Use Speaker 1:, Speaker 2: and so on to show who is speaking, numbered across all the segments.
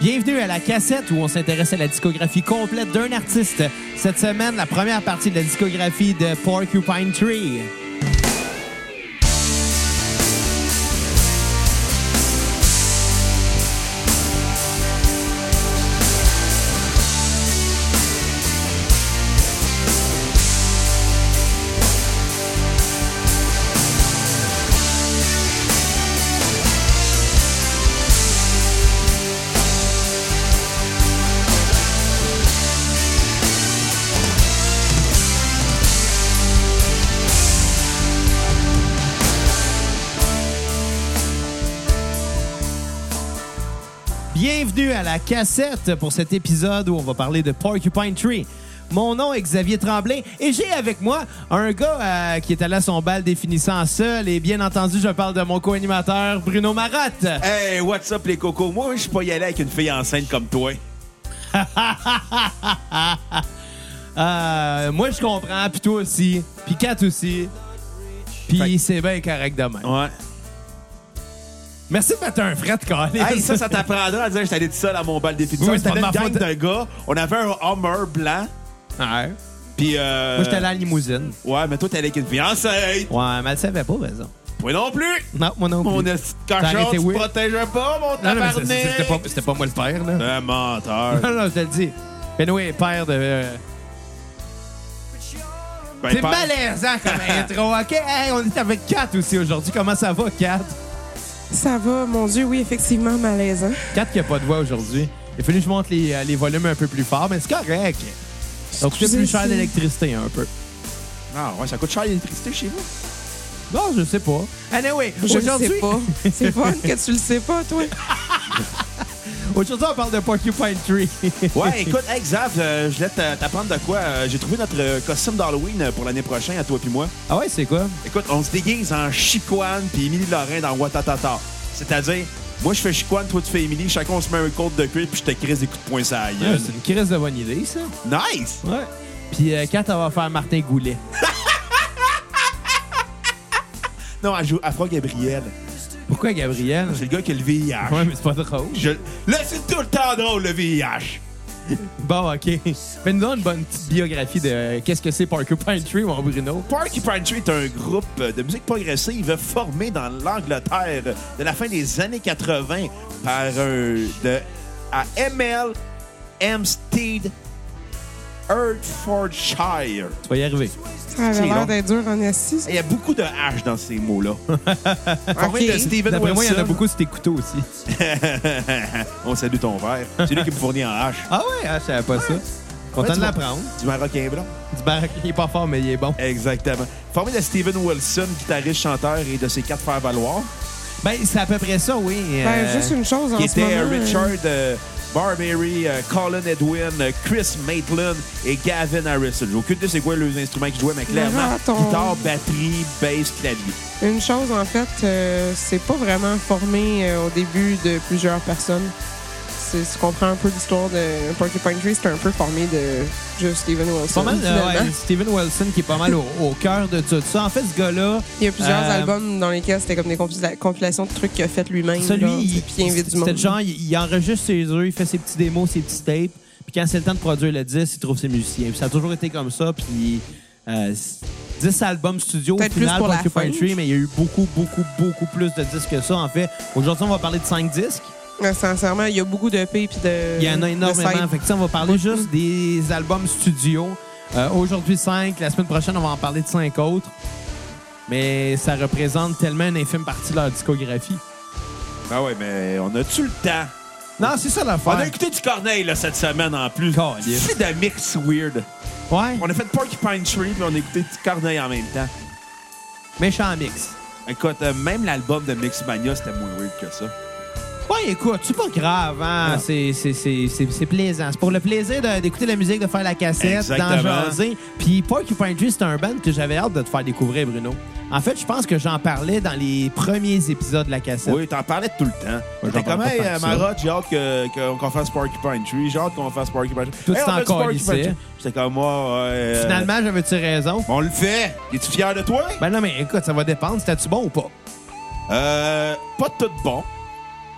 Speaker 1: Bienvenue à la cassette où on s'intéresse à la discographie complète d'un artiste. Cette semaine, la première partie de la discographie de Porcupine Tree. Bienvenue à la cassette pour cet épisode où on va parler de Porcupine Tree. Mon nom est Xavier Tremblay et j'ai avec moi un gars euh, qui est allé à son bal définissant seul et bien entendu, je parle de mon co-animateur Bruno Marotte.
Speaker 2: Hey, what's up les cocos? Moi, je suis pas y aller avec une fille enceinte comme toi.
Speaker 1: Euh, moi, je comprends, puis toi aussi, puis Kat aussi, puis
Speaker 2: Fait-
Speaker 1: c'est bien correct demain.
Speaker 2: Ouais.
Speaker 1: Merci de mettre un fret, Carlis.
Speaker 2: Hey, ça, ça t'apprendra à dire que j'étais allé tout seul à mon bal définitif.
Speaker 1: Oui,
Speaker 2: C'était
Speaker 1: c'est
Speaker 2: une
Speaker 1: pas de ma
Speaker 2: gang
Speaker 1: faute.
Speaker 2: de gars. On avait un Hummer blanc.
Speaker 1: Ouais.
Speaker 2: Puis, euh...
Speaker 1: Moi, j'étais allé en limousine.
Speaker 2: Ouais, mais toi, t'es allé avec une fille enceinte.
Speaker 1: Ouais, mais elle savait pas, par exemple.
Speaker 2: Moi non plus.
Speaker 1: Non, moi non
Speaker 2: Mon
Speaker 1: plus.
Speaker 2: esti de
Speaker 1: T'as
Speaker 2: cochon,
Speaker 1: arrêté,
Speaker 2: tu
Speaker 1: oui.
Speaker 2: protégeais pas, mon
Speaker 1: Non, non, mais
Speaker 2: tabarnak.
Speaker 1: c'est- c'est- c'était pas, c'était pas moi le père, là.
Speaker 2: Un menteur.
Speaker 1: Non, non, je te le dis. Benoît est père de. euh,
Speaker 2: Ben,
Speaker 1: C'est
Speaker 2: père-
Speaker 1: malaisant comme intro, ok? Hey, on est avec Kat aussi aujourd'hui. Comment ça va, Kat?
Speaker 3: Ça va, mon Dieu, oui, effectivement, hein. malaisant.
Speaker 1: Kat qui a pas de voix aujourd'hui. Il a fallu que je monte les, euh, les volumes un peu plus fort, mais c'est correct. Donc, coûte
Speaker 3: Excusez,
Speaker 1: plus cher
Speaker 3: c'est-
Speaker 1: l'électricité un peu.
Speaker 2: Ah, ouais, ça coûte cher l'électricité chez vous.
Speaker 1: Non, je sais pas. Anyway,
Speaker 3: Je le
Speaker 1: aujourd'hui,
Speaker 3: sais pas. C'est fun que tu le sais pas, toi.
Speaker 1: aujourd'hui, on parle de Porcupine Tree.
Speaker 2: Ouais, écoute, hey, Xav, euh, je voulais t'a- t'apprendre de quoi. Euh, J'ai trouvé notre euh, costume d'Halloween euh, pour l'année prochaine à toi puis moi.
Speaker 1: ah ouais, c'est quoi?
Speaker 2: Écoute, on se déguise en Chicoine puis Émilie Lorrain dans Watatata. C'est-à-dire, moi je fais Chicoine, toi tu fais Émilie, chacun on se met un code de cuir puis je te crise des coups de poing sur la
Speaker 1: Ah,
Speaker 2: gueule.
Speaker 1: c'est une crise de bonne idée, ça.
Speaker 2: Nice!
Speaker 1: Ouais. Puis euh, Kat, elle va faire Martin Goulet.
Speaker 2: Non, elle joue Afro Gabriel.
Speaker 1: Pourquoi Gabriel?
Speaker 2: C'est le gars qui a le VIH.
Speaker 1: Ouais, mais c'est pas drôle.
Speaker 2: Je... Là, c'est tout le temps drôle, le VIH.
Speaker 1: Bon, OK. Fais-nous donc une bonne petite biographie de euh, qu'est-ce que c'est Porcupine Tree, mon Bruno.
Speaker 2: Porcupine Tree est un groupe de musique progressive formé dans l'Angleterre de la fin des années 80 par un de à ML Hampstead, Hertfordshire.
Speaker 1: Tu vas y arriver.
Speaker 3: Ça avait
Speaker 2: C'est long.
Speaker 3: l'air d'être dur en
Speaker 1: Euh,
Speaker 3: assis.
Speaker 2: Il y a beaucoup de H dans ces mots-là. Formé de
Speaker 3: OK.
Speaker 2: Steven
Speaker 1: D'après moi, il y en a
Speaker 2: Wilson.
Speaker 1: beaucoup sur tes couteaux aussi.
Speaker 2: On salue ton verre. C'est lui qui me fournit en H.
Speaker 1: Ah ouais, ah, je savais pas ça. Content
Speaker 2: Ouais,
Speaker 1: de
Speaker 2: tu
Speaker 1: l'apprendre.
Speaker 2: Du marocain blanc.
Speaker 1: Du barak, il est pas fort, mais il est bon.
Speaker 2: Exactement. Formé de Steven Wilson, guitariste, chanteur et de ses quatre frères valoir,
Speaker 1: Ben, c'est à peu près ça, oui.
Speaker 3: Ben,
Speaker 1: euh,
Speaker 3: juste une chose en
Speaker 2: qui
Speaker 3: ce
Speaker 2: étaient euh,
Speaker 3: moment. euh,
Speaker 2: Richard euh, Barberry, euh, Colin Edwin, euh, Chris Maitland et Gavin Harrison. J'ai aucune idée c'est quoi les instruments qu'ils jouaient, mais clairement,
Speaker 3: Mais ton-
Speaker 2: guitare, batterie, bass, clavier.
Speaker 3: Une chose, en fait, euh, c'est pas vraiment formé euh, au début de plusieurs personnes. C'est, tu comprends un peu l'histoire de Porcupine Tree, c'est un peu formé de juste Steven
Speaker 1: Pas
Speaker 3: Wilson.
Speaker 1: mal, euh,
Speaker 3: finalement.
Speaker 1: ouais, Steven Wilson qui est pas mal au, au cœur de tout ça. En fait, ce gars-là,
Speaker 3: Il y a plusieurs
Speaker 1: Euh,
Speaker 3: albums dans lesquels c'était comme des compila- compilations de trucs qu'il a fait lui-même.
Speaker 1: celui,
Speaker 3: là,
Speaker 1: il-
Speaker 3: puis il invite du monde.
Speaker 1: c'était le genre, il, il enregistre ses œufs, il fait ses petits démos, ses petits tapes, puis quand c'est le temps de produire le disque, il trouve ses musiciens. Puis ça a toujours été comme ça, puis euh, c- 10 albums studio, au
Speaker 3: Peut-être plus
Speaker 1: final,
Speaker 3: pour la
Speaker 1: Porcupine
Speaker 3: fin.
Speaker 1: Tree, mais il y a eu beaucoup, beaucoup, beaucoup plus de disques que ça. En fait, aujourd'hui, on va parler de 5 disques.
Speaker 3: Ouais, Sincèrement, il y a beaucoup de pays puis de.
Speaker 1: Il y en a
Speaker 3: de
Speaker 1: énormément.
Speaker 3: sites.
Speaker 1: Fait que, tu sais, on va parler juste des albums studio. Euh, Aujourd'hui, 5. La semaine prochaine, on va en parler de cinq autres. Mais ça représente tellement une infime partie de leur discographie.
Speaker 2: Ah ouais, mais on a-tu le temps?
Speaker 1: Non, c'est ça
Speaker 2: On a
Speaker 1: l'affaire.
Speaker 2: écouté du Corneille là, cette semaine en plus.
Speaker 1: Caliste.
Speaker 2: C'est de mix weird.
Speaker 1: Ouais,
Speaker 2: On a fait Porcupine Tree puis on a écouté du Corneille en même temps.
Speaker 1: méchant mix.
Speaker 2: Écoute, euh, même l'album de Mixmania, c'était moins weird que ça.
Speaker 1: Ouais, écoute, c'est pas grave, hein?
Speaker 2: Non.
Speaker 1: C'est- c'est- C'est c'est- c'est plaisant. C'est pour le plaisir de- d'écouter la musique, de faire la cassette, d'en
Speaker 2: Exactement.
Speaker 1: jaser. Puis Porcupine Tree, c'est un band que j'avais hâte de te faire découvrir, Bruno. En fait, je pense que j'en parlais dans les premiers épisodes de la cassette.
Speaker 2: Oui, t'en parlais tout le temps.
Speaker 1: j'en
Speaker 2: T'es
Speaker 1: parle
Speaker 2: comme,
Speaker 1: pas
Speaker 2: hey,
Speaker 1: tant que
Speaker 2: euh,
Speaker 1: ça.
Speaker 2: Marotte, j'ai hâte que- que- qu'on fasse Porcupine Tree, j'ai hâte qu'on fasse Porcupine Tree.
Speaker 1: Tout
Speaker 2: Hey,
Speaker 1: ça
Speaker 2: on fait du
Speaker 1: encore
Speaker 2: Porcupine
Speaker 1: lycée.
Speaker 2: Tree. J'étais comme, moi,
Speaker 1: Finalement, j'avais-tu raison?
Speaker 2: On le fait. Es-tu fier de toi?
Speaker 1: Ben non, mais écoute, ça va dépendre. C'était-tu bon ou pas?
Speaker 2: Euh, pas tout bon.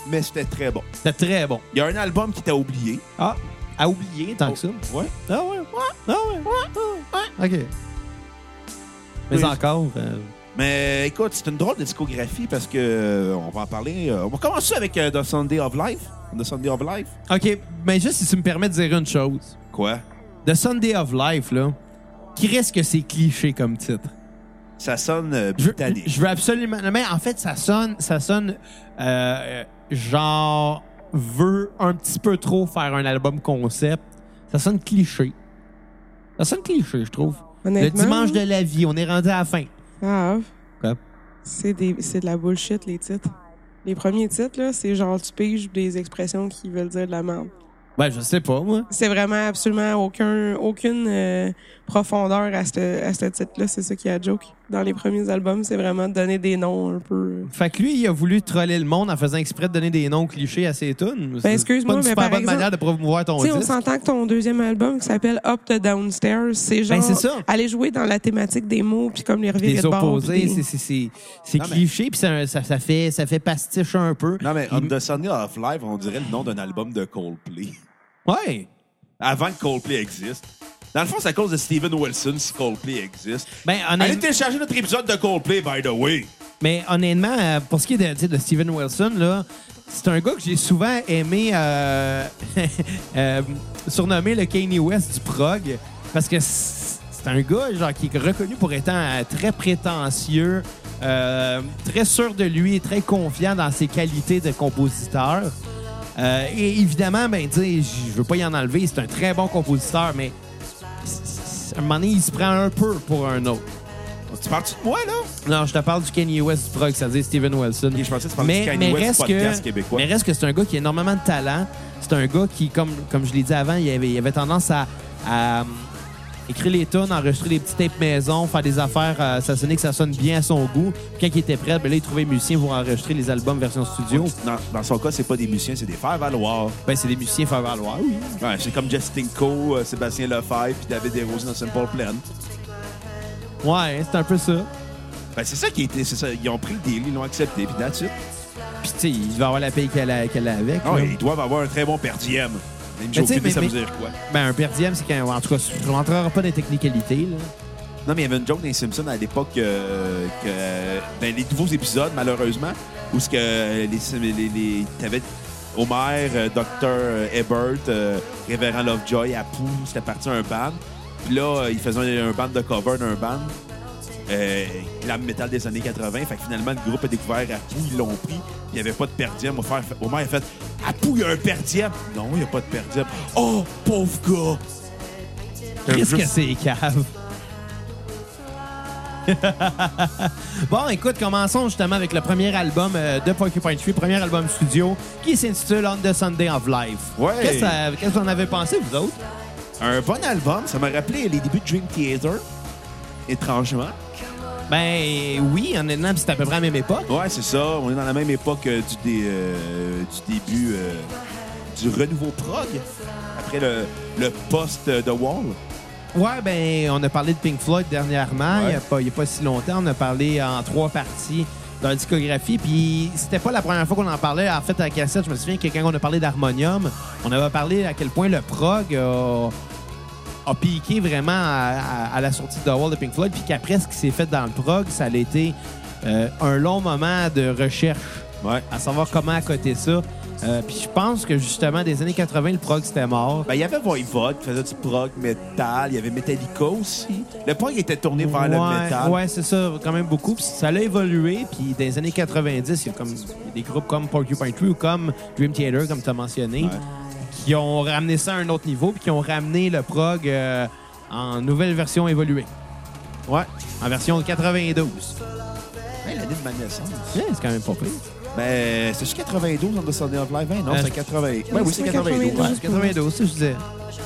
Speaker 2: mais c'était très bon.
Speaker 1: C'était très bon.
Speaker 2: Il y a un album qui t'a oublié.
Speaker 1: Ah, à oublier tant que ça.
Speaker 2: Ouais.
Speaker 1: Ah ouais, ouais, ah ouais, Ah ouais, ouais. OK. Mais
Speaker 2: Oui.
Speaker 1: encore, euh,
Speaker 2: Mais écoute, c'est une drôle de discographie parce que euh, on va en parler. euh, on va commencer avec euh, The Sunday of Life. The Sunday of Life.
Speaker 1: OK, mais juste si tu me permets de dire une chose.
Speaker 2: Quoi?
Speaker 1: The Sunday of Life, là, qui reste que c'est cliché comme titre?
Speaker 2: Ça sonne euh,
Speaker 1: Je,
Speaker 2: britannique.
Speaker 1: je veux absolument... Mais en fait, ça sonne, ça sonne euh, genre veut un petit peu trop faire un album concept. Ça sonne cliché. Ça sonne cliché, je trouve. Le
Speaker 3: Honnêtement,
Speaker 1: dimanche de la vie, on est rendu à la fin.
Speaker 3: grave.
Speaker 1: Quoi?
Speaker 3: Ah, C'est des- c'est de la bullshit, les titres. Les premiers titres, là, c'est genre tu piges des expressions qui veulent dire de la merde.
Speaker 1: Ben, je sais pas, moi.
Speaker 3: C'est vraiment absolument aucun, aucune euh, profondeur à ce, à ce titre-là. C'est ça qui est la joke. Dans les premiers albums, c'est vraiment de donner des noms un peu. euh.
Speaker 1: Fait que lui, il a voulu troller le monde en faisant exprès de donner des noms clichés à ses tunes. C'est
Speaker 3: Ben, excuse-moi,
Speaker 1: pas une
Speaker 3: mais
Speaker 1: super
Speaker 3: par
Speaker 1: bonne
Speaker 3: exemple-
Speaker 1: manière de promouvoir ton
Speaker 3: Tu sais, on
Speaker 1: disque.
Speaker 3: s'entend que ton deuxième album qui s'appelle Up the Downstairs, c'est genre
Speaker 1: Ben, c'est ça.
Speaker 3: aller jouer dans la thématique des mots puis comme les revirer
Speaker 1: Les
Speaker 3: de bord,
Speaker 1: opposés,
Speaker 3: puis
Speaker 1: c'est-
Speaker 3: des-
Speaker 1: c'est- c'est c'est
Speaker 2: Non, mais-
Speaker 1: cliché, puis ça, ça, ça fait, ça fait pastiche un peu.
Speaker 2: Non, mais
Speaker 1: Il-
Speaker 2: On The Sunday of Life, on dirait le nom d'un album de Coldplay.
Speaker 1: Ouais.
Speaker 2: Avant que Coldplay existe. Dans le fond, c'est à cause de Steven Wilson si Coldplay existe.
Speaker 1: Ben,
Speaker 2: Allez
Speaker 1: honnêtement,
Speaker 2: télécharger notre épisode de Coldplay, by the way.
Speaker 1: mais honnêtement, euh, pour ce qui est de, tu sais, de Steven Wilson, là, c'est un gars que j'ai souvent aimé euh, euh, surnommer le Kanye West du prog, parce que c'est c'est un gars genre, qui est reconnu pour étant euh, très prétentieux, euh, très sûr de lui et très confiant dans ses qualités de compositeur. Euh, et évidemment, ben, tu sais, je veux pas y en enlever, c'est un très bon compositeur, mais c- c- à un moment donné, il se prend un peu pour un autre.
Speaker 2: Tu parles-tu de moi, là?
Speaker 1: Non, je te parle du Kanye West du prog, c'est-à-dire Steven Wilson.
Speaker 2: Ok, je pensais que tu parlais du Kanye West du podcast québécois.
Speaker 1: Mais reste que c'est un gars qui a énormément de talent. C'est un gars qui, comme, comme je l'ai dit avant, il avait, il avait tendance à, à, euh, écrire les tunes, enregistrer des petites tapes maison, faire des affaires, euh, ça sonnait que ça sonne bien à son goût. Puis quand il était prêt, ben là, il trouvait musicien pour enregistrer les albums version studio.
Speaker 2: Dans, dans son cas, c'est pas des musiciens, c'est des frères valoir.
Speaker 1: Ben, c'est des musiciens faire valoir, oui.
Speaker 2: Ouais, c'est comme Justin Coe, euh, Sébastien Lefebvre, puis David Desrosiers dans Simple Plan.
Speaker 1: Ouais, c'est un peu ça.
Speaker 2: Ben, c'est ça qui était, c'est ça. Ils ont pris le deal, ils l'ont accepté, puis that's it.
Speaker 1: Puis, tu sais, il va avoir la paye qu'elle a, qu'elle a avec.
Speaker 2: Ah
Speaker 1: là.
Speaker 2: ouais, Ben, ils doivent avoir un très bon perdième. Même j'ai
Speaker 1: tu sais,
Speaker 2: aucune idée,
Speaker 1: mais-
Speaker 2: ça veut
Speaker 1: mais-
Speaker 2: dire quoi.
Speaker 1: Ben, un perdième, c'est quand. En tout cas, je rentrera pas dans les technicalités, là.
Speaker 2: Non, mais il y avait une joke dans les Simpsons à l'époque euh, que euh, dans les nouveaux épisodes, malheureusement, où ce que les, les, les- t'avais Homer, euh, Dr. Ebert, euh, Révérend Lovejoy, Apu, c'était parti un band. Puis là, euh, ils faisaient un, un band de cover d'un band. Euh, glam metal des années 80. Fait que finalement, le groupe a découvert Apu, ils l'ont pris. Il n'y avait pas de perdième. Homer fait- Homer a fait Apu, il y a un perdième. Non, il n'y a pas de perdième. Oh, pauvre gars!
Speaker 1: Qu'est-ce que
Speaker 2: Juste-
Speaker 1: c'est cave? bon, écoute, commençons justement avec le premier album euh, de Porcupine Tree, premier album studio, qui s'intitule On the Sunday of Life.
Speaker 2: Ouais.
Speaker 1: Qu'est-ce que- Qu'est-ce que vous en avez pensé, vous autres?
Speaker 2: Un bon album. Ça m'a rappelé les débuts de Dream Theater, étrangement.
Speaker 1: Ben oui, honnêtement, puis c'est à peu près à la même époque.
Speaker 2: Ouais, c'est ça. On est dans la même époque euh, du, dé- euh, du début euh, du renouveau prog, après le, le post euh, de Wall.
Speaker 1: Ouais, ben on a parlé de Pink Floyd dernièrement, il
Speaker 2: Ouais.
Speaker 1: n'y a, pas- il y a pas si longtemps. On a parlé en trois parties dans la discographie. Puis c'était pas la première fois qu'on en parlait. En fait, à la cassette, je me souviens que quand on a parlé d'harmonium, on avait parlé à quel point le prog a, a piqué vraiment à, à- à la sortie de The Wall de Pink Floyd. Puis qu'après, ce qui s'est fait dans le prog, ça a été euh, un long moment de recherche
Speaker 2: Ouais.
Speaker 1: à savoir comment accoter ça. Euh, puis je pense que justement, des années 80, le prog, c'était mort.
Speaker 2: Ben, il y avait Voivod qui faisait du prog metal. Il y avait Metallica aussi. Le prog était tourné vers le
Speaker 1: Ouais,
Speaker 2: metal.
Speaker 1: Ouais, c'est ça, quand même beaucoup. Puis ça l'a évolué. Puis dans les années 90, il y a, comme, il y a des groupes comme Porcupine Tree ou comme Dream Theater, comme tu as mentionné,
Speaker 2: Ouais.
Speaker 1: qui ont ramené ça à un autre niveau, puis qui ont ramené le prog euh, en nouvelle version évoluée,
Speaker 2: Ouais.
Speaker 1: en version 92.
Speaker 2: Hey, L'année de ma naissance.
Speaker 1: Ouais, Eh, c'est quand même pas pire.
Speaker 2: Ben, c'est juste 92 on The Sunday of Life. Hein? Non,
Speaker 1: Euh,
Speaker 2: c'est 80. Ouais, oui, c'est
Speaker 3: c'est
Speaker 2: 92.
Speaker 3: 92.
Speaker 1: Ouais, c'est 92, ça, je disais.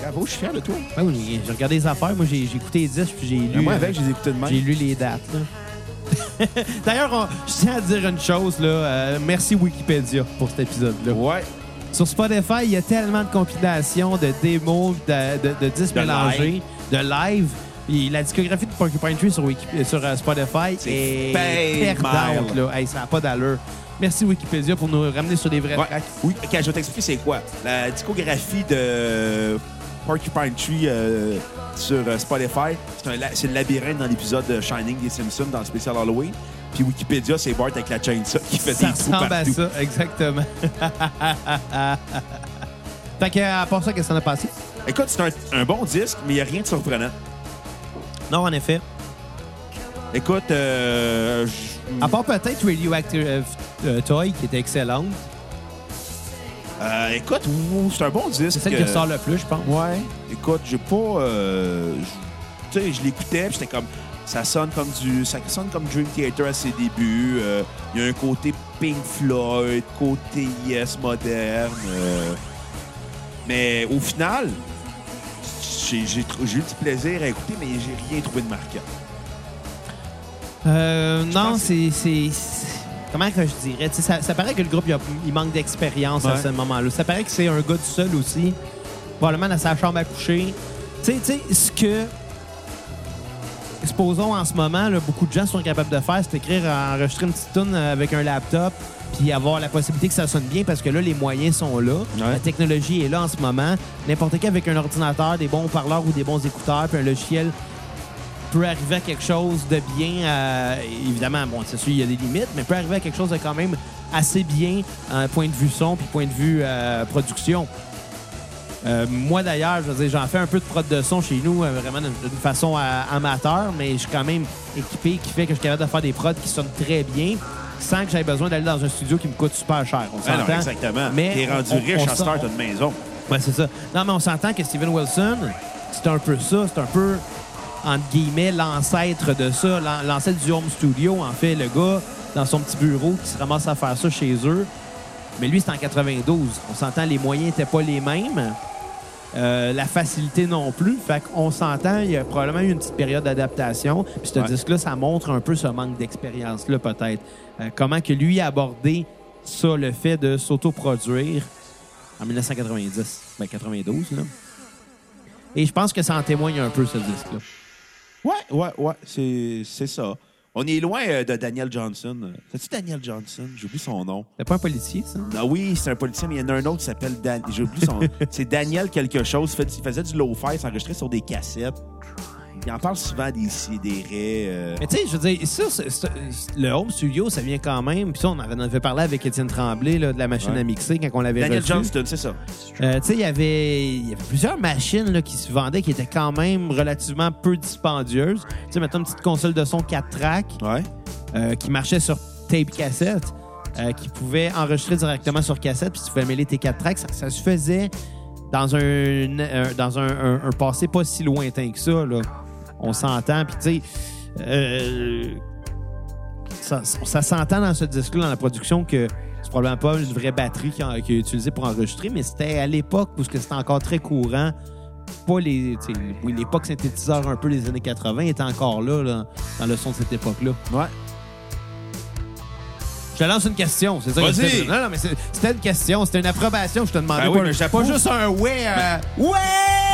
Speaker 2: Bravo, je suis fier de toi.
Speaker 1: Ouais, oui, j'ai regardé les affaires. Moi, j'ai j'ai écouté les disques, puis j'ai lu.
Speaker 2: Ben, moi,
Speaker 1: euh,
Speaker 2: avec, je les ai écoutés de même.
Speaker 1: J'ai lu les dates. là. D'ailleurs, on- je tiens à dire une chose. Là, euh, merci Wikipédia pour cet épisode-là.
Speaker 2: Ouais.
Speaker 1: Sur Spotify, il y a tellement de compilations, de démos, de, de- de disques
Speaker 2: De
Speaker 1: mélangés, de live. Et la discographie de Porcupine Tree sur, Wiki- euh, sur euh, Spotify
Speaker 2: C'est
Speaker 1: est
Speaker 2: pale
Speaker 1: perdante.
Speaker 2: mile.
Speaker 1: Là. Hey, ça n'a pas d'allure. Merci Wikipédia pour nous ramener sur des vrais
Speaker 2: Ouais.
Speaker 1: tracks.
Speaker 2: Oui, ok, je vais t'expliquer c'est quoi. La discographie de Porcupine Tree euh, sur euh, Spotify, c'est un la- c'est le labyrinthe dans l'épisode de Shining des Simpsons dans le spécial Halloween. Puis Wikipédia, c'est Bart avec la chainsaw qui fait
Speaker 1: Ça
Speaker 2: des trous
Speaker 1: ressemble à
Speaker 2: partout.
Speaker 1: ça, exactement. fait que, à part ça, qu'est-ce qu'on a passé?
Speaker 2: Écoute, c'est un, un bon disque, mais il n'y a rien de surprenant.
Speaker 1: Non, en effet.
Speaker 2: Écoute, euh, je-
Speaker 1: À part peut-être Radioactive euh, Toy, qui était excellente.
Speaker 2: euh, écoute, ouh, c'est un bon disque.
Speaker 1: C'est celle qui
Speaker 2: euh,
Speaker 1: ressort le plus, je pense.
Speaker 2: Ouais. Écoute, j'ai pas. euh, je- tu sais, je l'écoutais, puis j'étais comme. Ça sonne comme du. Ça sonne comme Dream Theater à ses débuts. Euh, Il y a un côté Pink Floyd, côté Yes moderne. euh, mais au final, j'ai j'ai tr- j'ai eu du plaisir à écouter, mais j'ai rien trouvé de marquant.
Speaker 1: Euh, non,
Speaker 2: pense
Speaker 1: c'est. c'est- c'est- Comment que je dirais? Tu sais, Ça, ça paraît que le groupe, il, a- il manque d'expérience à
Speaker 2: Ouais.
Speaker 1: ce moment-là. Ça paraît que c'est un gars du seul aussi. Probablement dans sa chambre à coucher. Tu sais, tu sais, ce que. Supposons en ce moment, là, beaucoup de gens sont capables de faire, c'est écrire, enregistrer une petite tune avec un laptop, puis avoir la possibilité que ça sonne bien parce que là, les moyens sont là.
Speaker 2: Ouais.
Speaker 1: La technologie est là en ce moment. N'importe qui avec un ordinateur, des bons parleurs ou des bons écouteurs, puis un logiciel peut arriver à quelque chose de bien. euh, évidemment, bon, c'est sûr, il y a des limites, mais peut arriver à quelque chose de quand même assez bien, euh, point de vue son puis point de vue euh, production. Euh, moi, d'ailleurs, je veux dire, j'en fais un peu de prod de son chez nous, euh, vraiment d'une d'une façon euh, amateur, mais je suis quand même équipé qui fait que je suis capable de faire des prods qui sonnent très bien sans que j'aie besoin d'aller dans un studio qui me coûte super cher. On
Speaker 2: Ah non,
Speaker 1: s'entend?
Speaker 2: exactement.
Speaker 1: Mais
Speaker 2: T'es rendu
Speaker 1: on- on-
Speaker 2: riche
Speaker 1: on
Speaker 2: à
Speaker 1: s'en-
Speaker 2: Star, t'as une maison.
Speaker 1: Ouais, c'est ça. Non, mais on s'entend que Steven Wilson, c'est un peu ça. C'est un peu, entre guillemets, l'ancêtre de ça. l'an- L'ancêtre du home studio, en fait, le gars, dans son petit bureau, qui se ramasse à faire ça chez eux. Mais lui, c'est en 92. On s'entend, les moyens n'étaient pas les mêmes. Euh, la facilité non plus. Fait qu'on s'entend, il y a probablement eu une petite période d'adaptation. Puis ce
Speaker 2: Ouais.
Speaker 1: disque-là, ça montre un peu ce manque d'expérience-là, peut-être. Euh, comment que lui a abordé ça, le fait de s'autoproduire en 1990. Ben, 92, là. Et je pense que ça en témoigne un peu, ce disque-là.
Speaker 2: Ouais, ouais, ouais, c'est c'est ça. On est loin euh, de Daniel Johnson. C'est-tu Daniel Johnson? J'oublie son nom.
Speaker 1: T'es pas un policier, ça?
Speaker 2: Ah oui, c'est un politicien, mais il y en a un autre qui s'appelle Dan. J'ai oublié son. c'est Daniel quelque chose. Fait- Il faisait du low-fi, il s'enregistrait sur des cassettes. Il en parle souvent des sidérés. euh,
Speaker 1: Mais tu sais, je veux dire, ça, c'est- c'est- c'est- le home studio, ça vient quand même. Puis ça, on en avait, on en avait parlé avec Étienne Tremblay là, de la machine
Speaker 2: Ouais.
Speaker 1: à mixer quand on l'avait
Speaker 2: Daniel
Speaker 1: reçu.
Speaker 2: Johnston, c'est ça.
Speaker 1: Euh, tu sais, il y avait il y avait plusieurs machines là, qui se vendaient qui étaient quand même relativement peu dispendieuses. Tu sais, mettons une petite console de son 4 tracks
Speaker 2: Ouais.
Speaker 1: euh, qui marchait sur tape cassette, euh, qui pouvait enregistrer directement sur cassette, puis tu pouvais mêler tes 4 tracks. Ça, ça se faisait dans un, un- dans un, un- un passé pas si lointain que ça. Là. On s'entend, puis tu sais. euh, ça, ça s'entend dans ce disque-là, dans la production, que c'est probablement pas une vraie batterie qui a, qui a utilisée pour enregistrer, mais c'était à l'époque où ce que c'était encore très courant. Pas les. tu sais, Oui, l'époque synthétiseur un peu des années 80 était encore là, là, dans le son de cette époque-là.
Speaker 2: Ouais.
Speaker 1: Je te lance une question, c'est ça que
Speaker 2: Vas-y.
Speaker 1: je te dis. Non, non, mais c'est- c'était une question, c'était une approbation que je te demandais.
Speaker 2: Ben oui,
Speaker 1: pas,
Speaker 2: mais
Speaker 1: pas
Speaker 2: j'approuve.
Speaker 1: juste un ouais. euh,
Speaker 2: Ouais!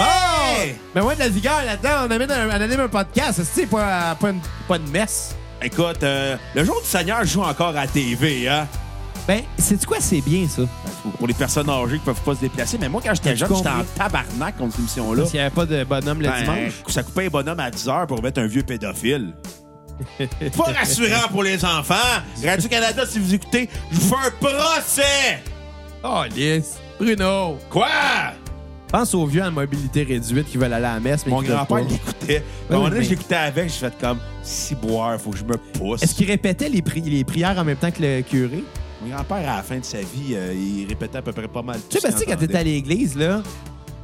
Speaker 1: Bon! Mais ouais, de la vigueur là-dedans, on amène un, on anime un podcast, c'est pas, pas, une, pas une messe.
Speaker 2: Écoute, euh, le jour du Seigneur joue encore à la TV, hein? Ben,
Speaker 1: Ben, c'est quoi, c'est bien ça?
Speaker 2: Pour- Pour les personnes âgées qui peuvent pas se déplacer. Mais moi, quand j'étais jeune, j'étais en
Speaker 1: Combien?
Speaker 2: tabarnak contre cette émission-là.
Speaker 1: S'il n'y avait pas de bonhomme le
Speaker 2: Ben,
Speaker 1: dimanche.
Speaker 2: Ça coupait un bonhomme à 10 heures pour mettre un vieux pédophile. Pas rassurant pour les enfants. Radio-Canada, si vous écoutez, je vous fais un procès!
Speaker 1: Oh, lisse. Bruno!
Speaker 2: Quoi?
Speaker 1: Pense aux vieux en mobilité réduite qui veulent aller à la messe, mais
Speaker 2: Mon
Speaker 1: qui peuvent
Speaker 2: grand-père
Speaker 1: pas. Ben
Speaker 2: l'écoutait.
Speaker 1: oui,
Speaker 2: Ben, À un moment donné,
Speaker 1: mais-
Speaker 2: je l'écoutais avec, je fait comme si boire, faut que je me pousse.
Speaker 1: Est-ce qu'il répétait les, pri- les prières en même temps que le curé?
Speaker 2: Mon grand-père, à la fin de sa vie, euh, il répétait à peu près pas mal.
Speaker 1: Tu sais, parce que tu sais, quand t'es à l'église, là,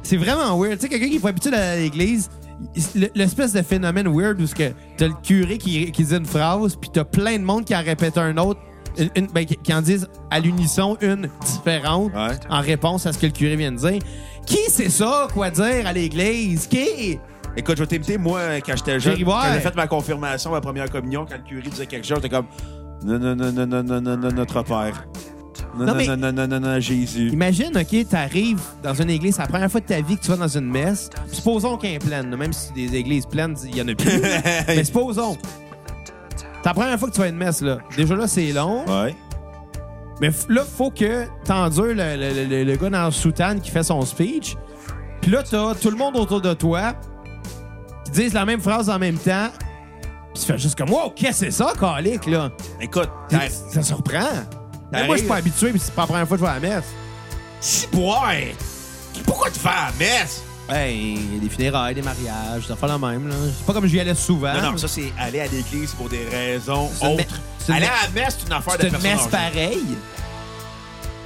Speaker 1: c'est vraiment weird. Tu sais, quelqu'un qui n'est pas habitué d'aller à l'église, il- le- l'espèce de phénomène weird où ce que t'as le curé qui, qui dit une phrase, puis t'as plein de monde qui en répète un autre, une- une- ben, qui, qui en disent à l'unisson une différente
Speaker 2: Ouais.
Speaker 1: en réponse à ce que le curé vient de dire. Qui c'est ça, quoi dire à l'église? Qui?
Speaker 2: Écoute, je vais t'imiter, moi, quand j'étais jeune,
Speaker 1: Jerry
Speaker 2: quand
Speaker 1: Boy.
Speaker 2: j'ai fait ma confirmation, ma première communion, quand le curé disait quelque chose, j'étais comme non, non, non, non, non, non, non, non, notre père.
Speaker 1: Non,
Speaker 2: Non, non,
Speaker 1: mais-
Speaker 2: non, non, non, non, non, Jésus.
Speaker 1: Imagine, OK, t'arrives dans une église, c'est la première fois de ta vie que tu vas dans une messe. Supposons qu'elle est pleine, là, même si des églises pleines, il y en a plus. là. Mais supposons. C'est la première fois que tu vas à une messe, là. Déjà là, c'est long.
Speaker 2: Ouais.
Speaker 1: Mais f- là, faut que t'endures le, le- le- le gars dans le soutane qui fait son speech. Puis là, t'as tout le monde autour de toi qui disent la même phrase en même temps. Puis tu fais juste comme, wow, qu'est-ce que c'est ça, calique, là?
Speaker 2: Écoute,
Speaker 1: Ça,
Speaker 2: t'as
Speaker 1: ça surprend. Mais moi, je suis pas habitué, puis c'est pas la première fois que je vais à la messe.
Speaker 2: six poires. Pourquoi tu fais la messe?
Speaker 1: Ben, il y a des funérailles, des mariages, ça fait la même, là. C'est pas comme j'y allais souvent.
Speaker 2: Non, non, ça, c'est aller à l'église pour des raisons
Speaker 1: Hein? C'est une me-
Speaker 2: autres.
Speaker 1: c'est une
Speaker 2: Aller
Speaker 1: me-
Speaker 2: à la messe, c'est une affaire de
Speaker 1: C'est une
Speaker 2: personne
Speaker 1: messe
Speaker 2: âgée.
Speaker 1: pareille.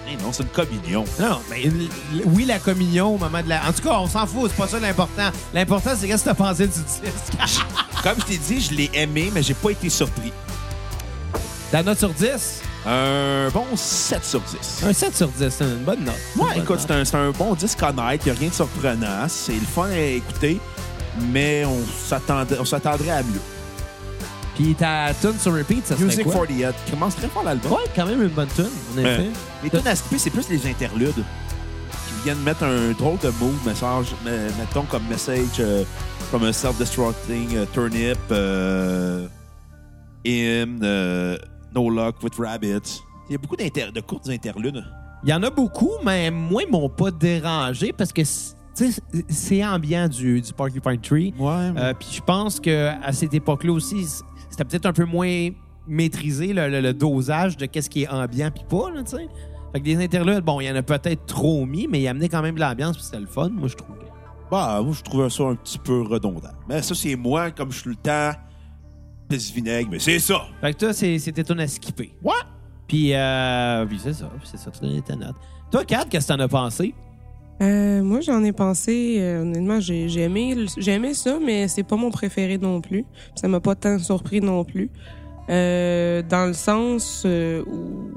Speaker 2: Eh Non, c'est une communion.
Speaker 1: Non, non, mais l- l- oui, la communion au moment de la. En tout cas, on s'en fout, c'est pas ça l'important. L'important, c'est qu'est-ce que t'as pensé du disque.
Speaker 2: Comme je t'ai dit, je l'ai aimé, mais j'ai pas été surpris.
Speaker 1: Ta note sur 10?
Speaker 2: Un bon 7 sur 10.
Speaker 1: Un 7 sur 10, c'est une bonne note. Une
Speaker 2: Ouais,
Speaker 1: bonne
Speaker 2: écoute,
Speaker 1: note.
Speaker 2: c'est un, c'est un bon disque honnête, il a rien de surprenant. C'est le fun à écouter, mais on s'attendait- on s'attendrait à mieux.
Speaker 1: Puis ta tune sur repeat, ça serait
Speaker 2: Music
Speaker 1: quoi?
Speaker 2: 48 commence très fort l'album.
Speaker 1: Ouais, quand même une bonne tune, en
Speaker 2: Euh,
Speaker 1: effet.
Speaker 2: les tunes à skipper, c'est plus les interludes qui viennent mettre un drôle de mot, message, me- mettons comme message, euh, comme un self-destructing, euh, turnip, euh, hymn, euh, no luck with rabbits. Il y a beaucoup d'inter- de courtes interludes.
Speaker 1: Il y en a beaucoup, mais moi, ils m'ont pas dérangé parce que c- tu sais, c'est ambiant du, du Porcupine Tree.
Speaker 2: Ouais,
Speaker 3: Mm.
Speaker 2: mais-
Speaker 1: Euh, Puis je pense que à cette époque-là aussi, c- c'était peut-être un peu moins maîtrisé le, le- le dosage de qu'est-ce qui est ambiant puis pas, là, tu sais. Fait que des interludes, bon, il y en a peut-être trop mis, mais il amenait quand même de l'ambiance, puis c'était le fun, moi, je trouve.
Speaker 2: Bah, moi, je trouvais ça un petit peu redondant. Mais ça, c'est moi, comme je suis le temps, pisse vinaigre, mais c'est ça.
Speaker 1: Fait que toi, c'est- c'était ton à skipper.
Speaker 2: Ouais.
Speaker 1: Puis, euh, puis c'est ça, puis c'est ça, tu donnais ta note. Toi, Kat, qu'est-ce que t'en as pensé?
Speaker 3: Euh, moi, j'en ai pensé. euh, honnêtement, j'ai j'ai aimé, le- j'ai aimé ça, mais c'est pas mon préféré non plus. Ça m'a pas tant surpris non plus. Euh, dans le sens euh, où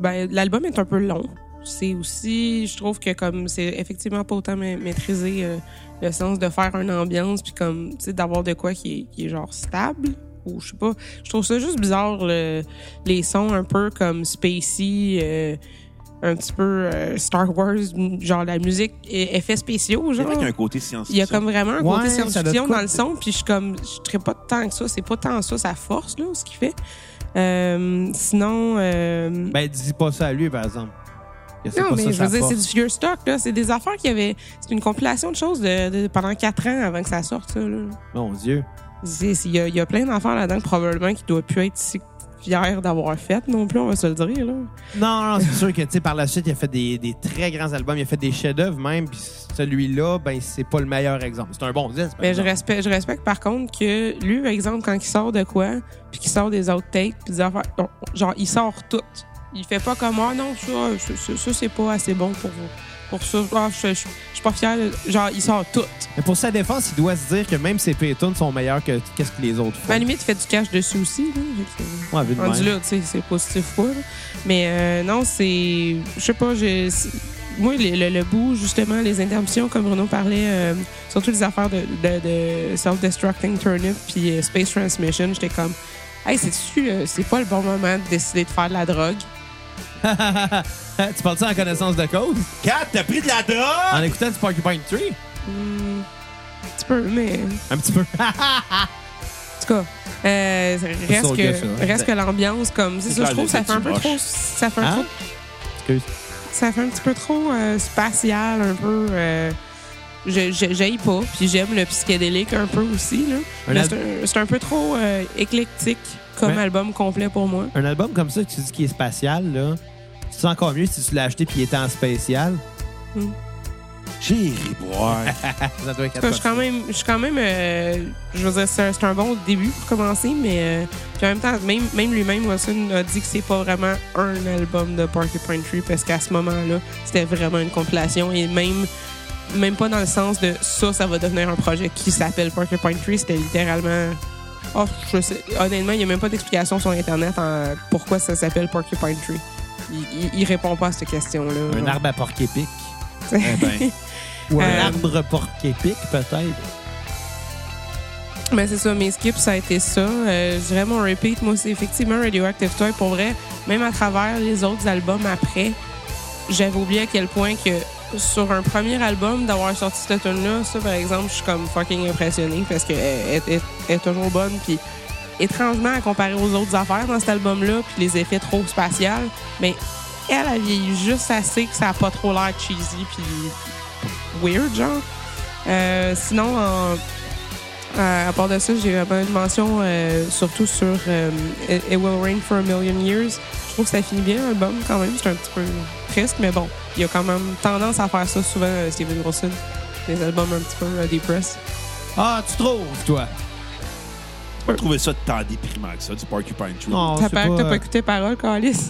Speaker 3: ben, l'album est un peu long. C'est aussi, je trouve que comme c'est effectivement pas autant ma- maîtrisé euh, le sens de faire une ambiance puis comme tu sais d'avoir de quoi qui est, qui est genre stable ou je sais pas. Je trouve ça juste bizarre le- les sons un peu comme spacey. euh, un petit peu euh, Star Wars, m- genre la musique et effets spéciaux,
Speaker 2: C'est
Speaker 3: genre.
Speaker 2: vrai qu'il y a un côté scientifique.
Speaker 3: Il y a comme vraiment un côté
Speaker 1: Ouais, ça doit
Speaker 3: science-fiction
Speaker 1: être quoi-
Speaker 3: dans le son, puis je suis comme, je traite pas tant que ça, c'est pas tant ça sa force, là, ce qu'il fait. Euh, sinon, euh,
Speaker 1: Ben, dis pas ça à lui, par exemple. Que c'est
Speaker 3: non,
Speaker 1: pas
Speaker 3: mais
Speaker 1: ça,
Speaker 3: je
Speaker 1: sa
Speaker 3: veux dire,
Speaker 1: force.
Speaker 3: c'est du vieux stock, là, c'est des affaires qui avaient, c'est une compilation de choses de, de- pendant quatre ans avant que ça sorte, ça, là.
Speaker 1: Mon Dieu.
Speaker 3: C'est- c'est- Il y, a- il y a plein d'affaires là-dedans que probablement qui doit plus être si fier d'avoir fait non plus, on va se le dire, là.
Speaker 1: Non, non, c'est sûr que tu sais, par la suite, il a fait des, des très grands albums, il a fait des chefs-d'œuvre même, puis celui-là, ben c'est pas le meilleur exemple. C'est un bon disque. par
Speaker 3: Mais Ben, je
Speaker 1: exemple.
Speaker 3: respecte, je respecte par contre que lui, par exemple, quand il sort de quoi, puis qu'il sort des outtakes, puis des affaires, non, genre, il sort tout. Il fait pas comme, ah non, ça, ça, ça, ça, c'est pas assez bon pour vous. Pour ça, ah, je, je- je suis pas fier. Genre, il sort tout.
Speaker 1: Mais pour sa défense, il doit se dire que même ses pétunes sont meilleurs que qu'est-ce que les autres font.
Speaker 3: Mais à la limite, il fait du cash dessus aussi. Là, Fait que-
Speaker 1: Ouais, vu de
Speaker 3: Ben, rendu
Speaker 1: même.
Speaker 3: là, tu sais, c'est positif quoi. là. Mais euh, non, c'est. Je sais pas, je. c'est- Moi, le, le- le bout, justement, les interruptions, comme Bruno parlait, euh, surtout les affaires de, de- de self-destructing turnip puis euh, space transmission, j'étais comme, hey, c'est-tu, euh, c'est pas le bon moment de décider de faire de la drogue?
Speaker 1: tu parles ça en connaissance de cause?
Speaker 2: Kat, t'as pris de la
Speaker 1: En
Speaker 2: drogue!
Speaker 1: écoutant du Porcupine Tree?
Speaker 3: Hmm, un petit peu, mais.
Speaker 1: Un petit peu.
Speaker 3: En tout cas, euh,
Speaker 1: sur
Speaker 3: reste,
Speaker 1: le
Speaker 3: que,
Speaker 1: gars, ça, hein?
Speaker 3: reste que l'ambiance, comme. C'est
Speaker 2: C'est
Speaker 3: ça,
Speaker 2: clair,
Speaker 3: je trouve,
Speaker 2: le
Speaker 3: ça
Speaker 2: petit
Speaker 3: fait un peu
Speaker 2: moche.
Speaker 3: trop. Ça fait un
Speaker 1: Hein?
Speaker 3: trop
Speaker 1: Excuse.
Speaker 3: ça fait un petit peu trop euh, spatial, un peu. Euh, je- je- J'aille pas, puis j'aime le psychédélique un peu aussi. là.
Speaker 1: Un
Speaker 3: Mais
Speaker 1: al-
Speaker 3: Ben, c'est un- C'est un, peu trop euh, éclectique comme
Speaker 1: Mais-
Speaker 3: album complet pour moi.
Speaker 1: Un album comme ça que tu dis qui est spatial, là, c'est encore mieux si tu l'as acheté puis il était en spécial.
Speaker 2: J'ai ri boire.
Speaker 1: Ça doit être
Speaker 3: En tout cas, je suis quand même, je suis quand même, euh, je veux dire, c'est un, c'est un bon début pour commencer, mais euh, puis en même temps, même, même lui-même, Watson a dit que c'est pas vraiment un album de Porcupine Tree parce qu'à ce moment-là, c'était vraiment une compilation et même, même pas dans le sens de ça, ça va devenir un projet qui s'appelle Porcupine Tree, c'était littéralement. Oh, je sais- honnêtement, il n'y a même pas d'explication sur Internet en pourquoi ça s'appelle Porcupine Tree. Il, il- il répond pas à cette question-là.
Speaker 1: Un arbre à porc-épic.
Speaker 2: Eh ben,
Speaker 1: Ou un
Speaker 3: Euh,
Speaker 1: arbre porc-épic, peut-être.
Speaker 3: Ben c'est ça, mes skips, ça a été ça. Euh, je dirais mon repeat, moi, c'est effectivement Radioactive Toy. Pour vrai, même à travers les autres albums après, j'avais oublié à quel point que sur un premier album, d'avoir sorti cette tune-là, ça, par exemple, je suis comme fucking impressionnée parce qu'elle est, est- est toujours bonne. Puis étrangement, à comparer aux autres affaires dans cet album-là, puis les effets trop spatials, mais elle, elle vieillit juste assez que ça a pas trop l'air cheesy puis weird, genre. Euh, sinon, en- Euh, à, à part de ça, j'ai vraiment une mention euh, surtout sur euh, It It Will Rain for a Million Years. Je trouve que ça finit bien l'album quand même. C'est un petit peu triste, mais bon, il y a quand même tendance à faire ça souvent, euh, Steven Wilson. Des albums un petit peu euh, dépress.
Speaker 1: Ah, tu trouves, toi?
Speaker 2: Je trouvais ça tant déprimant que ça, du Porcupine Tree.
Speaker 1: Non,
Speaker 3: Ça
Speaker 1: c'est
Speaker 3: paraît que t'as
Speaker 1: pas- euh,
Speaker 3: pas écouté paroles, Calis.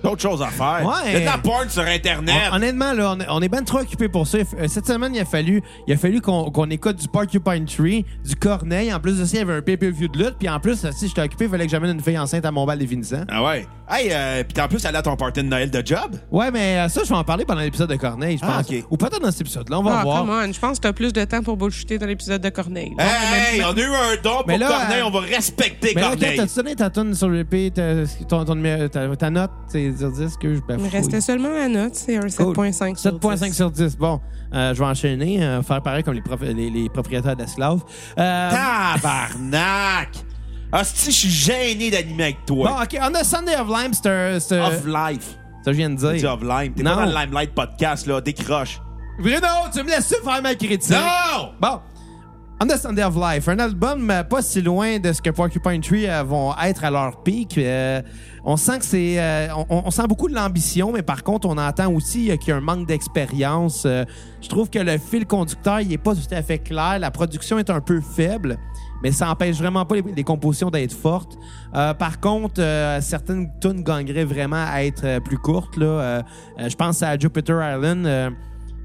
Speaker 2: D'autres choses à faire.
Speaker 1: Ouais.
Speaker 2: Il y a de la porn sur Internet.
Speaker 1: Hon- Honnêtement, là, on, on est bien trop occupés pour ça. Euh, Cette semaine, il a fallu, il a fallu qu'on qu'on écoute du Porcupine Tree, du Corneille. En plus de ça, il y avait un pay-per-view de lutte. Puis en plus, si j'étais occupé, il fallait que j'amène une fille enceinte à mon bal des finissants.
Speaker 2: Ah ouais. Hey, euh, pis en plus, elle a ton party de Noël de job.
Speaker 1: Ouais, mais euh, ça, je vais en parler pendant l'épisode de Corneille, je pense.
Speaker 2: Ah, ok.
Speaker 1: Ou peut-être dans cet épisode-là, on va
Speaker 3: Ah,
Speaker 1: voir.
Speaker 3: come on. Je pense que t'as plus de temps pour bullshitter dans l'épisode de Corneille. là.
Speaker 2: Hey, on a eu un don
Speaker 1: Mais
Speaker 2: pour
Speaker 1: là,
Speaker 2: Corneille.
Speaker 1: euh,
Speaker 2: On va respecter
Speaker 1: Mais là, Kat,
Speaker 2: Corneille.
Speaker 1: t'as-tu donné ta tonne sur le P, ta, ton- ton numéro- ta, ta note, tes sur 10 que je
Speaker 3: Il
Speaker 1: bafouille.
Speaker 3: me restait seulement la note, c'est un
Speaker 1: Cool.
Speaker 3: 7.5 sur
Speaker 1: 7.5
Speaker 3: 10.
Speaker 1: sur 10. Bon, euh, je vais enchaîner, euh, faire pareil comme les, prof- les, les propriétaires d'esclaves. Euh,
Speaker 2: Tabarnak! Hostie, je suis gêné d'animer avec toi.
Speaker 1: Bon, OK. On a Sunday of Lime, c'est un... c'est un-
Speaker 2: Of Life.
Speaker 1: Ça, je viens de
Speaker 2: Tu dis
Speaker 1: dire.
Speaker 2: Of Lime. T'es
Speaker 1: euh, Non.
Speaker 2: pas dans le Limelight podcast, là. Décroche.
Speaker 1: Bruno, tu me laisses faire ma critique?
Speaker 2: Non!
Speaker 1: Bon. On a Sunday of Life, un album euh, pas si loin de ce que Porcupine Tree euh, vont être à leur pic. Euh, on sent que c'est, euh, on- on, on sent beaucoup de l'ambition, mais par contre, on entend aussi euh, qu'il y a un manque d'expérience. Euh, je trouve que le fil conducteur, il est pas tout à fait clair. La production est un peu faible, mais ça empêche vraiment pas les, les compositions d'être fortes. Euh, par contre, euh, certaines tunes gagneraient vraiment à être euh, plus courtes. Là, Euh, euh, je pense à Jupiter Island. euh,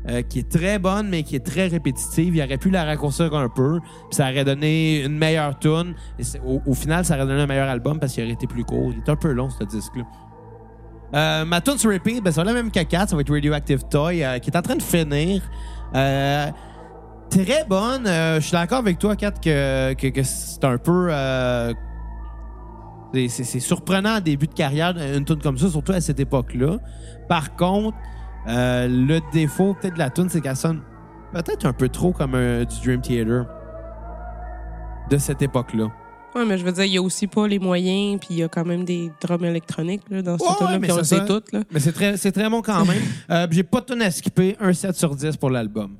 Speaker 1: euh, qui est très bonne, mais qui est très répétitive. Il aurait pu la raccourcir un peu, puis ça aurait donné une meilleure tune. Et c'est- au, au final, ça aurait donné un meilleur album parce qu'il aurait été plus court. Il est un peu long, ce disque-là. Euh, ma tune sur repeat, ben, ça va la même qu'à 4, ça va être Radioactive Toy, euh, qui est en train de finir. Euh, très bonne. Euh, je suis d'accord avec toi, Kat, que, que, que c'est un peu... euh, c'est- c'est c'est surprenant en début de carrière, une tune comme ça, surtout à cette époque-là. Par contre, euh, le défaut peut-être de la tune, c'est qu'elle sonne peut-être un peu trop comme euh, du Dream Theater de cette époque-là.
Speaker 3: Ouais, mais je veux dire, il y a aussi pas les moyens, puis il y a quand même des drums électroniques là, dans cette
Speaker 1: Ouais,
Speaker 3: là
Speaker 1: ouais, mais
Speaker 3: puis on
Speaker 1: ça
Speaker 3: le sait
Speaker 1: sonne-
Speaker 3: toutes. Là.
Speaker 1: Mais c'est très, c'est très bon quand même. Euh, puis J'ai pas de tune à skipper, un 7 sur 10 pour l'album.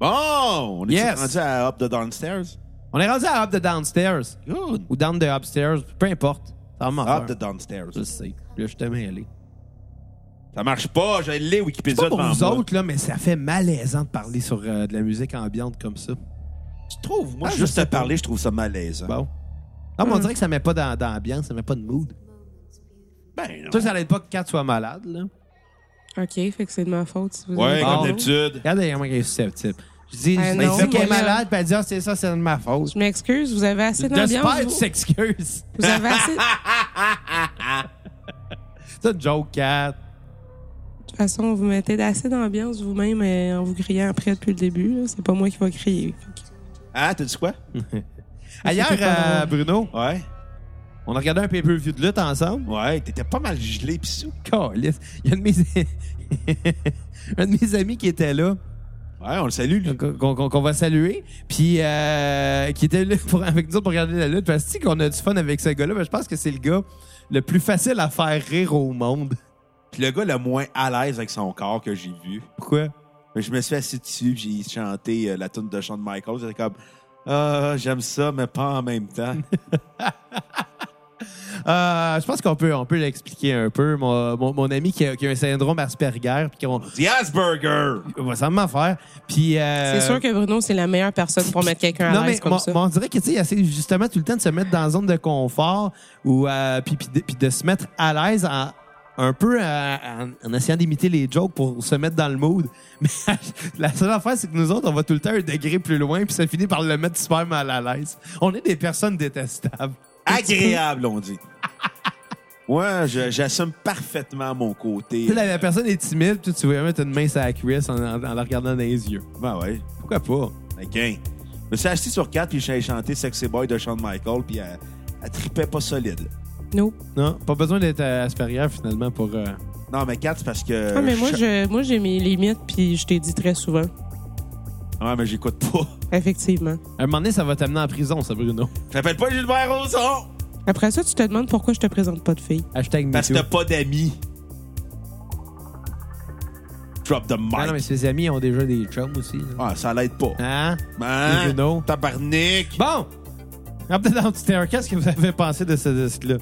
Speaker 2: Bon! On est
Speaker 1: Yes.
Speaker 2: rendu à Up the Downstairs?
Speaker 1: On est rendu à Up the Downstairs
Speaker 2: Good.
Speaker 1: ou Down the Upstairs, peu importe. Ça va m'en
Speaker 2: Up the
Speaker 1: faire.
Speaker 2: Downstairs.
Speaker 1: Je sais. Là, je te mêlé.
Speaker 2: Ça marche pas. J'ai les Wikipédia
Speaker 1: Pas pour
Speaker 2: devant
Speaker 1: vous
Speaker 2: moi.
Speaker 1: autres, là, mais ça fait malaisant de parler sur euh, de la musique ambiante comme ça.
Speaker 2: Tu trouves? Moi,
Speaker 1: Ah, je
Speaker 2: juste
Speaker 1: sais
Speaker 2: te
Speaker 1: pas.
Speaker 2: parler, je trouve ça malaisant.
Speaker 1: Bon. Ah,
Speaker 3: Hmm.
Speaker 1: mais on dirait que ça met pas dans- d'ambiance, ça met pas de mood.
Speaker 2: Ben, non.
Speaker 1: Ça, ça l'aide pas que 4 soit malade, là.
Speaker 3: OK, fait que c'est de ma faute si vous
Speaker 2: Ouais,
Speaker 3: avez-
Speaker 1: Bon.
Speaker 2: comme d'habitude.
Speaker 1: Regardez comment elle est susceptible. Je dis,
Speaker 3: Ah
Speaker 1: je
Speaker 3: non,
Speaker 1: dis qu'elle est
Speaker 3: voyons.
Speaker 1: malade, puis elle dit, ah, c'est ça, c'est de ma faute.
Speaker 3: Je m'excuse, vous avez assez d'ambiance.
Speaker 1: J'espère que tu
Speaker 3: vous.
Speaker 1: s'excuses.
Speaker 3: Vous avez assez. De
Speaker 1: C'est une joke, Kat.
Speaker 3: toute façon, vous mettez assez d'ambiance vous-même euh, en vous criant après depuis le début. là. C'est pas moi qui va crier. Fait que-
Speaker 2: Ah, t'as dit quoi?
Speaker 1: Ailleurs,
Speaker 3: C'était pas
Speaker 1: euh, Bruno,
Speaker 2: Ouais.
Speaker 1: on a regardé un pay-per-view de lutte ensemble.
Speaker 2: Ouais, t'étais pas mal gelé pis sous.
Speaker 1: Calisse. Il y a un de mes... un de mes amis qui était là,
Speaker 2: Ouais, on le salue, lui.
Speaker 1: qu'on- qu'on qu'on va saluer, puis euh, qui était là pour- avec nous autres pour regarder la lutte. Parce que tu sais qu'on a du fun avec ce gars-là, mais je pense que c'est le gars le plus facile à faire rire au monde.
Speaker 2: Pis le gars le moins à l'aise avec son corps que j'ai vu.
Speaker 1: Pourquoi?
Speaker 2: Mais Je me suis assis dessus, pis j'ai chanté euh, la tune de Shawn Michaels. J'étais comme, ah, j'aime ça, mais pas en même temps.
Speaker 1: Euh, je pense qu'on peut, on peut l'expliquer un peu. Mon, mon- mon ami qui a, qui a un syndrome Asperger, puis qu'on
Speaker 2: The Asperger!
Speaker 1: on va sûrement faire. Puis euh,
Speaker 3: C'est sûr que Bruno, c'est la meilleure personne pour mettre quelqu'un
Speaker 1: non
Speaker 3: à
Speaker 1: mais
Speaker 3: l'aise comme
Speaker 1: mon-
Speaker 3: ça.
Speaker 1: mon- on dirait que tu sais, il essaie justement tout le temps de se mettre dans la zone de confort ou euh, puis, puis de, puis de se mettre à l'aise en- un peu euh, en, en essayant d'imiter les jokes pour se mettre dans le mood. Mais la seule affaire, c'est que nous autres, on va tout le temps un degré plus loin, puis ça finit par le mettre super mal à l'aise. On est des personnes détestables.
Speaker 2: Agréable, on dit. Moi, je- j'assume parfaitement mon côté.
Speaker 1: Tu sais, La, la personne est timide, puis tu veux mettre une main sur la cuisse en, en- en la regardant dans les yeux.
Speaker 2: Ben ouais.
Speaker 1: Pourquoi pas?
Speaker 2: OK. Je me suis assis sur quatre, puis j'ai chanté Sexy Boy de Shawn Michaels, puis elle, elle tripait pas solide.
Speaker 3: Nope.
Speaker 1: Non, pas besoin d'être euh, Asperger finalement pour. euh,
Speaker 2: Non, mais quatre, c'est parce que...
Speaker 3: Ah, mais moi,
Speaker 2: je-
Speaker 3: je, moi, j'ai mes limites, puis je t'ai dit très souvent.
Speaker 2: Ouais, Ah, mais j'écoute pas.
Speaker 3: Effectivement.
Speaker 1: À un moment donné, ça va t'amener en prison, ça, Bruno.
Speaker 2: Je m'appelle pas Gilbert Rozon!
Speaker 3: Après ça, tu te demandes pourquoi je te présente pas de fille.
Speaker 1: Hashtag
Speaker 2: Parce que
Speaker 1: MeToo.
Speaker 2: t'as pas d'amis. Drop the mic.
Speaker 1: Ah non, mais ses amis ont déjà des chums aussi. là.
Speaker 2: Ah, ça l'aide pas.
Speaker 1: Hein? Les
Speaker 2: Hein?
Speaker 1: Bruno.
Speaker 2: Tabarnak.
Speaker 1: Bon! Rappelez dans le petit air, qu'est-ce que vous avez pensé de ce disque-là?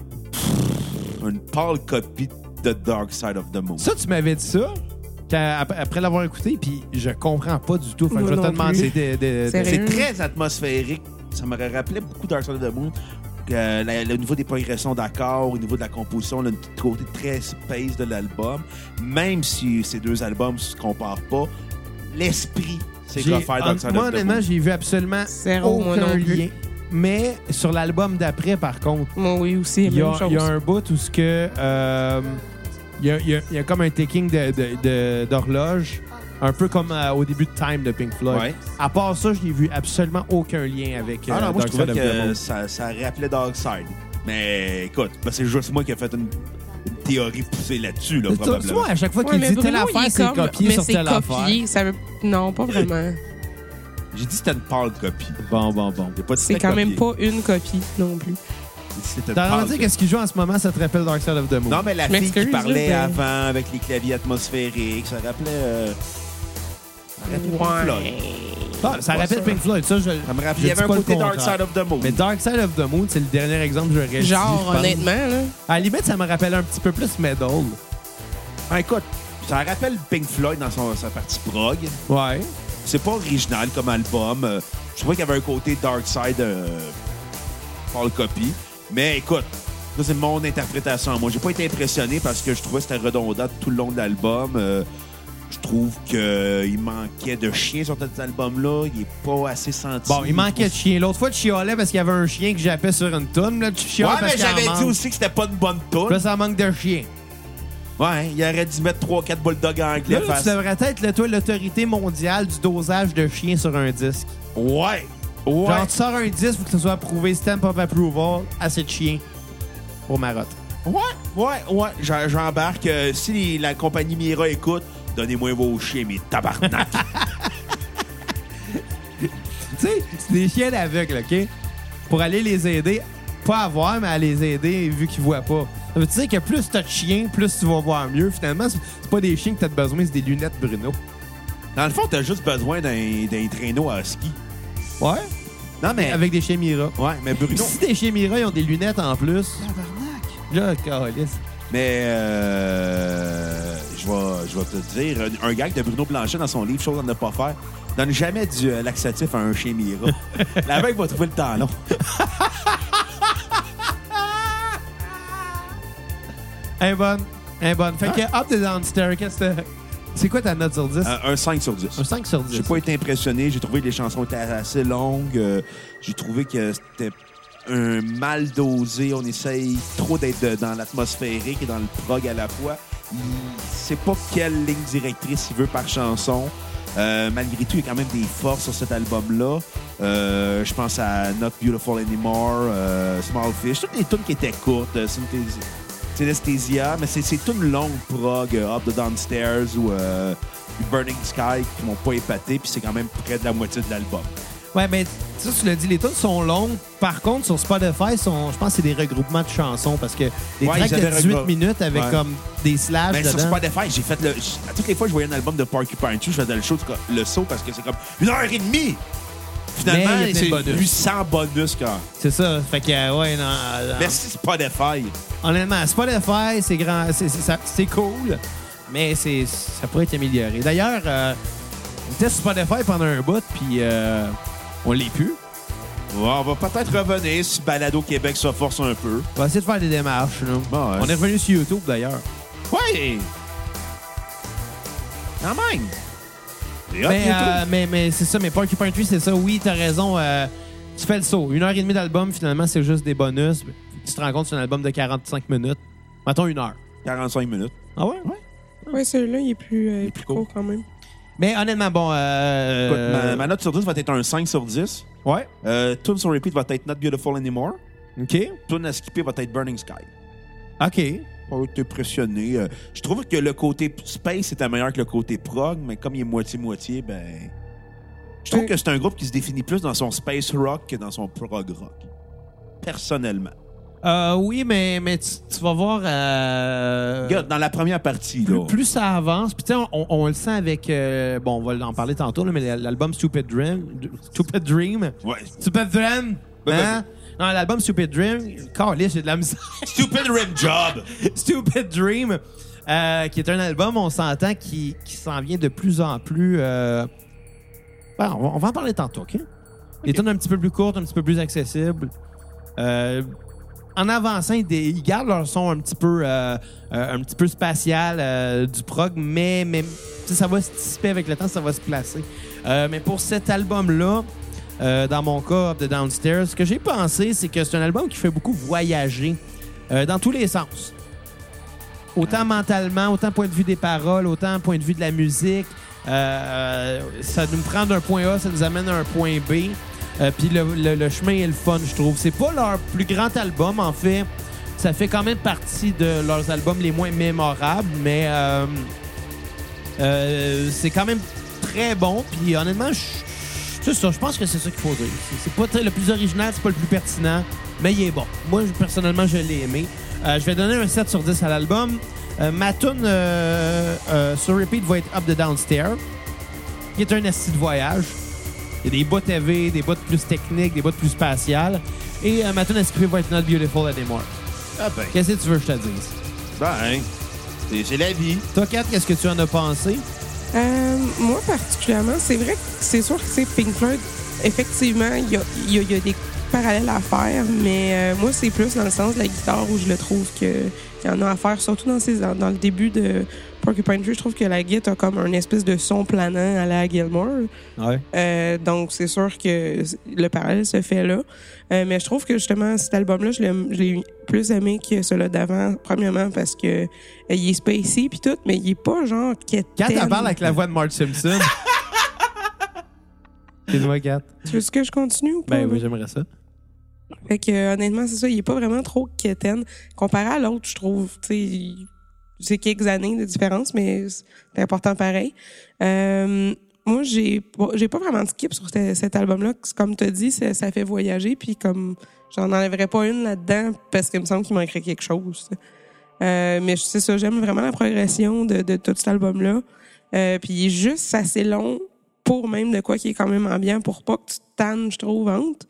Speaker 2: Une pâle copie de Dark Side of the Moon.
Speaker 1: Ça, tu m'avais dit ça quand- ap- après l'avoir écouté, puis je comprends pas du tout. Fait que
Speaker 3: Moi
Speaker 1: je vais te
Speaker 3: non
Speaker 1: demander
Speaker 3: plus.
Speaker 1: de- de- de-
Speaker 2: C'est
Speaker 3: C'est Sérieux?
Speaker 2: très atmosphérique. Ça me rappelait beaucoup Dark Side of the Moon. Euh, la- le niveau des progressions d'accords, au niveau de la composition, le petit côté très space de l'album. Même si ces deux albums se comparent pas, l'esprit, c'est
Speaker 1: J'ai-
Speaker 2: quoi faire Dark Side
Speaker 1: Moi,
Speaker 2: of the Moon.
Speaker 1: honnêtement, j'ai vu absolument
Speaker 3: Zéro, moi
Speaker 1: aucun
Speaker 3: non plus.
Speaker 1: lien. Mais sur l'album d'après, par contre,
Speaker 3: Moi, oui, aussi,
Speaker 1: il y,
Speaker 3: même
Speaker 1: a-
Speaker 3: chose.
Speaker 1: il y a un bout où ce que, euh, il y, a- il y a- il y a comme un taking de- de- de- d'horloge, un peu comme euh, au début de Time de Pink Floyd.
Speaker 2: Ouais.
Speaker 1: À part ça, je n'ai vu absolument aucun lien avec euh,
Speaker 2: Ah non, moi,
Speaker 1: Dark
Speaker 2: je trouvais
Speaker 1: Side of the
Speaker 2: que
Speaker 1: Moon.
Speaker 2: ça, ça rappelait Dark Side. Mais écoute, ben, c'est juste moi qui ai fait une, une théorie poussée là-dessus, là,
Speaker 1: Tu tu
Speaker 2: probablement.
Speaker 1: vois, à chaque fois
Speaker 3: Ouais,
Speaker 1: qu'il
Speaker 3: mais
Speaker 1: dit telle
Speaker 3: Bruno, il
Speaker 1: affaire,
Speaker 3: est
Speaker 1: c'est
Speaker 3: comme,
Speaker 1: copié
Speaker 3: mais
Speaker 1: sur
Speaker 3: c'est
Speaker 1: telle affaire.
Speaker 3: copié, ça veut- Non, pas vraiment.
Speaker 2: J'ai dit que c'était une pâle copie.
Speaker 1: Bon, bon, bon.
Speaker 2: J'ai pas dit que
Speaker 3: C'est
Speaker 2: c'était
Speaker 3: quand même
Speaker 2: copié.
Speaker 3: pas une copie non plus.
Speaker 2: J'ai dit que c'était une
Speaker 1: T'as
Speaker 2: pâle
Speaker 1: entendu qu'est-ce qu'il joue en ce moment, ça te rappelle Dark Side of the Moon.
Speaker 2: Non, mais la
Speaker 3: Je
Speaker 2: fille qui
Speaker 3: m'excuse,
Speaker 2: parlait
Speaker 3: là, mais-
Speaker 2: avant avec les claviers atmosphériques, ça rappelait. euh, ça rappelait Pink Floyd.
Speaker 1: Ah, ça rappelle
Speaker 2: ça.
Speaker 1: Pink Floyd, ça, je.
Speaker 2: Ça me rappelait.
Speaker 1: je
Speaker 2: Il y avait
Speaker 1: dis
Speaker 2: un
Speaker 1: pas le
Speaker 2: côté Dark
Speaker 1: contraire.
Speaker 2: Side of the Moon.
Speaker 1: Mais Dark Side of the Moon, c'est le dernier exemple que j'aurais dit, je
Speaker 3: Genre,
Speaker 1: pense.
Speaker 3: honnêtement, là.
Speaker 1: À la limite, ça me rappelle un petit peu plus Metal.
Speaker 2: Ah, écoute, ça rappelle Pink Floyd dans son- sa partie prog.
Speaker 1: Ouais.
Speaker 2: C'est pas original comme album. Euh, Je trouvais qu'il y avait un côté Dark Side euh, par le copy. Mais écoute, ça c'est mon interprétation. Moi, j'ai pas été impressionné parce que je trouvais que c'était redondant tout le long de l'album. Euh, je trouve qu'il manquait de chien sur cet album-là. Il est pas assez senti.
Speaker 1: Bon, il manquait de chien. L'autre fois, tu chiolais parce qu'il y avait un chien que j'appelais sur une toune. Là, tu
Speaker 2: Ouais,
Speaker 1: chioles parce
Speaker 2: mais
Speaker 1: qu'il en
Speaker 2: j'avais dit
Speaker 1: manque.
Speaker 2: aussi que c'était pas une bonne
Speaker 1: Là,
Speaker 2: toune.
Speaker 1: ça manque de chien.
Speaker 2: Ouais, il aurait dû mettre 3-4 bulldogs anglais
Speaker 1: Là,
Speaker 2: face.
Speaker 1: tu devrais être là, toi, l'autorité mondiale du dosage de chien sur un disque.
Speaker 2: Ouais. Ouais.
Speaker 1: Genre, tu sors un disque pour que ce soit approuvé, stamp of approval, assez de chien pour Marotte.
Speaker 2: Ouais, ouais, ouais. J'en- J'embarque. Euh, si les- la compagnie Mira écoute, donnez-moi vos chiens, mes tabarnak.
Speaker 1: Tu sais, c'est des chiens aveugles, OK? Pour aller les aider, pas à voir, mais à les aider vu qu'ils voient pas. Ça veut dire que plus t'as de chiens, plus tu vas voir mieux. Finalement, c'est c'est pas des chiens que t'as de besoin, c'est des lunettes, Bruno.
Speaker 2: Dans le fond, t'as juste besoin d'un d'un traîneau à ski.
Speaker 1: Ouais?
Speaker 2: Non, mais.
Speaker 1: Avec des chiens Mira.
Speaker 2: Ouais, mais Bruno.
Speaker 1: Si des chiens Mira, ils ont des lunettes en plus. Là, calice.
Speaker 2: Mais. Euh, je vais je vais te dire, un, un gag de Bruno Blanchet dans son livre, chose à ne pas faire, donne jamais du euh, laxatif à un chien Mira. L'aveugle va trouver le temps long.
Speaker 1: Un bon. Un bon.
Speaker 2: Hein?
Speaker 1: Fait que, up the downstairs, qu'est-ce que. C'est quoi ta note sur 10?
Speaker 2: Euh, un 5 sur 10.
Speaker 1: un 5 sur 10.
Speaker 2: J'ai pas été impressionné. J'ai trouvé que les chansons étaient assez longues. Euh, J'ai trouvé que c'était un mal dosé. On essaye trop d'être de- dans l'atmosphérique et dans le prog à la fois. Il sait pas quelle ligne directrice il veut par chanson. Euh, malgré tout, il y a quand même des forces sur cet album-là. Euh, je pense à Not Beautiful Anymore, euh, Small Fish, toutes les tunes qui étaient courtes, euh, Synthes- Synesthesia, mais c'est c'est une longue prog, euh, Up the Downstairs ou euh, Burning Sky qui m'ont pas épaté, puis c'est quand même près de la moitié de l'album.
Speaker 1: Ouais, mais ça, tu l'as dit, les tunes sont longues. Par contre, sur Spotify, sont, je pense que c'est des regroupements de chansons parce que des
Speaker 2: Ouais,
Speaker 1: tracks
Speaker 2: ils
Speaker 1: de
Speaker 2: avaient
Speaker 1: 18
Speaker 2: regrou-
Speaker 1: minutes avec
Speaker 2: Ouais.
Speaker 1: comme des slash
Speaker 2: Mais
Speaker 1: dedans.
Speaker 2: sur Spotify, j'ai fait le. j- À toutes les fois que je voyais un album de Porcupine Tree, je faisais le show, du co- le saut parce que c'est comme une heure et demie!
Speaker 1: Mais
Speaker 2: Finalement,
Speaker 1: il y a plein de
Speaker 2: c'est
Speaker 1: bonus.
Speaker 2: plus 100 bonus quand.
Speaker 1: C'est ça. Fait que, euh, ouais, non, euh,
Speaker 2: Merci Spotify.
Speaker 1: honnêtement, Spotify, c'est grand, c'est- c'est ça- c'est cool, mais c'est ça pourrait être amélioré. D'ailleurs, euh, on était sur Spotify pendant un bout, puis euh, on l'est plus.
Speaker 2: Ouais, on va peut-être revenir si Balado Québec se force un peu.
Speaker 1: On va essayer de faire des démarches. là.
Speaker 2: Bon, ouais.
Speaker 1: On est revenu sur YouTube, d'ailleurs.
Speaker 2: Ouais! Quand même! Et hop,
Speaker 1: Mais,
Speaker 2: YouTube.
Speaker 1: euh, mais, mais c'est ça, mais Porcupine Tree, c'est ça. Oui, t'as raison. euh, tu fais le saut. Une heure et demie d'album, finalement, c'est juste des bonus. Tu te rends compte, c'est un album de 45 minutes. Mettons une heure.
Speaker 2: 45 minutes.
Speaker 1: Ah ouais? ouais.
Speaker 3: Ouais, celui-là, il est plus, euh,
Speaker 2: Il est plus
Speaker 3: plus court quand même.
Speaker 1: Mais honnêtement, bon. euh,
Speaker 2: Écoute, ma, ma note sur 10 va être un 5 sur 10.
Speaker 1: Ouais.
Speaker 2: Euh, tune sur repeat va être Not Beautiful Anymore.
Speaker 1: OK.
Speaker 2: Tune à skipper va être Burning Sky.
Speaker 1: OK.
Speaker 2: Pas été Oh, impressionné. Euh, je trouve que le côté space était meilleur que le côté prog, mais comme il est moitié-moitié, ben. Je trouve
Speaker 3: Ouais.
Speaker 2: que c'est un groupe qui se définit plus dans son space rock que dans son prog rock. Personnellement.
Speaker 1: Euh, oui, mais, mais tu, tu vas voir. euh,
Speaker 2: Regarde, dans la première partie,
Speaker 1: plus,
Speaker 2: là.
Speaker 1: plus ça avance, puis tu sais, on, on le sent avec. euh, bon, on va en parler tantôt, là, mais l'album Stupid Dream. Stupid Dream.
Speaker 2: Ouais.
Speaker 1: Stupid Dream. Hein? Non, l'album Stupid Dream, caliste, j'ai de la misère.
Speaker 2: Stupid rim job!
Speaker 1: Stupid Dream, euh, qui est un album, on s'entend, qui, qui s'en vient de plus en plus. euh, ben, on, va, on va en parler tantôt, OK? Des tunes un petit peu plus courtes, un petit peu plus accessibles. Euh, en avançant, ils, dé- ils gardent leur son un petit peu, euh, euh, un petit peu spatial euh, du prog, mais, mais tu sais, ça va se dissiper avec le temps, ça va se placer. Euh, mais pour cet album-là, euh, dans mon cas, Up the Downstairs, ce que j'ai pensé, c'est que c'est un album qui fait beaucoup voyager euh, dans tous les sens. Autant mentalement, autant point de vue des paroles, autant point de vue de la musique. Euh, euh, ça nous prend d'un point A, ça nous amène à un point B. Euh, Puis le, le- le chemin est le fun, je trouve. C'est pas leur plus grand album, en fait. Ça fait quand même partie de leurs albums les moins mémorables, mais euh, euh, c'est quand même très bon. Puis honnêtement, je- c'est ça, je pense que c'est ça qu'il faut dire. C'est- C'est pas très- le plus original, c'est pas le plus pertinent, mais il est bon. Moi, je- personnellement, je l'ai aimé. Euh, je vais donner un 7 sur 10 à l'album. Euh, ma tune euh, euh, sur repeat va être Up the Downstairs, qui est un esti de voyage. Il y a des bouts TV, des bouts plus techniques, des bouts plus spatiales. Et euh, ma tune à skipper va être Not Beautiful Anymore.
Speaker 2: Ah ben,
Speaker 1: Qu'est-ce que tu veux que je te dise?
Speaker 2: ben, c'est c'est la vie.
Speaker 1: Toi, Kat, qu'est-ce que tu en as pensé?
Speaker 3: Euh, moi, particulièrement, c'est vrai que c'est sûr que c'est Pink Floyd. Effectivement, il y a, il y a- il y a des parallèles à faire, mais euh, moi, c'est plus dans le sens de la guitare où je le trouve que- qu'il y en a à faire, surtout dans, ces- dans le début de Porcupine Tree. Je trouve que la guitare a comme un espèce de son planant à la Gilmore.
Speaker 1: Ouais.
Speaker 3: Euh, donc, c'est sûr que le parallèle se fait là. Euh, mais je trouve que justement, cet album-là, je l'aime- je l'ai plus aimé que celui-là d'avant. Premièrement, parce que euh, il est spacey puis tout, mais il est pas genre quétaine.
Speaker 1: Kat, elle parle avec la voix de Marge Simpson. Excuse-moi, Kat.
Speaker 3: Tu veux que je continue ou pas?
Speaker 1: Ben
Speaker 3: là?
Speaker 1: oui, j'aimerais ça.
Speaker 3: Fait que, euh, honnêtement, c'est ça, il est pas vraiment trop quétaine. Comparé à l'autre, je trouve, tu sais, il- c'est quelques années de différence, mais c'est important pareil. Euh, moi, j'ai pas- j'ai pas vraiment de skip sur ce- cet album-là. Comme tu as dit, ça, ça fait voyager, puis comme j'en enlèverais pas une là-dedans parce qu'il me semble qu'il manquerait quelque chose. Euh, mais c'est ça, j'aime vraiment la progression de, de tout cet album-là. Euh, puis il est juste assez long pour même de quoi qui est quand même ambiant pour pas que tu te tannes, je trouve, entre.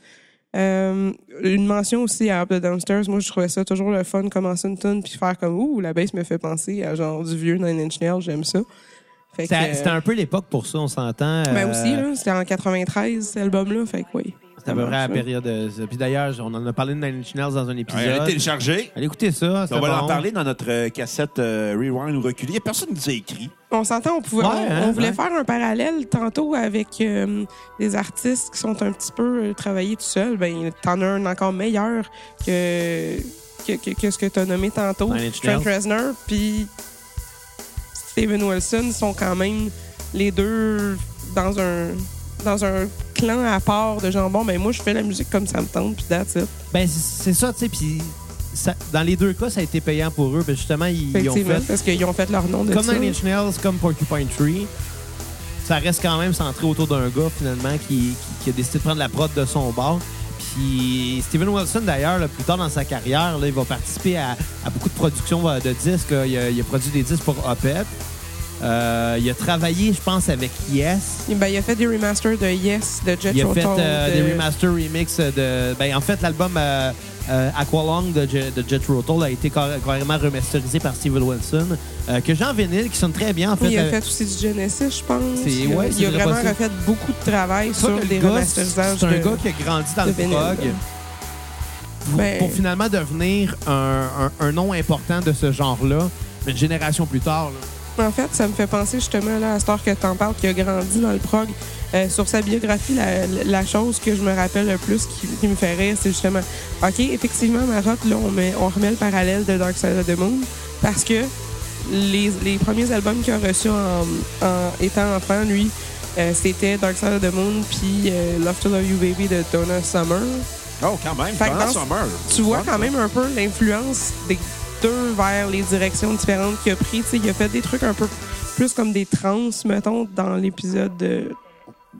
Speaker 3: Euh, une mention aussi à Up the Downstairs. Moi, je trouvais ça toujours le fun, commencer une tune puis faire comme ouh, la bass me fait penser à genre du vieux Nine Inch Nails, j'aime ça. Fait que,
Speaker 1: C'était c'était un peu l'époque pour ça, on s'entend.
Speaker 3: ben
Speaker 1: euh,
Speaker 3: aussi, là, c'était en 93, cet album-là, fait que oui.
Speaker 1: C'était à peu près à la période. de- Puis d'ailleurs, on en a parlé de Nine Inch Nails dans un épisode.
Speaker 2: Allez télécharger.
Speaker 1: Allez écouter ça.
Speaker 2: On
Speaker 1: c'était
Speaker 2: va
Speaker 1: bon.
Speaker 2: en parler dans notre euh, cassette euh, Rewind ou Reculé. Personne ne nous a écrit.
Speaker 3: On s'entend, on pouvait,
Speaker 1: Ouais,
Speaker 3: on,
Speaker 1: hein,
Speaker 3: on voulait
Speaker 1: ouais.
Speaker 3: faire un parallèle tantôt avec euh, des artistes qui sont un petit peu euh, travaillés tout seuls. Ben, t'en as un encore meilleur que, que, que, que ce que t'as nommé tantôt.
Speaker 1: Nine Inch
Speaker 3: Trent
Speaker 1: Nails.
Speaker 3: Reznor puis Steven Wilson sont quand même les deux dans un dans un clan à part de genre bon ben moi je fais la musique comme ça me tente puis that's it.
Speaker 1: Ben, c'est c'est ça, tu sais. Puis ça- dans les deux cas, ça a été payant pour eux. Parce que justement, ils, ils ont
Speaker 3: Effectivement,
Speaker 1: fait.
Speaker 3: parce qu'ils ont fait leur nom de
Speaker 1: Comme
Speaker 3: ça.
Speaker 1: Nine Inch Nails, comme Porcupine Tree. Ça reste quand même centré autour d'un gars, finalement, qui, qui- qui a décidé de prendre la prod de son bar. Puis Steven Wilson, d'ailleurs, là, plus tard dans sa carrière, là, il va participer à, à beaucoup de productions euh, de disques. euh, Il a, il a produit des disques pour Opeth. Euh, il a travaillé, je pense, avec Yes.
Speaker 3: Ben, il a fait des remasters de Yes, de Jet
Speaker 1: Il a fait
Speaker 3: Rotal,
Speaker 1: euh,
Speaker 3: de-
Speaker 1: des remaster remix de. Ben, en fait, l'album euh, euh, Aqualung de, Je- de Jet Rotal a été car- carrément remasterisé par Steven Wilson, euh, que j'ai en vinyle, qui sonne très bien. En fait,
Speaker 3: il a
Speaker 1: euh,
Speaker 3: fait aussi du Genesis, je pense.
Speaker 1: C'est-
Speaker 3: il a,
Speaker 1: ouais,
Speaker 3: il a
Speaker 1: c'est
Speaker 3: vraiment
Speaker 1: possible.
Speaker 3: refait beaucoup de travail
Speaker 1: je crois
Speaker 3: sur
Speaker 1: que le
Speaker 3: des
Speaker 1: gars,
Speaker 3: remasterisages.
Speaker 1: C'est un
Speaker 3: de-
Speaker 1: gars qui a grandi dans
Speaker 3: de
Speaker 1: le
Speaker 3: vinyle,
Speaker 1: prog
Speaker 3: là.
Speaker 1: pour,
Speaker 3: Ben-
Speaker 1: pour finalement devenir un, un- un nom important de ce genre-là, une génération plus tard. là.
Speaker 3: En fait, ça me fait penser justement là, à cette heure que t'en parles, qui a grandi dans le prog. Euh, sur sa biographie, la, la chose que je me rappelle le plus qui, qui me fait rire, c'est justement, OK, effectivement, Marotte, là, on, met- on remet le parallèle de Dark Side of the Moon parce que les, les premiers albums qu'il a reçus en, en étant enfant, lui, euh, c'était Dark Side of the Moon puis euh, Love to Love You Baby de Donna Summer.
Speaker 2: Oh, quand même.
Speaker 3: Fait que
Speaker 2: Pendant
Speaker 3: dans-
Speaker 2: Summer.
Speaker 3: tu vois
Speaker 2: Ouais,
Speaker 3: quand même un peu l'influence des deux vers les directions différentes qu'il a pris. Tu sais, il a fait des trucs un peu plus comme des trans, mettons, dans l'épisode de euh,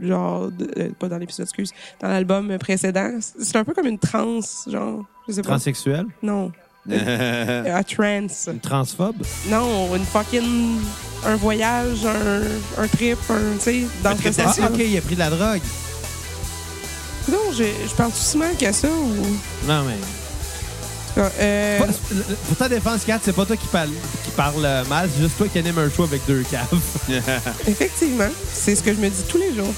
Speaker 3: genre de- euh, pas dans l'épisode excuse dans l'album précédent c'est un peu comme une transe genre je Je sais pas.
Speaker 1: Transsexuel?
Speaker 3: Non. Euh,
Speaker 2: Une
Speaker 3: À trans.
Speaker 1: Une transphobe?
Speaker 3: Non, une fucking. Un voyage, un, un trip, un. Tu sais, dans
Speaker 2: Un
Speaker 3: ce
Speaker 2: trip
Speaker 1: Ah,
Speaker 3: sens-là.
Speaker 1: OK, il a pris de la drogue.
Speaker 3: Non, je, je parle tout si mal que ça ou.
Speaker 1: Non, mais...
Speaker 3: Euh,
Speaker 1: Pas- Pour ta défense, Kat, c'est pas toi qui parle, qui parle euh, mal, c'est juste toi qui anime un show avec deux caves.
Speaker 3: effectivement, c'est ce que je me dis tous les jours.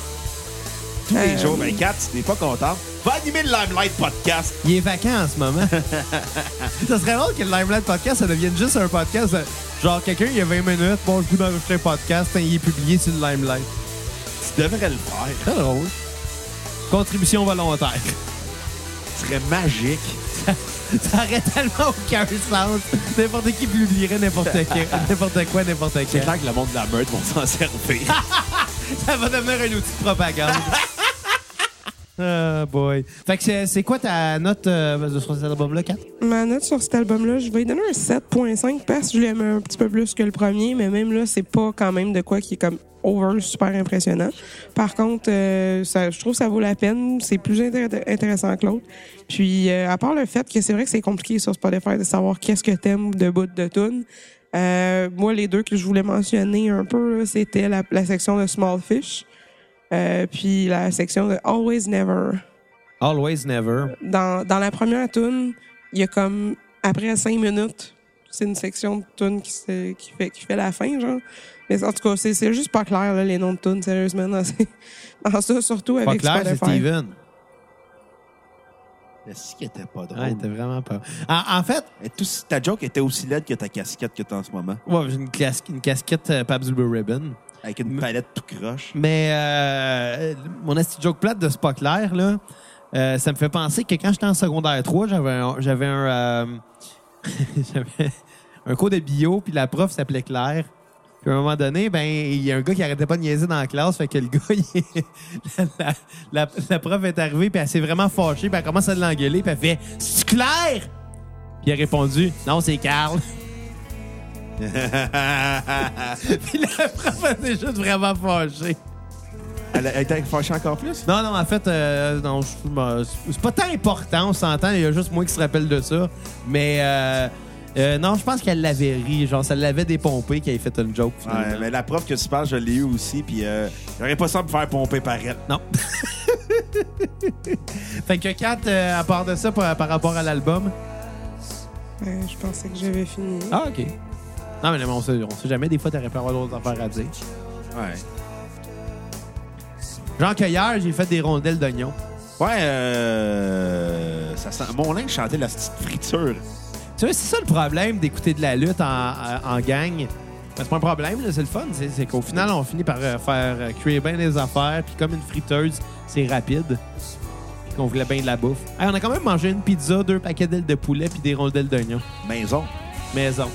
Speaker 2: Tous les
Speaker 3: Euh,
Speaker 2: jours, 24, si t'es pas content, va animer le Limelight Podcast.
Speaker 1: Il est vacant en ce moment. ça serait drôle que le Limelight Podcast, ça devienne juste un podcast. euh, Genre, quelqu'un, il y a 20 minutes, bon, je vous d'enregistrer un podcast, hein, il est publié sur le Limelight.
Speaker 2: Tu devrais le faire.
Speaker 1: Très drôle. Contribution volontaire.
Speaker 2: Ce serait magique.
Speaker 1: Ça aurait tellement aucun sens. N'importe qui publierait n'importe quoi, n'importe quoi, n'importe
Speaker 2: C'est
Speaker 1: quoi.
Speaker 2: clair que le monde de la meute vont s'en servir.
Speaker 1: Ça va devenir un outil de propagande. Ah, boy. Fait que c'est- c'est quoi ta note euh, de sur cet album-là, 4?
Speaker 3: Ma note sur cet album-là, je vais lui donner un 7.5 parce que je l'aime un petit peu plus que le premier, mais même là, c'est pas quand même de quoi qui est comme over super impressionnant. Par contre, euh, ça, je trouve que ça vaut la peine. C'est plus intér- intéressant que l'autre. Puis, euh, à part le fait que c'est vrai que c'est compliqué sur Spotify de savoir qu'est-ce que t'aimes de bout de tune. Euh, moi, les deux que je voulais mentionner un peu, là, c'était la, la section de Small Fish, euh, puis la section de Always Never
Speaker 1: Always Never.
Speaker 3: dans, dans la première tune, il y a comme après cinq minutes, c'est une section de tune qui, se- qui fait qui fait la fin genre. Mais en tout cas, c'est c'est juste pas clair là, les noms de tunes sérieusement dans, ces- dans ça surtout
Speaker 1: Pas
Speaker 3: avec
Speaker 1: clair, c'est
Speaker 3: Spotify.
Speaker 1: Steven.
Speaker 2: Est-ce qu'il était pas drôle?
Speaker 1: Ouais, t'as Ah, vraiment pas. En, en fait,
Speaker 2: Et tout- ta joke était aussi laide que ta casquette que t'as en ce moment.
Speaker 1: ouais, j'ai une, clas- une casquette euh, Pabst Blue Ribbon.
Speaker 2: Avec une palette tout croche.
Speaker 1: Mais euh, mon esti de joke plate de C'est pas clair, là, euh, ça me fait penser que quand j'étais en secondaire 3, j'avais un, j'avais un, euh, j'avais un cours de bio, puis la prof s'appelait Claire. Puis à un moment donné, ben il y a un gars qui arrêtait pas de niaiser dans la classe, fait que le gars, il est- la, la- la- la prof est arrivée, puis elle s'est vraiment fâchée, puis elle commence à l'engueuler, puis elle fait « C'est Claire? » Puis il a répondu « Non, c'est Carl. » Puis la prof, elle s'est juste vraiment fâchée.
Speaker 2: Elle a- elle était fâchée encore plus?
Speaker 1: Non, non, en fait, euh, non, je- bah, c'est pas tant important, on s'entend, il y a juste moi qui se rappelle de ça. Mais euh, euh, non, je pense qu'elle l'avait ri, genre, ça l'avait dépompé qu'elle ait fait une joke. finalement.
Speaker 2: Ouais, mais la prof que tu parles, je l'ai eu aussi, puis euh, j'aurais pas ça à me faire pomper par elle.
Speaker 1: Non. fait que 4, à part de ça, par, par rapport à l'album.
Speaker 3: Euh, je pensais que j'avais fini.
Speaker 1: Ah, OK. Non, mais là, on sait, on sait jamais, des fois, t'aurais pu avoir d'autres affaires à dire.
Speaker 2: Ouais.
Speaker 1: Genre que hier, j'ai fait des rondelles d'oignons.
Speaker 2: Ouais, euh, ça sent... Mon linge chantait la petite friture.
Speaker 1: Tu vois, c'est ça le problème d'écouter de la lutte en, en- en gang. Ben, c'est pas un problème, là, c'est le fun. C'est, c'est qu'au final, on finit par euh, faire euh, cuire bien des affaires, puis comme une friteuse, c'est rapide. Puis qu'on voulait bien de la bouffe. Hey, on a quand même mangé une pizza, deux paquets d'ailes de poulet, puis des rondelles d'oignon.
Speaker 2: Maison.
Speaker 1: Maison.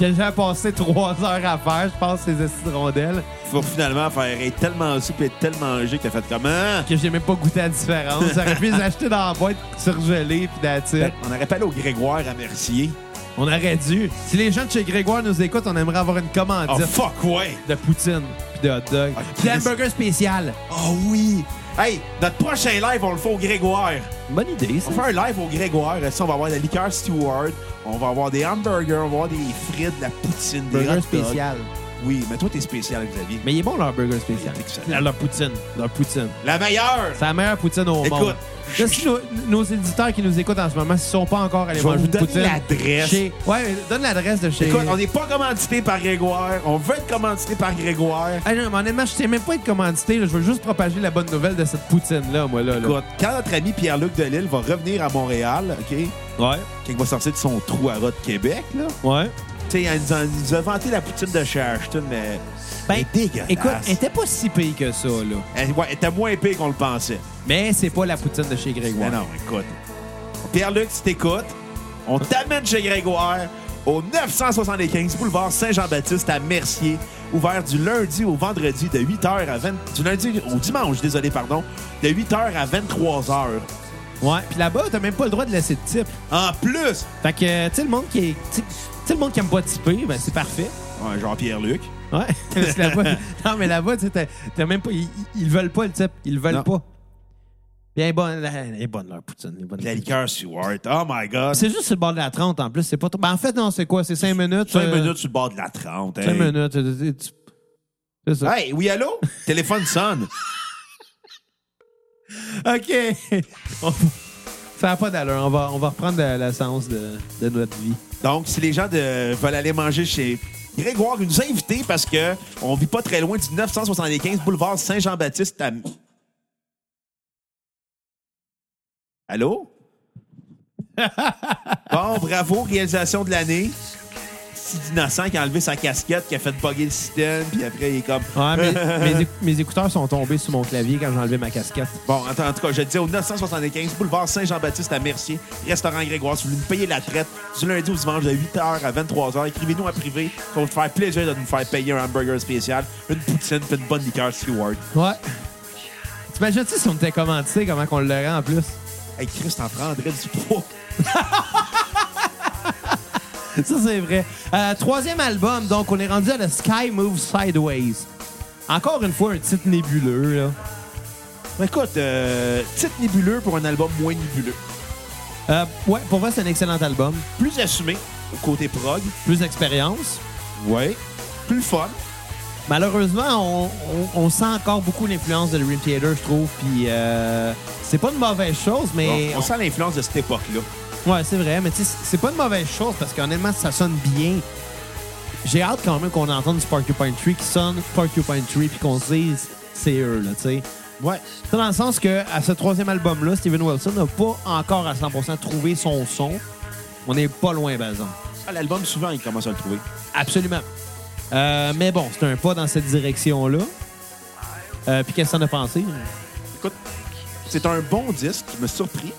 Speaker 1: Que j'ai passé trois heures à faire, je pense, ces estis de rondelles,
Speaker 2: Pour finalement faire être tellement souple et tellement manger que t'as fait hein? comment?
Speaker 1: que j'ai même pas goûté à la différence. J'aurais pu les acheter dans la boîte surgelée, puis d'attitude.
Speaker 2: Ben, On aurait pas allé au Grégoire à Mercier.
Speaker 1: On aurait dû. Si les gens de chez Grégoire nous écoutent, on aimerait avoir une commande.
Speaker 2: Oh, fuck, ouais!
Speaker 1: de poutine puis de hot dog.
Speaker 2: Ah,
Speaker 1: Puis
Speaker 2: Chris.
Speaker 1: hamburger spécial.
Speaker 2: Oh oui! Hey, notre prochain live, on le fait au Grégoire.
Speaker 1: Bonne idée, ça.
Speaker 2: On fait un live au Grégoire. Ça, on va avoir de la liqueur Stewart. On va avoir des hamburgers. On va avoir des frites, de la poutine, des hot
Speaker 1: Burger
Speaker 2: dogs.
Speaker 1: spécial.
Speaker 2: Oui, mais toi, t'es spécial, Xavier.
Speaker 1: Mais il est bon leur burger spécial.
Speaker 2: Excellent.
Speaker 1: Leur, leur poutine. Leur poutine.
Speaker 2: La meilleure!
Speaker 1: C'est la meilleure poutine au
Speaker 2: Écoute,
Speaker 1: monde.
Speaker 2: je-
Speaker 1: Là, si nos, nos éditeurs qui nous écoutent en ce moment, s'ils sont pas encore allés
Speaker 2: Je vais
Speaker 1: manger
Speaker 2: vous
Speaker 1: de
Speaker 2: donner
Speaker 1: poutine.
Speaker 2: l'adresse.
Speaker 1: Chez... Ouais, mais donne l'adresse de chez.
Speaker 2: Écoute, on n'est pas commandité par Grégoire. On veut être commandité par Grégoire.
Speaker 1: Ah non, mais honnêtement, je sais même pas être commandité. là. Je veux juste propager la bonne nouvelle de cette poutine-là, moi, là. là.
Speaker 2: Écoute, quand notre ami Pierre-Luc Delisle va revenir à Montréal, OK,
Speaker 1: Ouais,
Speaker 2: quand il va sortir de son trou à rat de Québec, là,
Speaker 1: ouais.
Speaker 2: tu sais, il nous a- il nous a vanté la poutine de chez Ashton, mais
Speaker 1: Ben,
Speaker 2: c'est dégueulasse.
Speaker 1: écoute, elle était pas si pire que ça, là.
Speaker 2: Elle- ouais, elle était moins épée qu'on le pensait.
Speaker 1: Mais c'est pas la poutine de chez Grégoire.
Speaker 2: Mais non, écoute. Pierre-Luc, si t'écoutes, on t'amène chez Grégoire au 975 boulevard Saint-Jean-Baptiste à Mercier, ouvert du lundi au vendredi de 8h à 20... du lundi au dimanche, désolé, pardon, de 8h à 23h.
Speaker 1: Ouais, puis là-bas, t'as même pas le droit de laisser de type.
Speaker 2: En plus,
Speaker 1: Fait que, tu sais, le monde qui est. Tu sais- tu sais, le monde qui aime pas typer, ben, c'est parfait.
Speaker 2: ouais, Jean-Pierre-Luc,
Speaker 1: Ouais. Parce que là-bas- non, mais là-bas, tu sais, t'as- t'as même pas. Ils, ils veulent pas le type. Ils le veulent
Speaker 2: Non.
Speaker 1: pas. Bien bonne, elle est bonne leur poutine. elle est bonne.
Speaker 2: La liqueur Stewart. Oh my God.
Speaker 1: C'est juste sur le bord de la 30 en plus. C'est pas trop- ben, en fait, non, c'est quoi? C'est 5 minutes.
Speaker 2: 5
Speaker 1: euh,
Speaker 2: minutes sur le bord de la 30.
Speaker 1: cinq
Speaker 2: hey.
Speaker 1: minutes. euh, tu- tu- C'est ça.
Speaker 2: Hey, oui, allô? Téléphone sonne.
Speaker 1: OK. On- ça n'a pas d'allure. On va, on va reprendre la, la sens de, de notre vie.
Speaker 2: Donc, si les gens de- veulent aller manger chez Grégoire, ils nous a invités parce que on vit pas très loin du 975 boulevard Saint-Jean-Baptiste à... Allô? bon, bravo, réalisation de l'année. C'est innocent qui a enlevé sa casquette, qui a fait bugger le système, puis après, il est comme...
Speaker 1: Ouais, mes, mes éc- mes écouteurs sont tombés sur mon clavier quand j'ai enlevé ma casquette.
Speaker 2: Bon, en, t- en tout cas, je dis au 975 boulevard Saint-Jean-Baptiste à Mercier, restaurant Grégoire. Si vous voulez nous payer la traite du lundi au dimanche de 8h à 23h, écrivez-nous en privé. Ça va nous faire plaisir de nous faire payer un hamburger spécial, une poutine puis une bonne liqueur Stewart.
Speaker 1: Ouais. T'imagines-tu si on était commandité, comment qu'on l'aurait en plus?
Speaker 2: Hey, Chris, t'en prendrais du poids.
Speaker 1: Ça, c'est vrai. Euh, troisième album, donc, on est rendu à The Sky Move Sideways. Encore une fois, un titre nébuleux, là.
Speaker 2: Ben, Écoute, euh, titre nébuleux pour un album moins nébuleux.
Speaker 1: Euh, ouais, pour moi, c'est un excellent album.
Speaker 2: Plus assumé, au côté prog.
Speaker 1: Plus d'expérience.
Speaker 2: Ouais. Plus fun.
Speaker 1: Malheureusement, on, on- on sent encore beaucoup l'influence de Dream Theater, je trouve. Puis, euh, c'est pas une mauvaise chose, mais.
Speaker 2: on, on sent l'influence de cette époque-là.
Speaker 1: Ouais, c'est vrai, mais tu sais, c'est- c'est pas une mauvaise chose parce qu'honnêtement, ça sonne bien. J'ai hâte quand même qu'on entende du Porcupine Tree qui sonne Porcupine Tree puis qu'on se dise c'est eux, là, tu sais.
Speaker 2: Ouais.
Speaker 1: C'est dans le sens que à ce troisième album-là, Steven Wilson n'a pas encore à 100% trouvé son son. On n'est pas loin, Bazan.
Speaker 2: Ah, L'album, souvent, il commence à le trouver.
Speaker 1: Absolument. Euh, mais bon, c'est un pas dans cette direction-là. Euh, puis qu'est-ce que t'en as pensé?
Speaker 2: Écoute, c'est un bon disque qui me surpris.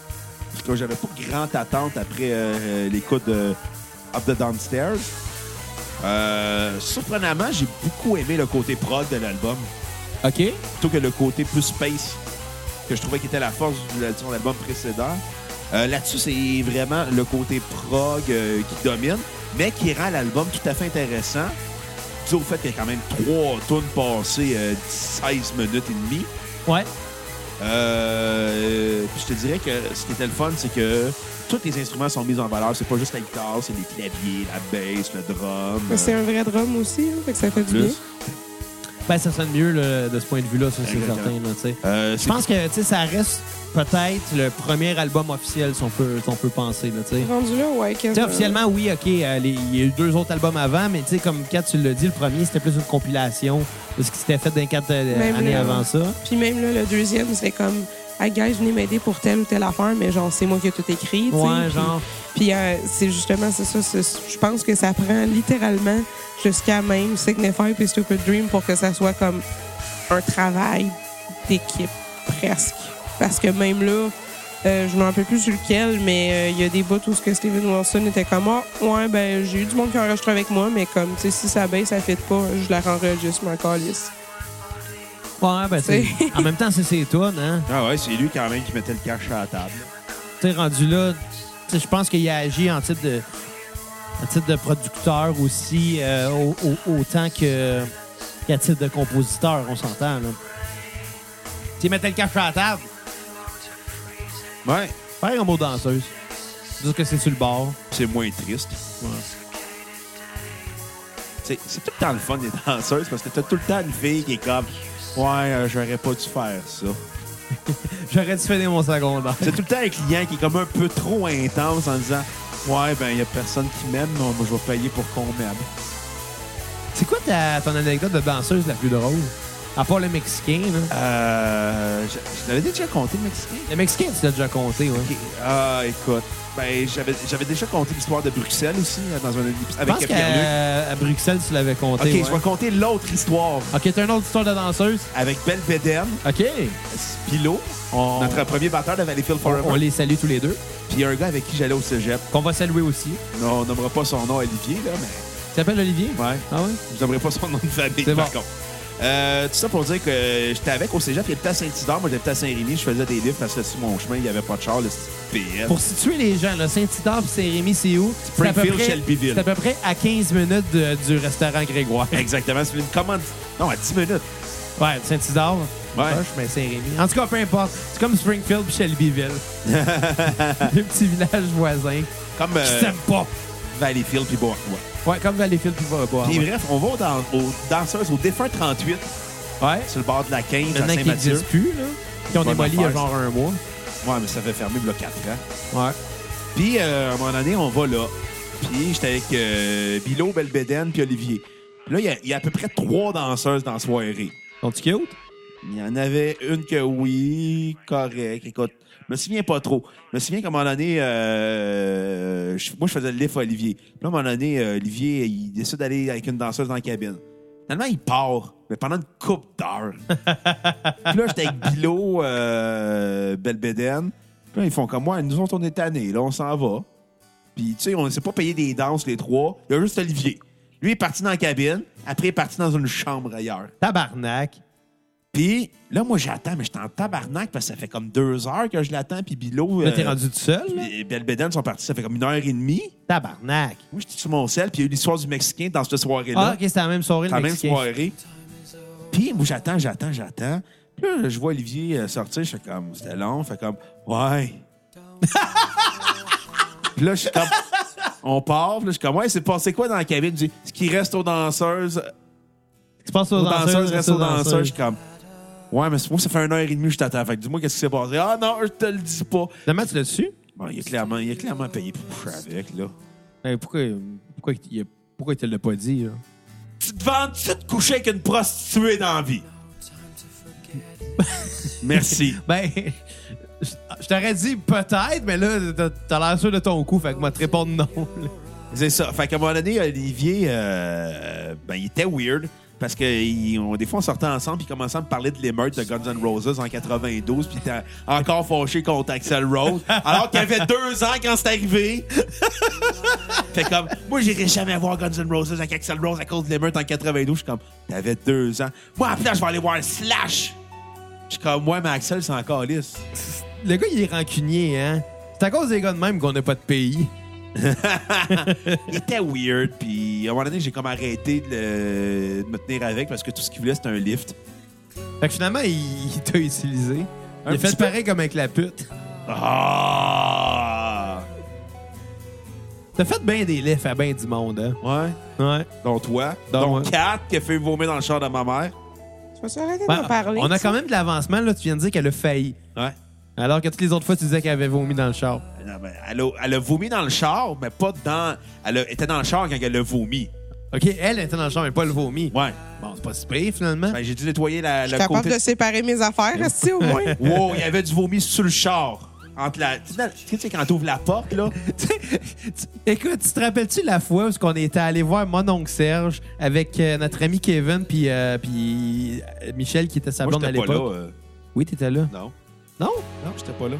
Speaker 2: Parce que j'avais pas grande attente après euh, l'écoute de Up the Downstairs. Euh, surprenamment, j'ai beaucoup aimé le côté prod de l'album,
Speaker 1: OK.
Speaker 2: plutôt que le côté plus space que je trouvais qui était la force de son album précédent. Euh, Là-dessus, c'est vraiment le côté prog euh, qui domine, mais qui rend l'album tout à fait intéressant. Dû au fait qu'il y a quand même trois tunes passées euh, 16 minutes et demie.
Speaker 1: Ouais.
Speaker 2: Euh, puis je te dirais que ce qui était le fun, c'est que tous les instruments sont mis en valeur. C'est pas juste la guitare, c'est les claviers, la bass, le drum.
Speaker 3: Mais C'est
Speaker 2: euh,
Speaker 3: un vrai drum aussi, hein, fait que ça fait du
Speaker 2: plus.
Speaker 3: bien.
Speaker 1: Ben, ça sonne mieux là, de ce point de vue-là, ça, c'est
Speaker 2: Exactement.
Speaker 1: certain, là, tu sais.
Speaker 2: Euh,
Speaker 1: Je pense que tu sais, ça reste peut-être le premier album officiel, si on peut, si on peut penser. Là, tu sais.
Speaker 3: Rendu là, ouais,
Speaker 1: Tu
Speaker 3: quasiment.
Speaker 1: sais, officiellement, oui, OK, euh, les- il y a eu deux autres albums avant, mais tu sais, comme Kat, tu l'as dit, le premier, c'était plus une compilation de ce qui s'était fait dans les quatre euh,
Speaker 3: Même
Speaker 1: années
Speaker 3: là.
Speaker 1: avant ça.
Speaker 3: Puis même là, le deuxième, c'est comme, ah, gars, venez m'aider pour telle ou telle affaire, mais genre, c'est moi qui ai tout écrit. tu sais.
Speaker 1: Ouais,
Speaker 3: Puis-
Speaker 1: genre.
Speaker 3: Puis euh, c'est justement, c'est ça, c'est- je pense que ça prend littéralement jusqu'à même Signify puis Stupid Dream pour que ça soit comme un travail d'équipe, presque. Parce que même là, euh, je me rappelle plus sur lequel, mais euh, il y a des bouts où ce que Steven Wilson était comme Ah, ouais, ben j'ai eu du monde qui enregistre avec moi, mais comme, tu sais, si ça baisse, ça fait pas, je la renregistre, ma calice.
Speaker 1: Ouais, ben, c'est-
Speaker 3: C'est-
Speaker 1: en même temps, c'est ses tunes, hein.
Speaker 2: Ah ouais, c'est lui quand même qui mettait le cash à la table.
Speaker 1: Tu sais, rendu là, tu sais, je pense qu'il a agi en titre de, en titre de producteur aussi, euh, au- au- autant que- qu'à titre de compositeur, on s'entend, là. Tu sais, mettait le café à la table.
Speaker 2: Ouais.
Speaker 1: Faire un mot danseuse. Juste que c'est sur le bord.
Speaker 2: C'est moins triste. C'est c'est tout le temps le fun des danseuses parce que t'as tout le temps une fille qui est comme Ouais, euh, j'aurais pas dû faire ça.
Speaker 1: J'aurais dû finir mon secondaire.
Speaker 2: C'est tout le temps un client qui est comme un peu trop intense en disant Ouais, ben, il y a personne qui m'aime, mais moi, je vais payer pour qu'on m'aime.
Speaker 1: C'est quoi ta, ton anecdote de danseuse la plus drôle? À part le Mexicain, là.
Speaker 2: Euh. Je, je t'avais déjà compté le Mexicain?
Speaker 1: Le Mexicain, tu l'as déjà compté, ouais.
Speaker 2: Ok. Ah, écoute. Ben, j'avais j'avais déjà conté l'histoire de Bruxelles aussi euh, dans un épisode
Speaker 1: Je
Speaker 2: avec
Speaker 1: pense
Speaker 2: Pierre-Luc.
Speaker 1: qu'à à Bruxelles, tu l'avais
Speaker 2: Ok,
Speaker 1: compté.
Speaker 2: je
Speaker 1: ouais.
Speaker 2: vais compter l'autre histoire
Speaker 1: Ok, t'as une autre histoire de danseuse?
Speaker 2: avec Belle Beden,
Speaker 1: Ok.
Speaker 2: Pilo,
Speaker 1: On,
Speaker 2: notre premier batteur de Valleyfield
Speaker 1: on- on
Speaker 2: Forever,
Speaker 1: les salue tous les deux.
Speaker 2: puis un gars avec qui j'allais au cégep.
Speaker 1: Qu'on va saluer aussi.
Speaker 2: Non, on nommera pas son nom Olivier, là, mais
Speaker 1: Tu t'appelles Olivier?
Speaker 2: ouais,
Speaker 1: Ah ouais?
Speaker 2: je nommerai pas son nom de famille,
Speaker 1: C'est
Speaker 2: par
Speaker 1: bon.
Speaker 2: contre. Euh, tout ça pour dire que j'étais avec au cégep, il était à Saint-Isidore, moi j'étais à Saint-Rémy, je faisais des livres parce que sur mon chemin, il n'y avait pas de char, le PL.
Speaker 1: Pour situer les gens, là, Saint-Titard et Saint-Rémy, c'est où? C'est à peu
Speaker 2: Springfield,
Speaker 1: près-
Speaker 2: Shelbyville.
Speaker 1: C'est à peu près à 15 minutes de- du restaurant Grégoire.
Speaker 2: Exactement, c'est une commande. Non, à 10 minutes.
Speaker 1: Ouais, Saint-Isidore.
Speaker 2: Ouais.
Speaker 1: Poche, mais Saint-Rémy. En tout cas, peu importe. C'est comme Springfield puis Shelbyville. Deux petits villages voisins
Speaker 2: Comme
Speaker 1: qui
Speaker 2: euh,
Speaker 1: s'aiment pas.
Speaker 2: Valleyfield puis Bois-Bois.
Speaker 1: Ouais, comme Valleyfield puis Bois.
Speaker 2: Puis bref, on va aux, dan- aux danseuses, au défunt 38,
Speaker 1: Ouais.
Speaker 2: sur le bord de la 15 à
Speaker 1: Maintenant qu'ils
Speaker 2: Saint-Mathieu.
Speaker 1: n'existent plus, là. Qui ont
Speaker 2: Bonne
Speaker 1: démoli il y a
Speaker 2: affaire,
Speaker 1: genre un mois.
Speaker 2: Ouais, mais ça fait fermer le 4 ans.
Speaker 1: Ouais.
Speaker 2: Puis, euh, à un moment donné, on va là. Puis, j'étais avec euh, Bilo, Belbédène puis Olivier. Puis là, il y a- il y, a à peu près trois danseuses dans la soirée.
Speaker 1: Sont-tu cute?
Speaker 2: Il y en avait une que oui, correct. Écoute, je me souviens pas trop. Je me souviens qu'à un moment donné, euh, je- moi, je faisais le lift à Olivier. Puis là, à un moment donné, euh, Olivier, il décide d'aller avec une danseuse dans la cabine. Finalement, il part, mais pendant une coupe d'heures. Puis là, j'étais avec Bilo, euh, Belbédène. Puis là, ils font comme moi, nous autres, on est tannés, là, on s'en va. Puis, tu sais, on ne s'est pas payé des danses, les trois. Il y a juste Olivier. Lui, il est parti dans la cabine. Après, il est parti dans une chambre ailleurs.
Speaker 1: Tabarnak.
Speaker 2: Puis là, moi, j'attends, mais j'étais en tabarnak parce que ça fait comme deux heures que je l'attends. Puis Bilo.
Speaker 1: Là,
Speaker 2: euh,
Speaker 1: t'es rendu tout seul, là?
Speaker 2: puis Belbédène sont partis, ça fait comme une heure et demie.
Speaker 1: Tabarnak.
Speaker 2: Moi, j'étais sur mon sel, puis il y a eu l'histoire du Mexicain dans cette
Speaker 1: Ah,
Speaker 2: soirée-là.
Speaker 1: ok, c'était la même soirée,
Speaker 2: dans
Speaker 1: le
Speaker 2: la même
Speaker 1: Mexicain.
Speaker 2: soirée. Puis moi, j'attends, j'attends, j'attends. Puis là, je vois Olivier euh, sortir, je fais comme, c'était long, fait comme, ouais. puis là, je suis comme, on part, puis là, je suis comme, ouais, c'est passé quoi dans la cabine? Il dit, ce qui reste aux danseuses
Speaker 1: Tu passes aux
Speaker 2: aux danseuses,
Speaker 1: danseuses,
Speaker 2: reste aux danseuses. Je suis comme, ouais, mais c'est moi, ça fait une heure et demie que je t'attends. Fait que dis-moi qu'est-ce qui s'est passé. Ah non, je te le dis pas.
Speaker 1: Demain, tu l'as dessus?
Speaker 2: Bon, il a clairement, il a clairement payé pour coucher avec, là.
Speaker 1: Eh, Pourquoi, pourquoi, il- il a- pourquoi il te l'a pas dit, là?
Speaker 2: Tu te vends, tu te coucher avec une prostituée dans la vie. Merci.
Speaker 1: Ben, je je t'aurais dit peut-être, mais là, t'as- t'as l'air sûr de ton coup, fait que moi, te répondre non. là.
Speaker 2: C'est ça. Fait qu'à un moment donné, Olivier, euh, ben, il était weird. Parce que il- on- des fois, on sortait ensemble puis il commençait à me parler de l'émeute de Guns N' Roses en 92, puis il était encore fâché contre Axel Rose, alors qu'il avait deux ans quand c'est arrivé. fait comme, moi, j'irai jamais voir Guns N' Roses avec Axel Rose à cause de l'émeute en 92. Je suis comme, t'avais deux ans. Moi, après, je vais aller voir Slash. Je suis comme, ouais, mais Axel, c'est encore lisse.
Speaker 1: Le gars, il est rancunier, hein? C'est à cause des gars de même qu'on n'a pas de pays.
Speaker 2: il était weird, puis à un moment donné, j'ai comme arrêté de, le- de me tenir avec parce que tout ce qu'il voulait, c'était un lift.
Speaker 1: Fait que finalement, il, il t'a utilisé. Il
Speaker 2: Un
Speaker 1: a fait
Speaker 2: petit peu.
Speaker 1: pareil comme avec la pute.
Speaker 2: Ah!
Speaker 1: T'as fait bien des lèvres à bien du monde, hein?
Speaker 2: Ouais.
Speaker 1: Ouais.
Speaker 2: Dont toi.
Speaker 1: Dont
Speaker 2: Dont
Speaker 1: moi.
Speaker 2: Kat, qui a fait vomir dans le char de ma mère.
Speaker 3: Tu vas arrêter
Speaker 1: Ben,
Speaker 3: d'en parler?
Speaker 1: on a
Speaker 3: ça?
Speaker 1: quand même de l'avancement, là. Tu viens de dire qu'elle a failli.
Speaker 2: Ouais.
Speaker 1: Alors que toutes les autres fois, tu disais qu'elle avait vomi dans le char.
Speaker 2: Non, mais elle, a, elle a vomi dans le char, mais pas dans. Elle a- était dans le char quand elle a vomi.
Speaker 1: OK, elle était dans le char, mais pas le vomi.
Speaker 2: Ouais.
Speaker 1: Bon, c'est pas si pire, finalement.
Speaker 2: Ben, j'ai dû nettoyer la,
Speaker 3: Je
Speaker 2: le
Speaker 3: suis capable
Speaker 2: côté.
Speaker 3: de séparer mes affaires, si au moins.
Speaker 2: Wow, il y avait du vomi sur le char. Entre la. Tu sais, dans- tu sais, quand t'ouvres la porte, là.
Speaker 1: Tu- tu- Écoute, tu te rappelles-tu la fois où on était allé voir mon oncle Serge avec euh, notre ami Kevin puis euh, puis euh, Michel qui était sa
Speaker 2: moi,
Speaker 1: blonde à
Speaker 2: j'étais pas
Speaker 1: l'époque?
Speaker 2: là. euh,
Speaker 1: Oui, t'étais là.
Speaker 2: non.
Speaker 1: Non?
Speaker 2: Non, j'étais pas là.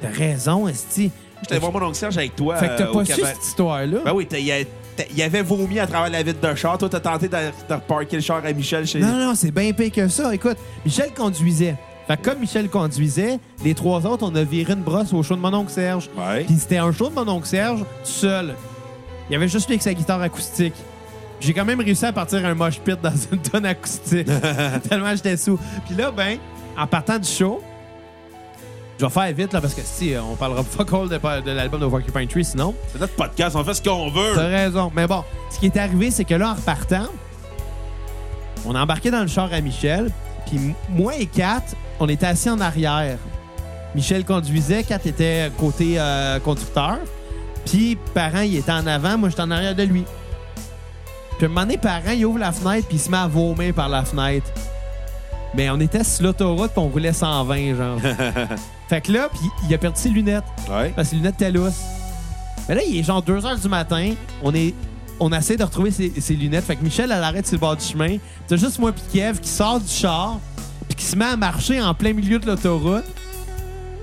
Speaker 1: T'as raison, Esti.
Speaker 2: J'étais voir mon oncle Serge avec toi.
Speaker 1: Fait que t'as
Speaker 2: euh, au
Speaker 1: pas su
Speaker 2: cabaret.
Speaker 1: cette histoire-là?
Speaker 2: Ben oui, t'as- il y a- t'as- il y avait vomi à travers la vitre d'un char. Toi, t'as tenté de, de reparker le char à Michel chez.
Speaker 1: Non, non, non, c'est bien pire que ça. Écoute, Michel conduisait. Fait que comme Michel conduisait, les trois autres, on a viré une brosse au show de mon oncle Serge.
Speaker 2: Ouais.
Speaker 1: Puis c'était un show de mon oncle Serge, tout seul. Il y avait juste lui avec sa guitare acoustique. J'ai quand même réussi à partir un mosh pit dans une tonne acoustique. Tellement j'étais sous. Puis là, ben, en partant du show, je vais faire vite, là, parce que si, euh, on parlera fuck all de, de l'album de Walkie Tree, sinon.
Speaker 2: C'est notre podcast, on fait ce qu'on
Speaker 1: T'as
Speaker 2: veut.
Speaker 1: raison. Mais bon, ce qui est arrivé, c'est que là, en repartant, on a embarqué dans le char à Michel. Puis m- moi et Kat, on était assis en arrière. Michel conduisait, Kat était côté euh, conducteur. Puis parent, il était en avant, moi j'étais en arrière de lui. Puis à un moment donné, parent, il ouvre la fenêtre, puis il se met à vomir par la fenêtre. Mais on était sur l'autoroute, puis on roulait 120, genre. fait que là, puis il a perdu ses lunettes
Speaker 2: Ouais.
Speaker 1: parce que les lunettes étaient lousses. Mais là, il est genre 2 h du matin. On est. On essaie de retrouver ses, ses lunettes. Fait que Michel, elle arrête sur le bord du chemin. T'as juste moi puis Kev qui sort du char puis qui se met à marcher en plein milieu de l'autoroute.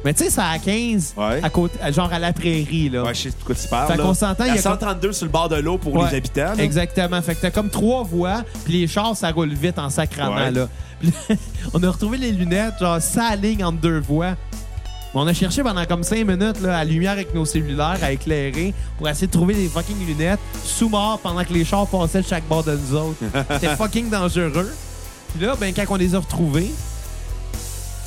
Speaker 1: Mais tu sais, c'est à 15,
Speaker 2: Ouais.
Speaker 1: à côté, à- genre à la prairie, là.
Speaker 2: Ouais, je sais de quoi tu parles.
Speaker 1: Fait
Speaker 2: là.
Speaker 1: qu'on s'entend, il y
Speaker 2: La
Speaker 1: a
Speaker 2: 132 sur le bord de l'eau pour
Speaker 1: Ouais,
Speaker 2: les habitants. là.
Speaker 1: Exactement. Fait que t'as comme trois voies, puis les chars, ça roule vite en sacrament,
Speaker 2: Ouais.
Speaker 1: là. Puis là, on a retrouvé les lunettes, genre, ça ligne entre deux voies. Mais On a cherché pendant comme cinq minutes, là, à lumière avec nos cellulaires, à éclairer, pour essayer de trouver les fucking lunettes, sous-mort, pendant que les chars passaient de chaque bord de nous autres. C'était fucking dangereux. Puis là, ben, quand on les a retrouvés,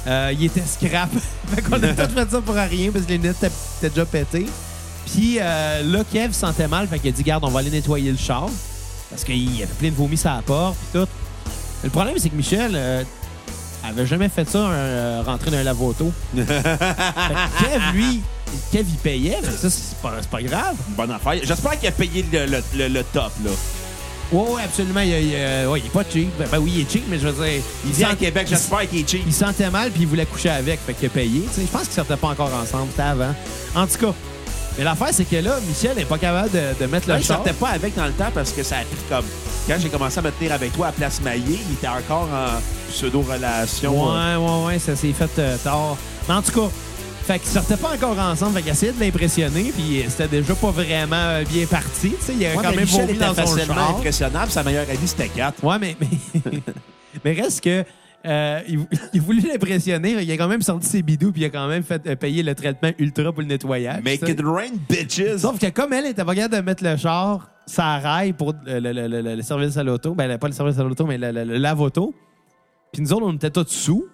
Speaker 1: euh, ils étaient scrap. fait qu'on a tout fait ça pour rien parce que les lunettes étaient étaient déjà pétées. Puis euh, là, Kev sentait mal. Fait qu'il a dit, garde, on va aller nettoyer le char. Parce qu'il y avait plein de vomi sur la porte puis tout. Le problème, c'est que Michel euh, avait jamais fait ça, un, euh, rentrer dans un lavoto. Kev, lui, Kev, il payait. Fait que ça, c'est pas, c'est pas grave.
Speaker 2: Une bonne affaire. J'espère qu'il a payé le, le- le- le top, là.
Speaker 1: Oui, oui, absolument. Il, il- euh, ouais, il est pas cheap. Ben, ben oui, il est cheap, mais je veux dire.
Speaker 2: Il vient
Speaker 1: sent-
Speaker 2: à Québec,
Speaker 1: il-
Speaker 2: j'espère qu'il est cheap.
Speaker 1: Il sentait mal, puis il voulait coucher avec. Fait qu'il a payé. Tu sais, je pense qu'ils sortaient pas encore ensemble. C'était avant. En tout cas. Mais l'affaire, c'est que là, Michel n'est pas capable de, de mettre
Speaker 2: Là,
Speaker 1: le
Speaker 2: je
Speaker 1: char.
Speaker 2: sortais pas avec dans le temps parce que ça a pris comme. Quand j'ai commencé à me tenir avec toi à Place Maillé, il était encore en pseudo-relation. euh,
Speaker 1: Ouais, ouais, ouais, ça s'est fait euh, tard. Mais en tout cas, fait qu'ils sortaient pas encore ensemble. Fait qu'il essayait de l'impressionner, puis euh, c'était déjà pas vraiment euh, bien parti. Tu sais, il avait
Speaker 2: ouais,
Speaker 1: quand
Speaker 2: mais
Speaker 1: même
Speaker 2: Michel
Speaker 1: vomi
Speaker 2: était
Speaker 1: dans son
Speaker 2: facilement
Speaker 1: char.
Speaker 2: impressionnable. Sa meilleure amie, c'était 4.
Speaker 1: Ouais, mais, mais, mais reste que. euh, il, vou- il voulait l'impressionner. Il a quand même sorti ses bidoux puis il a quand même fait euh, payer le traitement ultra pour le nettoyage.
Speaker 2: Make
Speaker 1: Ça-
Speaker 2: it rain, bitches!
Speaker 1: Sauf que comme elle était pas capable de mettre le char, ça raille pour euh, le, le- le- le service à l'auto. Ben, le- pas le service à l'auto, mais le, le- le lave-auto. Puis nous autres, on était tous sous.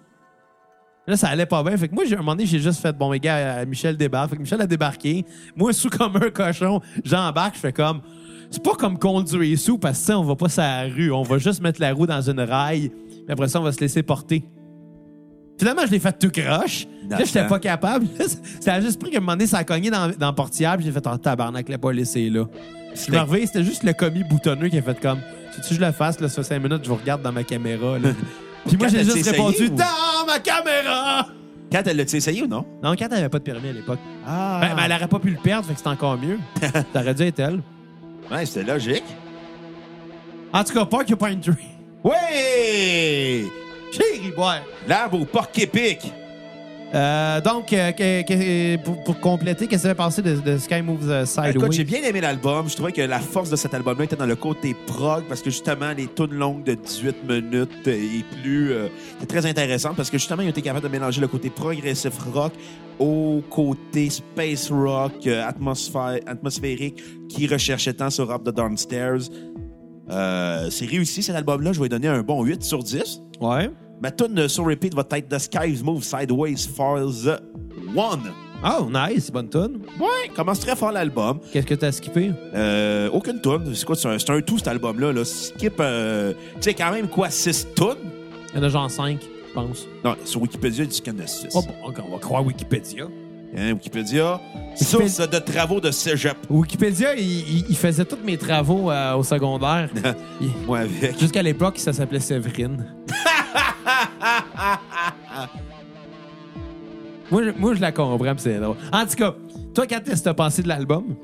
Speaker 1: Là, ça allait pas bien. Fait que moi, j'ai- à un moment donné, j'ai juste fait, bon, les gars, euh, Michel débarque. Fait que Michel a débarqué. Moi, sous comme un cochon, j'embarque, je fais comme. C'est pas comme conduire sous parce que, tu sais, on va pas sur la rue. On va juste mettre la roue dans une raille. Puis après ça, on va se laisser porter. Finalement, je l'ai fait tout croche. Là, j'étais pas capable. Là, ça a juste pris qu'à un moment donné, ça a cogné dans, dans la portière. Puis j'ai fait, oh, tabarnak, la police est là. Puis Je me réveillé, c'était juste le commis boutonneux qui a fait comme, tu que je le fasse, là, ça fait 5 minutes, je vous regarde dans ma caméra. là. Puis moi,
Speaker 2: Quand
Speaker 1: j'ai
Speaker 2: t'as-tu
Speaker 1: juste
Speaker 2: essayé
Speaker 1: répondu,
Speaker 2: ou-
Speaker 1: dans ma caméra!
Speaker 2: Kat, elle l'a-tu essayé ou non?
Speaker 1: Non, quand t'avais pas de permis à l'époque.
Speaker 2: Ah!
Speaker 1: Ben, ben, elle aurait pas pu le perdre, fait que c'était encore mieux. ça aurait dû être elle.
Speaker 2: Ouais, c'était logique.
Speaker 1: En tout cas, Porcupine Tree.
Speaker 2: Ouais!
Speaker 1: Chérie, boire.
Speaker 2: L'arbre au porc épique!
Speaker 1: Euh, donc, euh, que- que- pour, pour compléter, qu'est-ce que t'avais pensé de, de Sky Moves euh,
Speaker 2: Ben, Écoute, j'ai
Speaker 1: Sideways?
Speaker 2: bien aimé l'album. Je trouvais que la force de cet album-là était dans le côté prog parce que justement, les tunes longues de 18 minutes et plus, euh, c'était très intéressant parce que justement, ils ont été capables de mélanger le côté progressif rock au côté space rock euh, atmosphère, atmosphérique qui recherchait tant sur Up the Downstairs. Euh, c'est réussi cet album-là. Je vais lui donner un bon 8 sur 10.
Speaker 1: Ouais.
Speaker 2: Ma tune euh, sur repeat va être The Skies Move Sideways Falls 1.
Speaker 1: Oh, nice, bonne tune.
Speaker 2: Ouais, commence très fort l'album.
Speaker 1: Qu'est-ce que t'as skippé?
Speaker 2: Euh, aucune toune. C'est quoi? C'est un, c'est un tout, cet album-là. Là. Skip, euh, tu sais, quand même, quoi, 6 tonnes?
Speaker 1: Il y en a genre 5, je pense.
Speaker 2: Non, sur Wikipédia, il dit qu'il y en a 6.
Speaker 1: Oh, bon, ok, on va croire Wikipédia.
Speaker 2: Hein, Wikipédia, source de travaux de cégep.
Speaker 1: Wikipédia, il, il- il faisait tous mes travaux euh, au secondaire. Il-
Speaker 2: Moi, avec.
Speaker 1: Jusqu'à l'époque, ça s'appelait Séverine. moi, je, moi, je la comprends, pis c'est drôle. En tout cas, toi, quand est-ce que t'as pensé de l'album?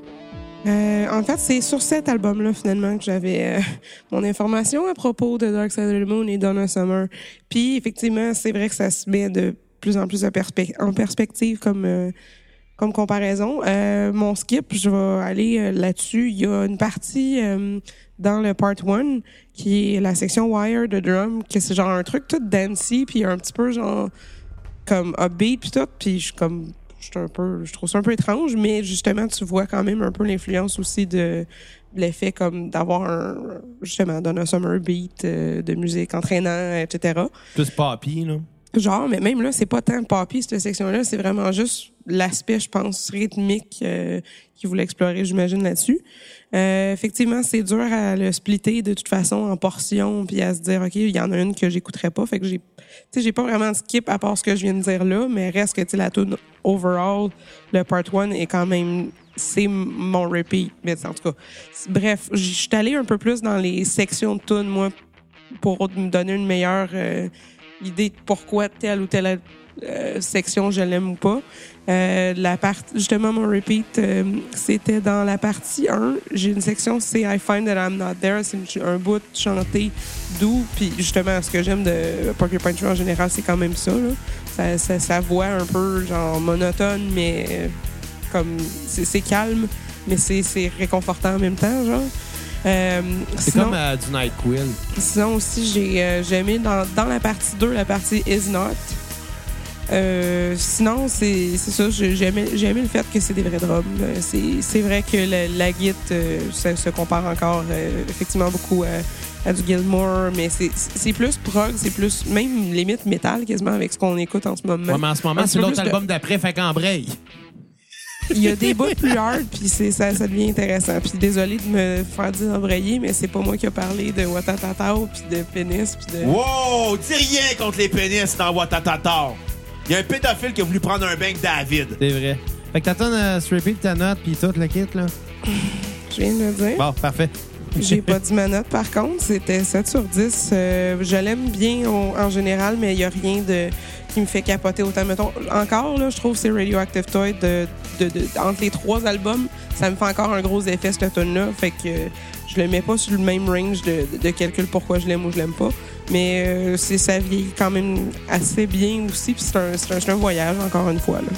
Speaker 3: Euh, en fait, c'est sur cet album-là, finalement, que j'avais euh, mon information à propos de Dark Side of the Moon et Donna Summer. Puis, effectivement, c'est vrai que ça se met de plus en plus de perspe- en perspective comme, euh, comme comparaison. Euh, mon skip, je vais aller euh, là-dessus. Il y a une partie euh, dans le part 1 qui est la section wire de drum, que c'est genre un truc tout dancey, puis un petit peu genre comme upbeat puis tout, puis je suis comme je suis un peu je trouve ça un peu étrange mais justement tu vois quand même un peu l'influence aussi de de l'effet comme d'avoir un justement Donna Summer beat euh, de musique entraînant etc
Speaker 1: Plus Poppy, là.
Speaker 3: genre mais même là c'est pas tant poppy cette section là c'est vraiment juste l'aspect je pense rythmique euh, qu'il voulait explorer j'imagine là-dessus Euh, effectivement c'est dur à le splitter de toute façon en portions puis à se dire ok il y en a une que j'écouterai pas fait que j'ai tu sais j'ai pas vraiment de skip à part ce que je viens de dire là mais reste que tu sais la tune overall le part one est quand même c'est m- mon repeat mais en tout cas c'est- bref je suis allée un peu plus dans les sections de tunes moi pour me donner une meilleure euh, idée de pourquoi telle ou telle euh, section je l'aime ou pas. Euh, la partie justement mon repeat euh, c'était dans la partie 1, j'ai une section c'est I find that I'm not there, c'est une- un bout chanté doux puis justement ce que j'aime de Porcupine Tree en général, c'est quand même ça là. Ça, ça ça voix un peu genre monotone mais euh, comme c'est c'est calme mais c'est c'est réconfortant en même temps genre. Euh,
Speaker 1: C'est
Speaker 3: sinon-
Speaker 1: comme euh, du Night Quill.
Speaker 3: Sinon aussi, j'ai euh, j'ai aimé dans, dans la partie 2, la partie Is Not. Euh, sinon, c'est c'est ça, j'ai j'ai aimé, j'ai aimé le fait que c'est des vrais drums. Euh, C'est c'est vrai que la, la guitare euh, ça se compare encore euh, effectivement beaucoup à à du Gilmore, mais c'est- c'est plus prog, c'est plus même limite métal quasiment avec ce qu'on écoute en ce moment.
Speaker 1: Ouais, mais en ce moment,
Speaker 3: Un
Speaker 1: c'est
Speaker 3: peu
Speaker 1: l'autre
Speaker 3: plus de-
Speaker 1: album d'après, fait qu'en braille.
Speaker 3: Il y a des bouts plus hard, puis c'est- ça, ça devient intéressant. Puis désolé de me faire dire embrayer, mais c'est pas moi qui a parlé de Watatatao, puis de pénis, puis de...
Speaker 2: Wow! Dis rien contre les pénis dans Watatata. Il y a un pédophile qui a voulu prendre un bain que David.
Speaker 1: C'est vrai. Fait que t'attends à se repeat ta note puis tout le kit, là.
Speaker 3: Je viens de le dire.
Speaker 1: Bon, parfait.
Speaker 3: J'ai pas dit ma note, par contre. C'était 7 sur 10. Euh, je l'aime bien en- en général, mais il y a rien de qui me fait capoter autant. Mettons, encore, là, je trouve que c'est Radioactive Toy. De, de- de- entre les trois albums, ça me fait encore un gros effet, cette tune-là. Fait que euh, je le mets pas sur le même range de, de- de calcul pourquoi je l'aime ou je l'aime pas. Mais euh, c'est ça vieillit quand même assez bien aussi. Puis c'est un, c'est un- c'est un voyage, encore une fois. Là.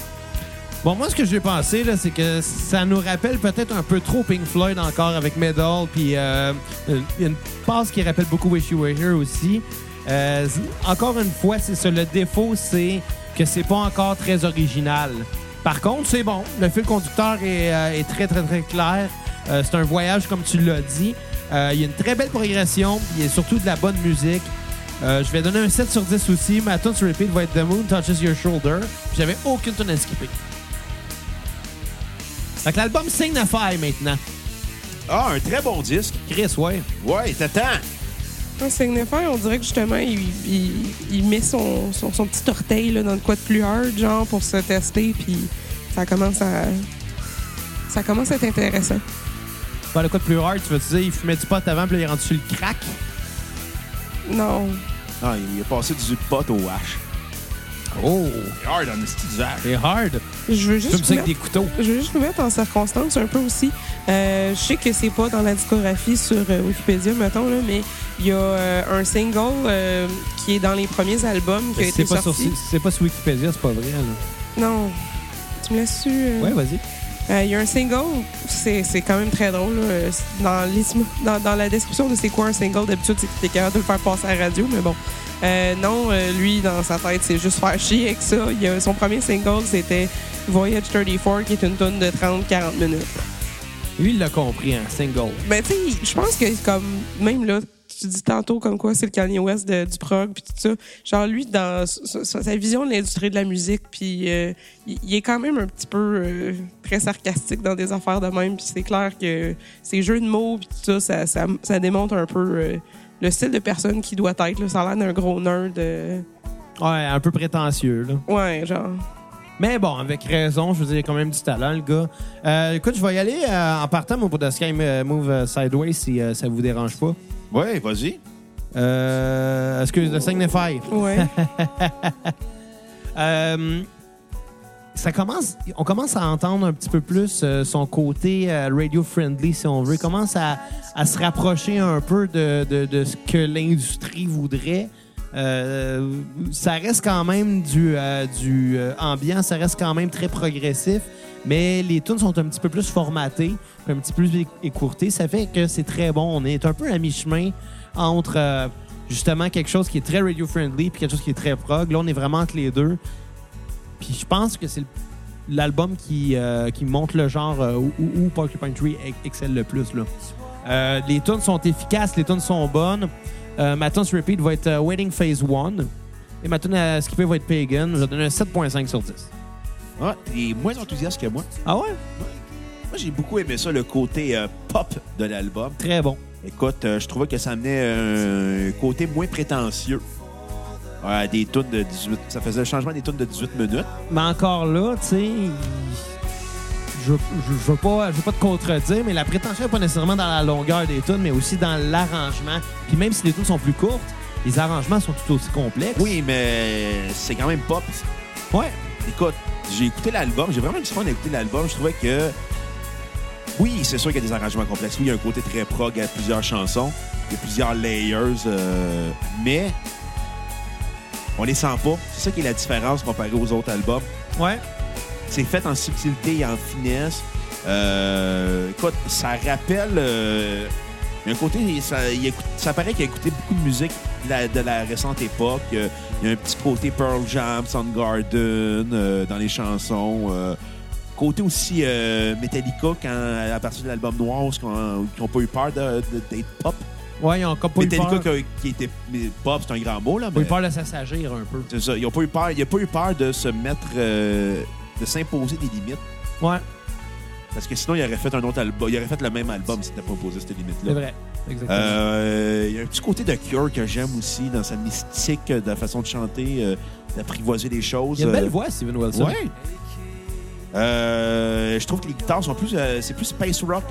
Speaker 1: Bon, moi, ce que j'ai pensé, là, c'est que ça nous rappelle peut-être un peu trop Pink Floyd encore avec Medal, puis euh, une- une passe qui rappelle beaucoup Wish You Were Here aussi. Euh, c- encore une fois, c'est ça. Le défaut, c'est que c'est pas encore très original. Par contre, c'est bon. Le fil conducteur est, euh, est très, très, très clair. Euh, c'est un voyage, comme tu l'as dit. Euh, Il y a une très belle progression, puis il y a surtout de la bonne musique. Euh, je vais donner un 7 sur 10 aussi. Ma tune sur repeat va être The Moon Touches Your Shoulder. Puis J'avais aucune tune à skipper. Fait que l'album signe à faire maintenant.
Speaker 2: Ah, un très bon disque.
Speaker 1: Chris, ouais.
Speaker 2: Ouais, t'attends.
Speaker 3: Un signifier, on dirait que justement, il, il- il met son, son, son petit orteil là, dans le quoi de plus hard, genre, pour se tester, puis ça commence à. Ça commence à être intéressant.
Speaker 1: Pas le quoi de plus hard, tu veux te dire, il fumait du pot avant, puis là, il est rendu sur le crack.
Speaker 3: Non.
Speaker 2: Ah, il est passé du pot au hache.
Speaker 1: Oh,
Speaker 2: Hard on the du hache.
Speaker 1: c'est hard.
Speaker 3: Je veux
Speaker 1: Tu me
Speaker 3: juste.
Speaker 1: sais
Speaker 3: vous
Speaker 1: avec des
Speaker 3: mettre-
Speaker 1: couteaux.
Speaker 3: Je veux juste vous mettre en circonstance un peu aussi. Euh, je sais que c'est pas dans la discographie sur euh, Wikipédia, mettons, là, mais il y a euh, un single euh, qui est dans les premiers albums qui a été
Speaker 1: C'est pas, sur,
Speaker 3: sorti.
Speaker 1: c'est pas sur Wikipédia, c'est pas vrai. Là.
Speaker 3: Non. Tu me laisses-tu. euh,
Speaker 1: Ouais, vas-y.
Speaker 3: Euh, Il y a un single, c'est c'est quand même très drôle. là. Euh, c'est Dans, l'isme- dans, dans la description de c'est quoi un single, d'habitude, c'est que t'es capable de le faire passer à la radio, mais bon. Euh, non, euh, lui, dans sa tête, c'est juste faire chier avec ça. Il y a- son premier single, c'était Voyage 34, qui est une tonne de 30-40 minutes.
Speaker 1: Lui, il l'a compris, hein, single.
Speaker 3: Ben, tu sais, je pense que, comme, même là, tu dis tantôt comme quoi c'est le Kanye West de- du prog, puis tout ça. Genre, lui, dans sa, sa- sa vision de l'industrie de la musique, puis euh, il il est quand même un petit peu euh, très sarcastique dans des affaires de même, puis c'est clair que ces jeux de mots, puis tout ça, ça, ça, ça démontre un peu euh, le style de personne qui doit être. Là. Ça a l'air d'un gros nerd. euh,
Speaker 1: Ouais, un peu prétentieux, là.
Speaker 3: Ouais, genre.
Speaker 1: Mais bon, avec raison, je veux dire, il a quand même du talent, le gars. Euh, écoute, je vais y aller euh, en partant, moi, pour The Sky euh, Move euh, Sideways, si euh, ça vous dérange pas.
Speaker 2: Ouais, vas-y.
Speaker 1: Euh, excuse, The Signify.
Speaker 3: Ouais.
Speaker 1: Euh, ça commence, on commence à entendre un petit peu plus euh, son côté euh, radio-friendly, si on veut. Il commence à, à se rapprocher un peu de, de- de ce que l'industrie voudrait. Euh, ça reste quand même du, euh, du euh, ambiant, ça reste quand même très progressif, mais les tunes sont un petit peu plus formatées, puis un petit peu plus éc- écourtées. Ça fait que c'est très bon. On est un peu à mi-chemin entre euh, justement quelque chose qui est très radio-friendly puis quelque chose qui est très prog. Là, on est vraiment entre les deux. Puis je pense que c'est le- l'album qui, euh, qui montre le genre euh, où, où- où Porcupine Tree ex- excelle le plus. Là. Euh, les tunes sont efficaces, les tunes sont bonnes. Euh, ma tune sur repeat va être euh, Wedding Phase 1. Et ma tune à skipper va être Pagan. Je vais donner un 7.5 sur 10.
Speaker 2: Ah, t'es moins enthousiaste que moi.
Speaker 1: Ah ouais?
Speaker 2: Moi, j'ai beaucoup aimé ça, le côté euh, pop de l'album.
Speaker 1: Très bon.
Speaker 2: Écoute, euh, je trouvais que ça amenait euh, un côté moins prétentieux. Ouais, des tunes de 18... Ça faisait le changement des tunes de 18 minutes.
Speaker 1: Mais encore là, tu sais, il- je, je, je veux pas, je veux pas te contredire, mais la prétention n'est pas nécessairement dans la longueur des tunes, mais aussi dans l'arrangement. Puis même si les tunes sont plus courtes, les arrangements sont tout aussi complexes.
Speaker 2: Oui, mais c'est quand même pop.
Speaker 1: Ouais.
Speaker 2: Écoute, j'ai écouté l'album. J'ai vraiment eu du fun d'écouter l'album. Je trouvais que... Oui, c'est sûr qu'il y a des arrangements complexes. Oui, il y a un côté très prog à plusieurs chansons. Il y a plusieurs layers. euh, Mais... On les sent pas. C'est ça qui est la différence comparée aux autres albums.
Speaker 1: Ouais.
Speaker 2: C'est fait en subtilité et en finesse. Euh, écoute, ça rappelle. euh, il y a un côté. Ça, il écoute- ça paraît qu'il a écouté beaucoup de musique de la, de la récente époque. Euh, il y a un petit côté Pearl Jam, Soundgarden euh, dans les chansons. euh, côté aussi euh, Metallica quand, à partir de l'album noir, qui n'ont pas eu peur de- de- d'être pop.
Speaker 1: Ouais, ils ont comme pas eu
Speaker 2: Metallica Ben.
Speaker 1: peur.
Speaker 2: qui, a- qui était. mais Pop, c'est un grand mot, là.
Speaker 1: Pas
Speaker 2: Mais
Speaker 1: eu peur de s'assagir un peu.
Speaker 2: C'est ça. Ils ont pas eu peur. Il a pas eu peur de se mettre. euh, de s'imposer des limites.
Speaker 1: Ouais,
Speaker 2: Parce que sinon, il aurait fait un autre album. Il aurait fait le même album s'il n'était pas posé cette
Speaker 1: c'est
Speaker 2: limite-là.
Speaker 1: vrai. Exactement.
Speaker 2: Euh, Il y a un petit côté de Cure que j'aime aussi dans sa mystique, de la façon de chanter, euh, d'apprivoiser les choses.
Speaker 1: Il y a une belle
Speaker 2: Euh,
Speaker 1: voix, Steven Wilson.
Speaker 2: Ouais. Euh, je trouve que les guitares sont plus. euh, c'est plus space rock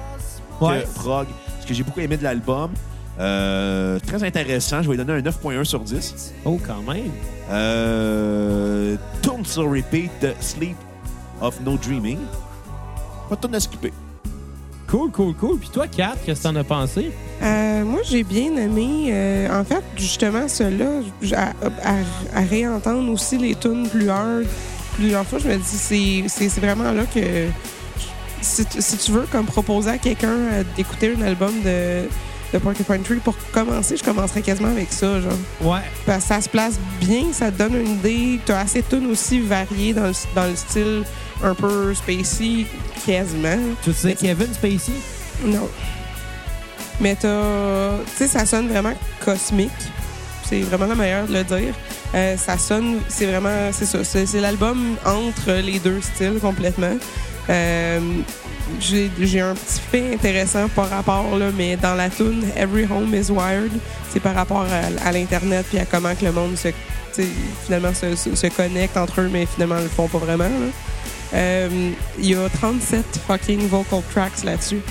Speaker 1: Ouais.
Speaker 2: que prog. Ce que j'ai beaucoup aimé de l'album. Euh, très intéressant. Je vais lui donner un 9.1 sur 10.
Speaker 1: Oh, quand même.
Speaker 2: Euh, tourne sur repeat de Sleep of No Dreaming. Pas de tourne à skipper.
Speaker 1: Cool, cool, cool. Puis toi, Kat, qu'est-ce que t'en as pensé?
Speaker 3: Euh, moi, j'ai bien aimé, euh, en fait, justement, cela, à, à- à réentendre aussi les tunes plus hard. Plusieurs fois, je me dis, c'est- c'est c'est vraiment là que si, tu- si tu veux comme proposer à quelqu'un euh, d'écouter un album de, de Porcupine Tree pour commencer, je commencerais quasiment avec ça, genre.
Speaker 1: Ouais.
Speaker 3: Parce que ça se place bien, ça te donne une idée. Tu as assez de tunes aussi variées dans le, dans le style un peu spacey, quasiment.
Speaker 1: Tu sais, Kevin Spacey?
Speaker 3: Non. Mais t'as. Tu sais, ça sonne vraiment cosmique. C'est vraiment la meilleure de le dire. Euh, ça sonne. C'est vraiment. C'est ça. C'est, c'est l'album entre les deux styles complètement. Euh, j'ai, j'ai un petit fait intéressant par rapport, là, mais dans la tune Every Home is Wired, c'est par rapport à, à l'Internet puis à comment que le monde se, tu sais, finalement se, se, se connecte entre eux, mais finalement, ils le font pas vraiment. là. Euh, Il y a 37 fucking vocal tracks là-dessus.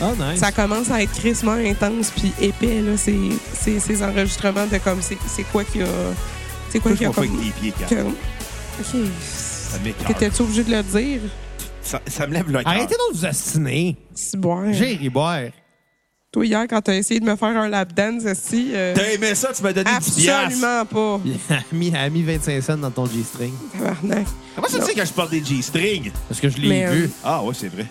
Speaker 1: Ah, nice.
Speaker 3: Ça commence à être crissement intense puis épais, là, ces, ces, ces enregistrements de comme c'est c'est quoi qu'il y a. C'est quoi qu'il y a
Speaker 2: Touche-moi pas
Speaker 3: comme.
Speaker 2: avec les pieds, Kat.
Speaker 3: que- Ok.
Speaker 2: Ça m'écoeure.
Speaker 3: T'étais-tu obligé de le dire?
Speaker 2: Ça, ça me lève le cœur.
Speaker 1: Arrêtez donc de vous astiner.
Speaker 3: C'est bon.
Speaker 1: J'ai Ribert.
Speaker 3: Toi, hier, quand t'as essayé de me faire un lap dance aussi, euh,
Speaker 2: T'as aimé ça, tu m'as donné 10 piastres.
Speaker 3: absolument pas.
Speaker 1: Il a mis, a mis 25 cents dans ton G-string.
Speaker 3: Tabarnak.
Speaker 2: Comment ça se fait que je porte des G-strings?
Speaker 1: Parce que je
Speaker 3: Mais,
Speaker 1: l'ai
Speaker 3: euh,
Speaker 1: vu.
Speaker 2: Ah ouais, c'est vrai.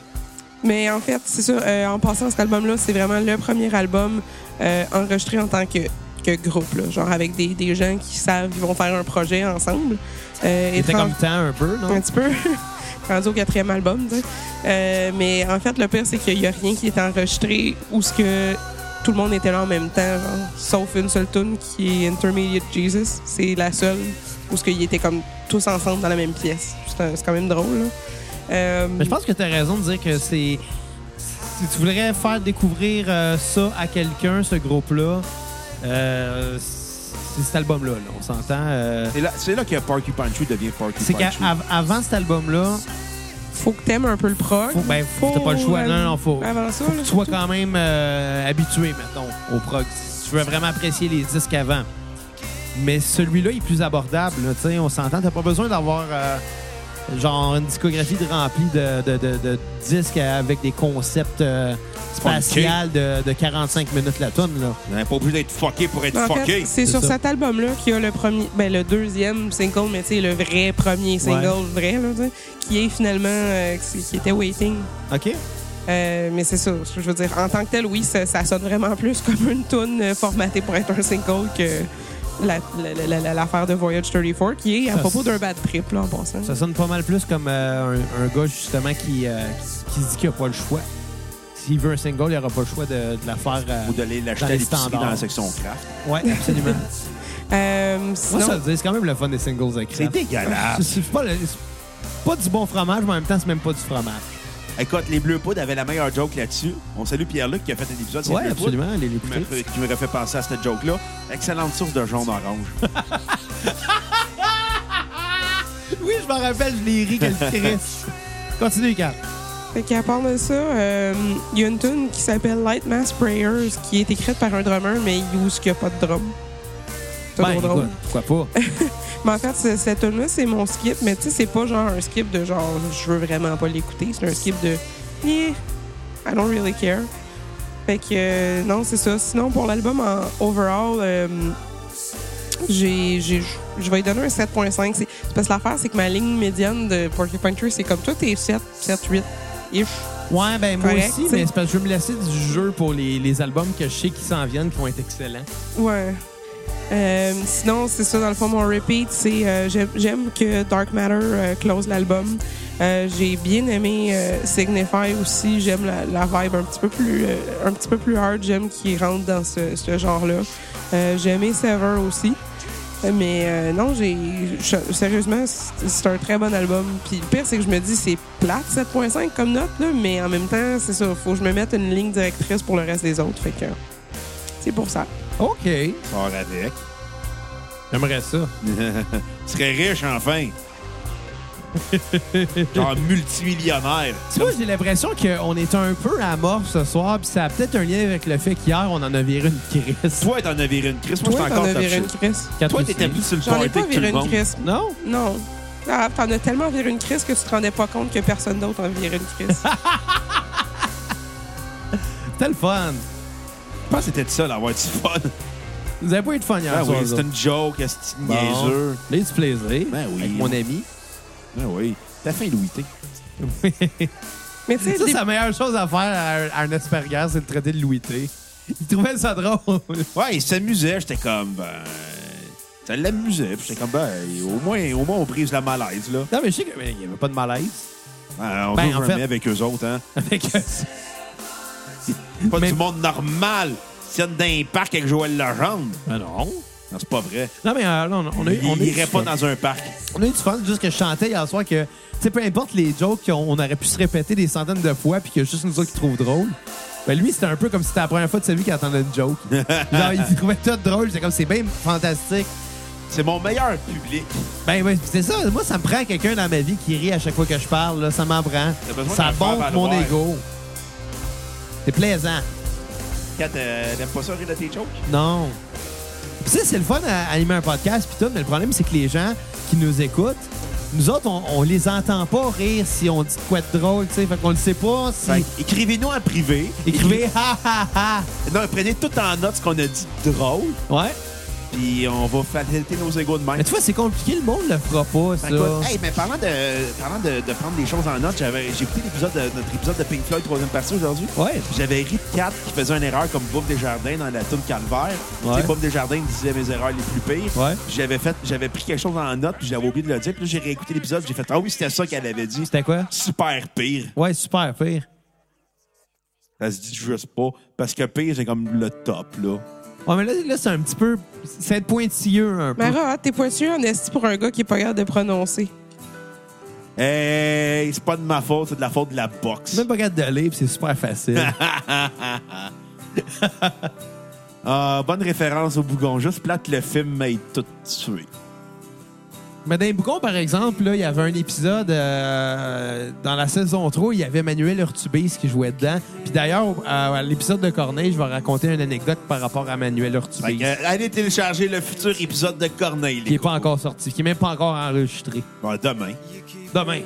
Speaker 3: Mais en fait, c'est ça. euh, en passant, cet album-là, c'est vraiment le premier album euh, enregistré en tant que, que groupe, là, genre avec des, des gens qui savent qu'ils vont faire un projet ensemble. Euh,
Speaker 1: Il était
Speaker 3: étrange-
Speaker 1: comme temps un peu,
Speaker 3: un
Speaker 1: non?
Speaker 3: petit peu. Rendu au quatrième album, tu sais. Euh, mais en fait, le pire, c'est qu'il n'y a rien qui est enregistré ou ce que tout le monde était là en même temps, genre, sauf une seule tune qui est Intermediate Jesus. C'est la seule où ce qu'ils étaient comme tous ensemble dans la même pièce. C'est un- c'est quand même drôle. là. Euh,
Speaker 1: Mais je pense que t'as raison de dire que c'est. Si tu voudrais faire découvrir euh, ça à quelqu'un, ce groupe-là, euh, c'est cet album-là, là, on s'entend. euh,
Speaker 2: C'est là, c'est là que Porcupine Tree devient
Speaker 1: c'est
Speaker 2: Porcupine Tree.
Speaker 1: qu'avant cet album-là,
Speaker 3: faut que t'aimes un peu le prog.
Speaker 1: faut, ben, faut- t'as pas le choix. Ben,
Speaker 3: euh,
Speaker 1: Non, non, faut,
Speaker 3: Avant ça,
Speaker 1: faut que
Speaker 3: là,
Speaker 1: tu sois
Speaker 3: surtout.
Speaker 1: quand même euh, habitué, mettons, au prog. Si tu veux vraiment apprécier les disques avant. Mais celui-là il est plus abordable. là, tu sais, on s'entend. T'as pas besoin d'avoir euh, genre une discographie de remplie de, de- de- de disques avec des concepts euh, spatials de, de 45 minutes la tonne. Là.
Speaker 2: On n'est pas obligé d'être fucké pour être
Speaker 3: En fait,
Speaker 2: fucké.
Speaker 3: c'est
Speaker 1: C'est
Speaker 3: sur
Speaker 1: ça.
Speaker 3: cet album-là qu'il y a le premier, ben, le deuxième single, mais tu sais, le vrai premier single, vrai, là, tu sais, qui est finalement, euh, qui qui était Waiting.
Speaker 1: OK?
Speaker 3: Euh, mais c'est ça, je veux dire, en tant que tel, oui, ça, ça sonne vraiment plus comme une tune euh, formatée pour être un single que la- la- la- la- l'affaire de Voyage 34, qui est à
Speaker 1: Ça,
Speaker 3: propos
Speaker 1: c'est-
Speaker 3: d'un bad trip, là, en passant.
Speaker 1: Ça sonne pas mal plus comme euh, un, un gars, justement, qui, euh, qui, qui se dit qu'il a pas le choix. S'il veut un single, il aura pas le choix de, de la faire. euh,
Speaker 2: Ou d'aller l'acheter
Speaker 1: Dans
Speaker 2: à
Speaker 1: les
Speaker 2: l'épicerie
Speaker 1: standards.
Speaker 2: dans la section craft.
Speaker 1: Ouais, absolument.
Speaker 3: Euh,
Speaker 1: Moi,
Speaker 3: sinon,
Speaker 1: ça veut dire, c'est quand même le fun des singles à
Speaker 2: C'est
Speaker 1: Kraft. C'est-
Speaker 2: dégueulasse.
Speaker 1: C'est pas, le- c'est pas du bon fromage, mais en même temps, c'est même pas du fromage.
Speaker 2: Écoute, les Bleus Poudres avaient la meilleure joke là-dessus. On salue Pierre-Luc qui a fait un épisode. sur
Speaker 1: Ouais,
Speaker 2: les Bleus Poudres,
Speaker 1: absolument, les
Speaker 2: qui m'a fait-
Speaker 1: l'écouter.
Speaker 2: Qui m'aurait fait penser à cette joke-là. Excellente source de jaune-orange.
Speaker 1: Oui, je m'en rappelle, je l'ai ri, quel triste. Continue, Kat.
Speaker 3: fait qu'à part de ça, euh, il y a une tune qui s'appelle Light Mass Prayers, qui est écrite par un drummer, mais où il n'y a pas de drum. C'est
Speaker 1: Ben,
Speaker 3: trop drôle.
Speaker 1: écoute, pourquoi pas?
Speaker 3: Mais en fait, ce- cette tune là c'est mon skip, mais tu sais, c'est pas genre un skip de genre je veux vraiment pas l'écouter. C'est un skip de yeah, I don't really care. Fait que euh, non, c'est ça. Sinon, pour l'album en overall, euh, j'ai, j'ai- je vais lui donner un 7.5. C'est, c'est parce que l'affaire, c'est que ma ligne médiane de Porcupine Tree, c'est comme toi, t'es 7, 7, 8. Ish.
Speaker 1: Ouais, ben, moi
Speaker 3: Correct,
Speaker 1: aussi,
Speaker 3: t'sais.
Speaker 1: mais c'est parce que je veux me laisser du jeu pour les, les albums que je sais qui s'en viennent, qui vont être excellents.
Speaker 3: Ouais. Euh, sinon, c'est ça, dans le fond, mon repeat, c'est euh, j'aime- j'aime que Dark Matter euh, close l'album. Euh, j'ai bien aimé euh, Signify aussi. J'aime la, la vibe un petit peu plus, euh, un petit peu plus hard. J'aime qu'il rentre dans ce, ce genre-là. Euh, j'ai aimé Sever aussi. Euh, Mais euh, non, j'ai je- sérieusement, c'est c'est un très bon album. Puis le pire, c'est que je me dis c'est plate 7.5 comme note là, mais en même temps, c'est ça. Faut que je me mette une ligne directrice pour le reste des autres. Fait que c'est pour ça.
Speaker 1: OK.
Speaker 2: Sors avec.
Speaker 1: J'aimerais ça.
Speaker 2: Tu serais riche, enfin. Genre multimillionnaire.
Speaker 1: Tu vois, j'ai l'impression qu'on est un peu amorphe ce soir, puis ça a peut-être un lien avec le fait qu'hier, on en a viré une crise.
Speaker 2: Toi, t'en as viré une crise. Moi,
Speaker 3: Toi,
Speaker 2: j'étais
Speaker 3: t'en
Speaker 2: encore
Speaker 3: as
Speaker 2: top
Speaker 3: viré une
Speaker 2: shit.
Speaker 3: crise.
Speaker 1: Quatre
Speaker 2: Toi,
Speaker 1: ou
Speaker 2: t'étais
Speaker 1: cinq.
Speaker 2: plus sur le
Speaker 3: J'en
Speaker 2: party
Speaker 3: ai pas
Speaker 2: que tout
Speaker 3: viré
Speaker 2: le
Speaker 3: une
Speaker 2: monde.
Speaker 3: crise.
Speaker 1: Non?
Speaker 3: Non. Ah, t'en as tellement viré une crise que tu te rendais pas compte que personne d'autre en virait une crise.
Speaker 1: C'était le fun.
Speaker 2: Je pense que c'était ça, l'avoir du fun.
Speaker 1: Vous avez pas eu de fun hier
Speaker 2: Ah oui,
Speaker 1: soir,
Speaker 2: c'est
Speaker 1: vous
Speaker 2: une joke, est-ce que
Speaker 1: Bon.
Speaker 2: niaiseux.
Speaker 1: Là, du plaisir.
Speaker 2: Ben oui.
Speaker 1: Avec mon ami.
Speaker 2: Ah oui. T'as faim, Louis, t'es.
Speaker 3: Mais tu sais,
Speaker 1: Ça,
Speaker 3: le
Speaker 1: c'est
Speaker 3: dé-
Speaker 1: la meilleure chose à faire à un, à un Asperger, c'est de traiter de Louis T. Il trouvait ça drôle.
Speaker 2: Ouais, il s'amusait, j'étais comme, ben. Ça l'amusait, puis j'étais comme, ben, au moins, au moins, on brise la malaise, là.
Speaker 1: Non, mais je sais qu'il n'y avait pas de malaise.
Speaker 2: Ah, on
Speaker 1: Ben,
Speaker 2: joue
Speaker 1: en
Speaker 2: jamais
Speaker 1: fait-
Speaker 2: avec eux autres, hein.
Speaker 1: Avec
Speaker 2: Pas
Speaker 1: Mais-
Speaker 2: du monde normal. Ils viennent d'un parc avec Joël Legendre.
Speaker 1: Ben non.
Speaker 2: Non, c'est pas vrai.
Speaker 1: Non, mais euh, non, non, on a eu.
Speaker 2: Il
Speaker 1: on a eu
Speaker 2: irait
Speaker 1: du
Speaker 2: pas
Speaker 1: fun.
Speaker 2: dans un parc.
Speaker 1: On a eu du fun, juste que je chantais hier soir que, tu sais, peu importe les jokes qu'on on aurait pu se répéter des centaines de fois, puis que juste nous autres qui trouvent drôle. Ben lui, c'était un peu comme si c'était la première fois de sa vie qu'il entendait une joke. Genre, il trouvait tout drôle. J'étais comme, c'est bien fantastique.
Speaker 2: C'est mon meilleur public.
Speaker 1: Ben, ben, c'est ça. Moi, ça me prend quelqu'un dans ma vie qui rit à chaque fois que je parle. Là, ça m'en prend.
Speaker 2: T'as besoin
Speaker 1: Ça
Speaker 2: d'un
Speaker 1: bombe
Speaker 2: frère
Speaker 1: mon
Speaker 2: Valoir.
Speaker 1: ego. C'est plaisant.
Speaker 2: Kat, euh, t'aimes pas ça rire de tes jokes?
Speaker 1: Non. Puis ça, c'est le fun à animer un podcast puis tout, mais le problème, c'est que les gens qui nous écoutent, nous autres, on, on les entend pas rire si on dit de quoi de drôle, tu sais. Fait qu'on le sait pas si...
Speaker 2: Fait que Ben, Écrivez-nous en privé.
Speaker 1: Écrivez « ha, ha, ha
Speaker 2: Écri- Non, prenez tout en note ce qu'on a dit de drôle, ».
Speaker 1: Ouais.
Speaker 2: puis on va faciliter nos égos de même.
Speaker 1: Mais tu vois, c'est compliqué, le monde le fera pas, ça.
Speaker 2: Fait que, hey, mais parlant de, parlant de, de prendre des choses en note, j'avais- j'ai écouté l'épisode de, notre épisode de Pink Floyd, troisième partie aujourd'hui.
Speaker 1: Ouais.
Speaker 2: Puis J'avais ri de Kat qui faisait une erreur comme Bob Desjardins dans la tune Calvaire.
Speaker 1: Ouais.
Speaker 2: Tu sais, Bob Desjardins disait mes erreurs les plus pires.
Speaker 1: Ouais.
Speaker 2: J'avais fait, j'avais pris quelque chose en note, puis j'avais oublié de le dire. Puis là, j'ai réécouté l'épisode, j'ai fait ah oui c'était ça qu'elle avait dit.
Speaker 1: C'était quoi?
Speaker 2: Super pire.
Speaker 1: Ouais, super, pire.
Speaker 2: Ça se dit juste pas parce que pire c'est comme le top là.
Speaker 1: Ouais, mais là, là c'est un petit peu... C'est être pointilleux, un peu.
Speaker 3: Mara, t'es pointu en esti pour un gars qui est pas capable de prononcer.
Speaker 2: Hey, c'est pas de ma faute, c'est de la faute de la boxe.
Speaker 1: même pas capable de lire, puis c'est super facile.
Speaker 2: Ah, bonne référence au bougon. Juste plate, le film m'a tout tué.
Speaker 1: Mais dans les Bougons, par exemple, là, il y avait un épisode euh, dans la saison 3, il y avait Manuel Urtubis qui jouait dedans. Puis d'ailleurs, euh, à à l'épisode de Corneille, je vais raconter une anecdote par rapport à Manuel
Speaker 2: Fait que,
Speaker 1: Urtubis.
Speaker 2: euh, allez télécharger le futur épisode de Corneille.
Speaker 1: Qui n'est pas encore sorti, qui n'est même pas encore enregistré.
Speaker 2: Bon, demain.
Speaker 1: Demain.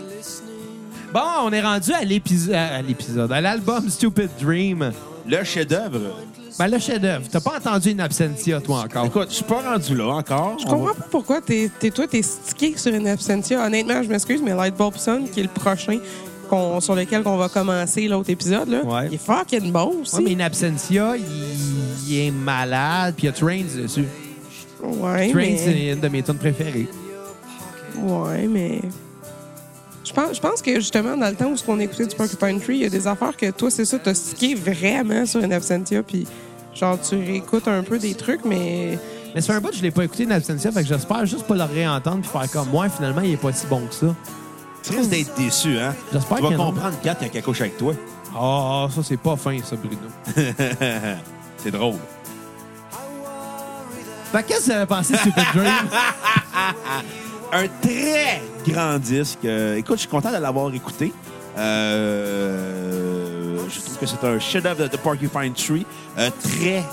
Speaker 1: Bon, on est rendu à l'épisode, à à l'épisode, à l'album Stupid Dream.
Speaker 2: Le chef-d'œuvre.
Speaker 1: Ben le chef-d'œuvre. T'as pas entendu une absentia toi encore.
Speaker 2: Écoute, je suis pas rendu là encore.
Speaker 1: Ah
Speaker 3: Je
Speaker 2: On
Speaker 3: comprends
Speaker 2: va-
Speaker 3: pas pourquoi t'es, t'es- toi, t'es stické sur une absentia. Honnêtement, je m'excuse, mais Lightbulb Sun, qui est le prochain qu'on- sur lequel on va commencer l'autre épisode, là,
Speaker 1: Ouais.
Speaker 3: il est fucking bon aussi.
Speaker 1: Ouais, mais une absentia, il, il est malade, puis il y a Trains dessus.
Speaker 3: Ouais,
Speaker 1: Trains,
Speaker 3: mais-
Speaker 1: c'est une de mes tunes préférées.
Speaker 3: Ouais, mais. Je pense, je pense que justement, dans le temps où on écoutait du Porcupine Tree, il y a des affaires que toi, c'est ça, t'as stické vraiment sur une absentia, puis genre, tu réécoutes un peu des trucs, mais.
Speaker 1: Mais c'est un bout, je l'ai pas écouté une absentia, fait que j'espère juste pas le réentendre puis faire comme moi. Finalement, il est pas si bon que ça.
Speaker 2: Tu risques d'être déçu, hein?
Speaker 1: J'espère
Speaker 2: Tu vas
Speaker 1: que non.
Speaker 2: comprendre, Kat, qu'il y a quelque chose avec toi.
Speaker 1: Ah, ça c'est pas fin, ça, Bruno.
Speaker 2: c'est drôle.
Speaker 1: Fait que qu'est-ce que vous avez pensé de Stupid Dream?
Speaker 2: un très grand disque. Euh, écoute, je suis content de l'avoir écouté. Euh, je trouve que c'est un chef-d'œuvre de The Porcupine Tree. Euh, très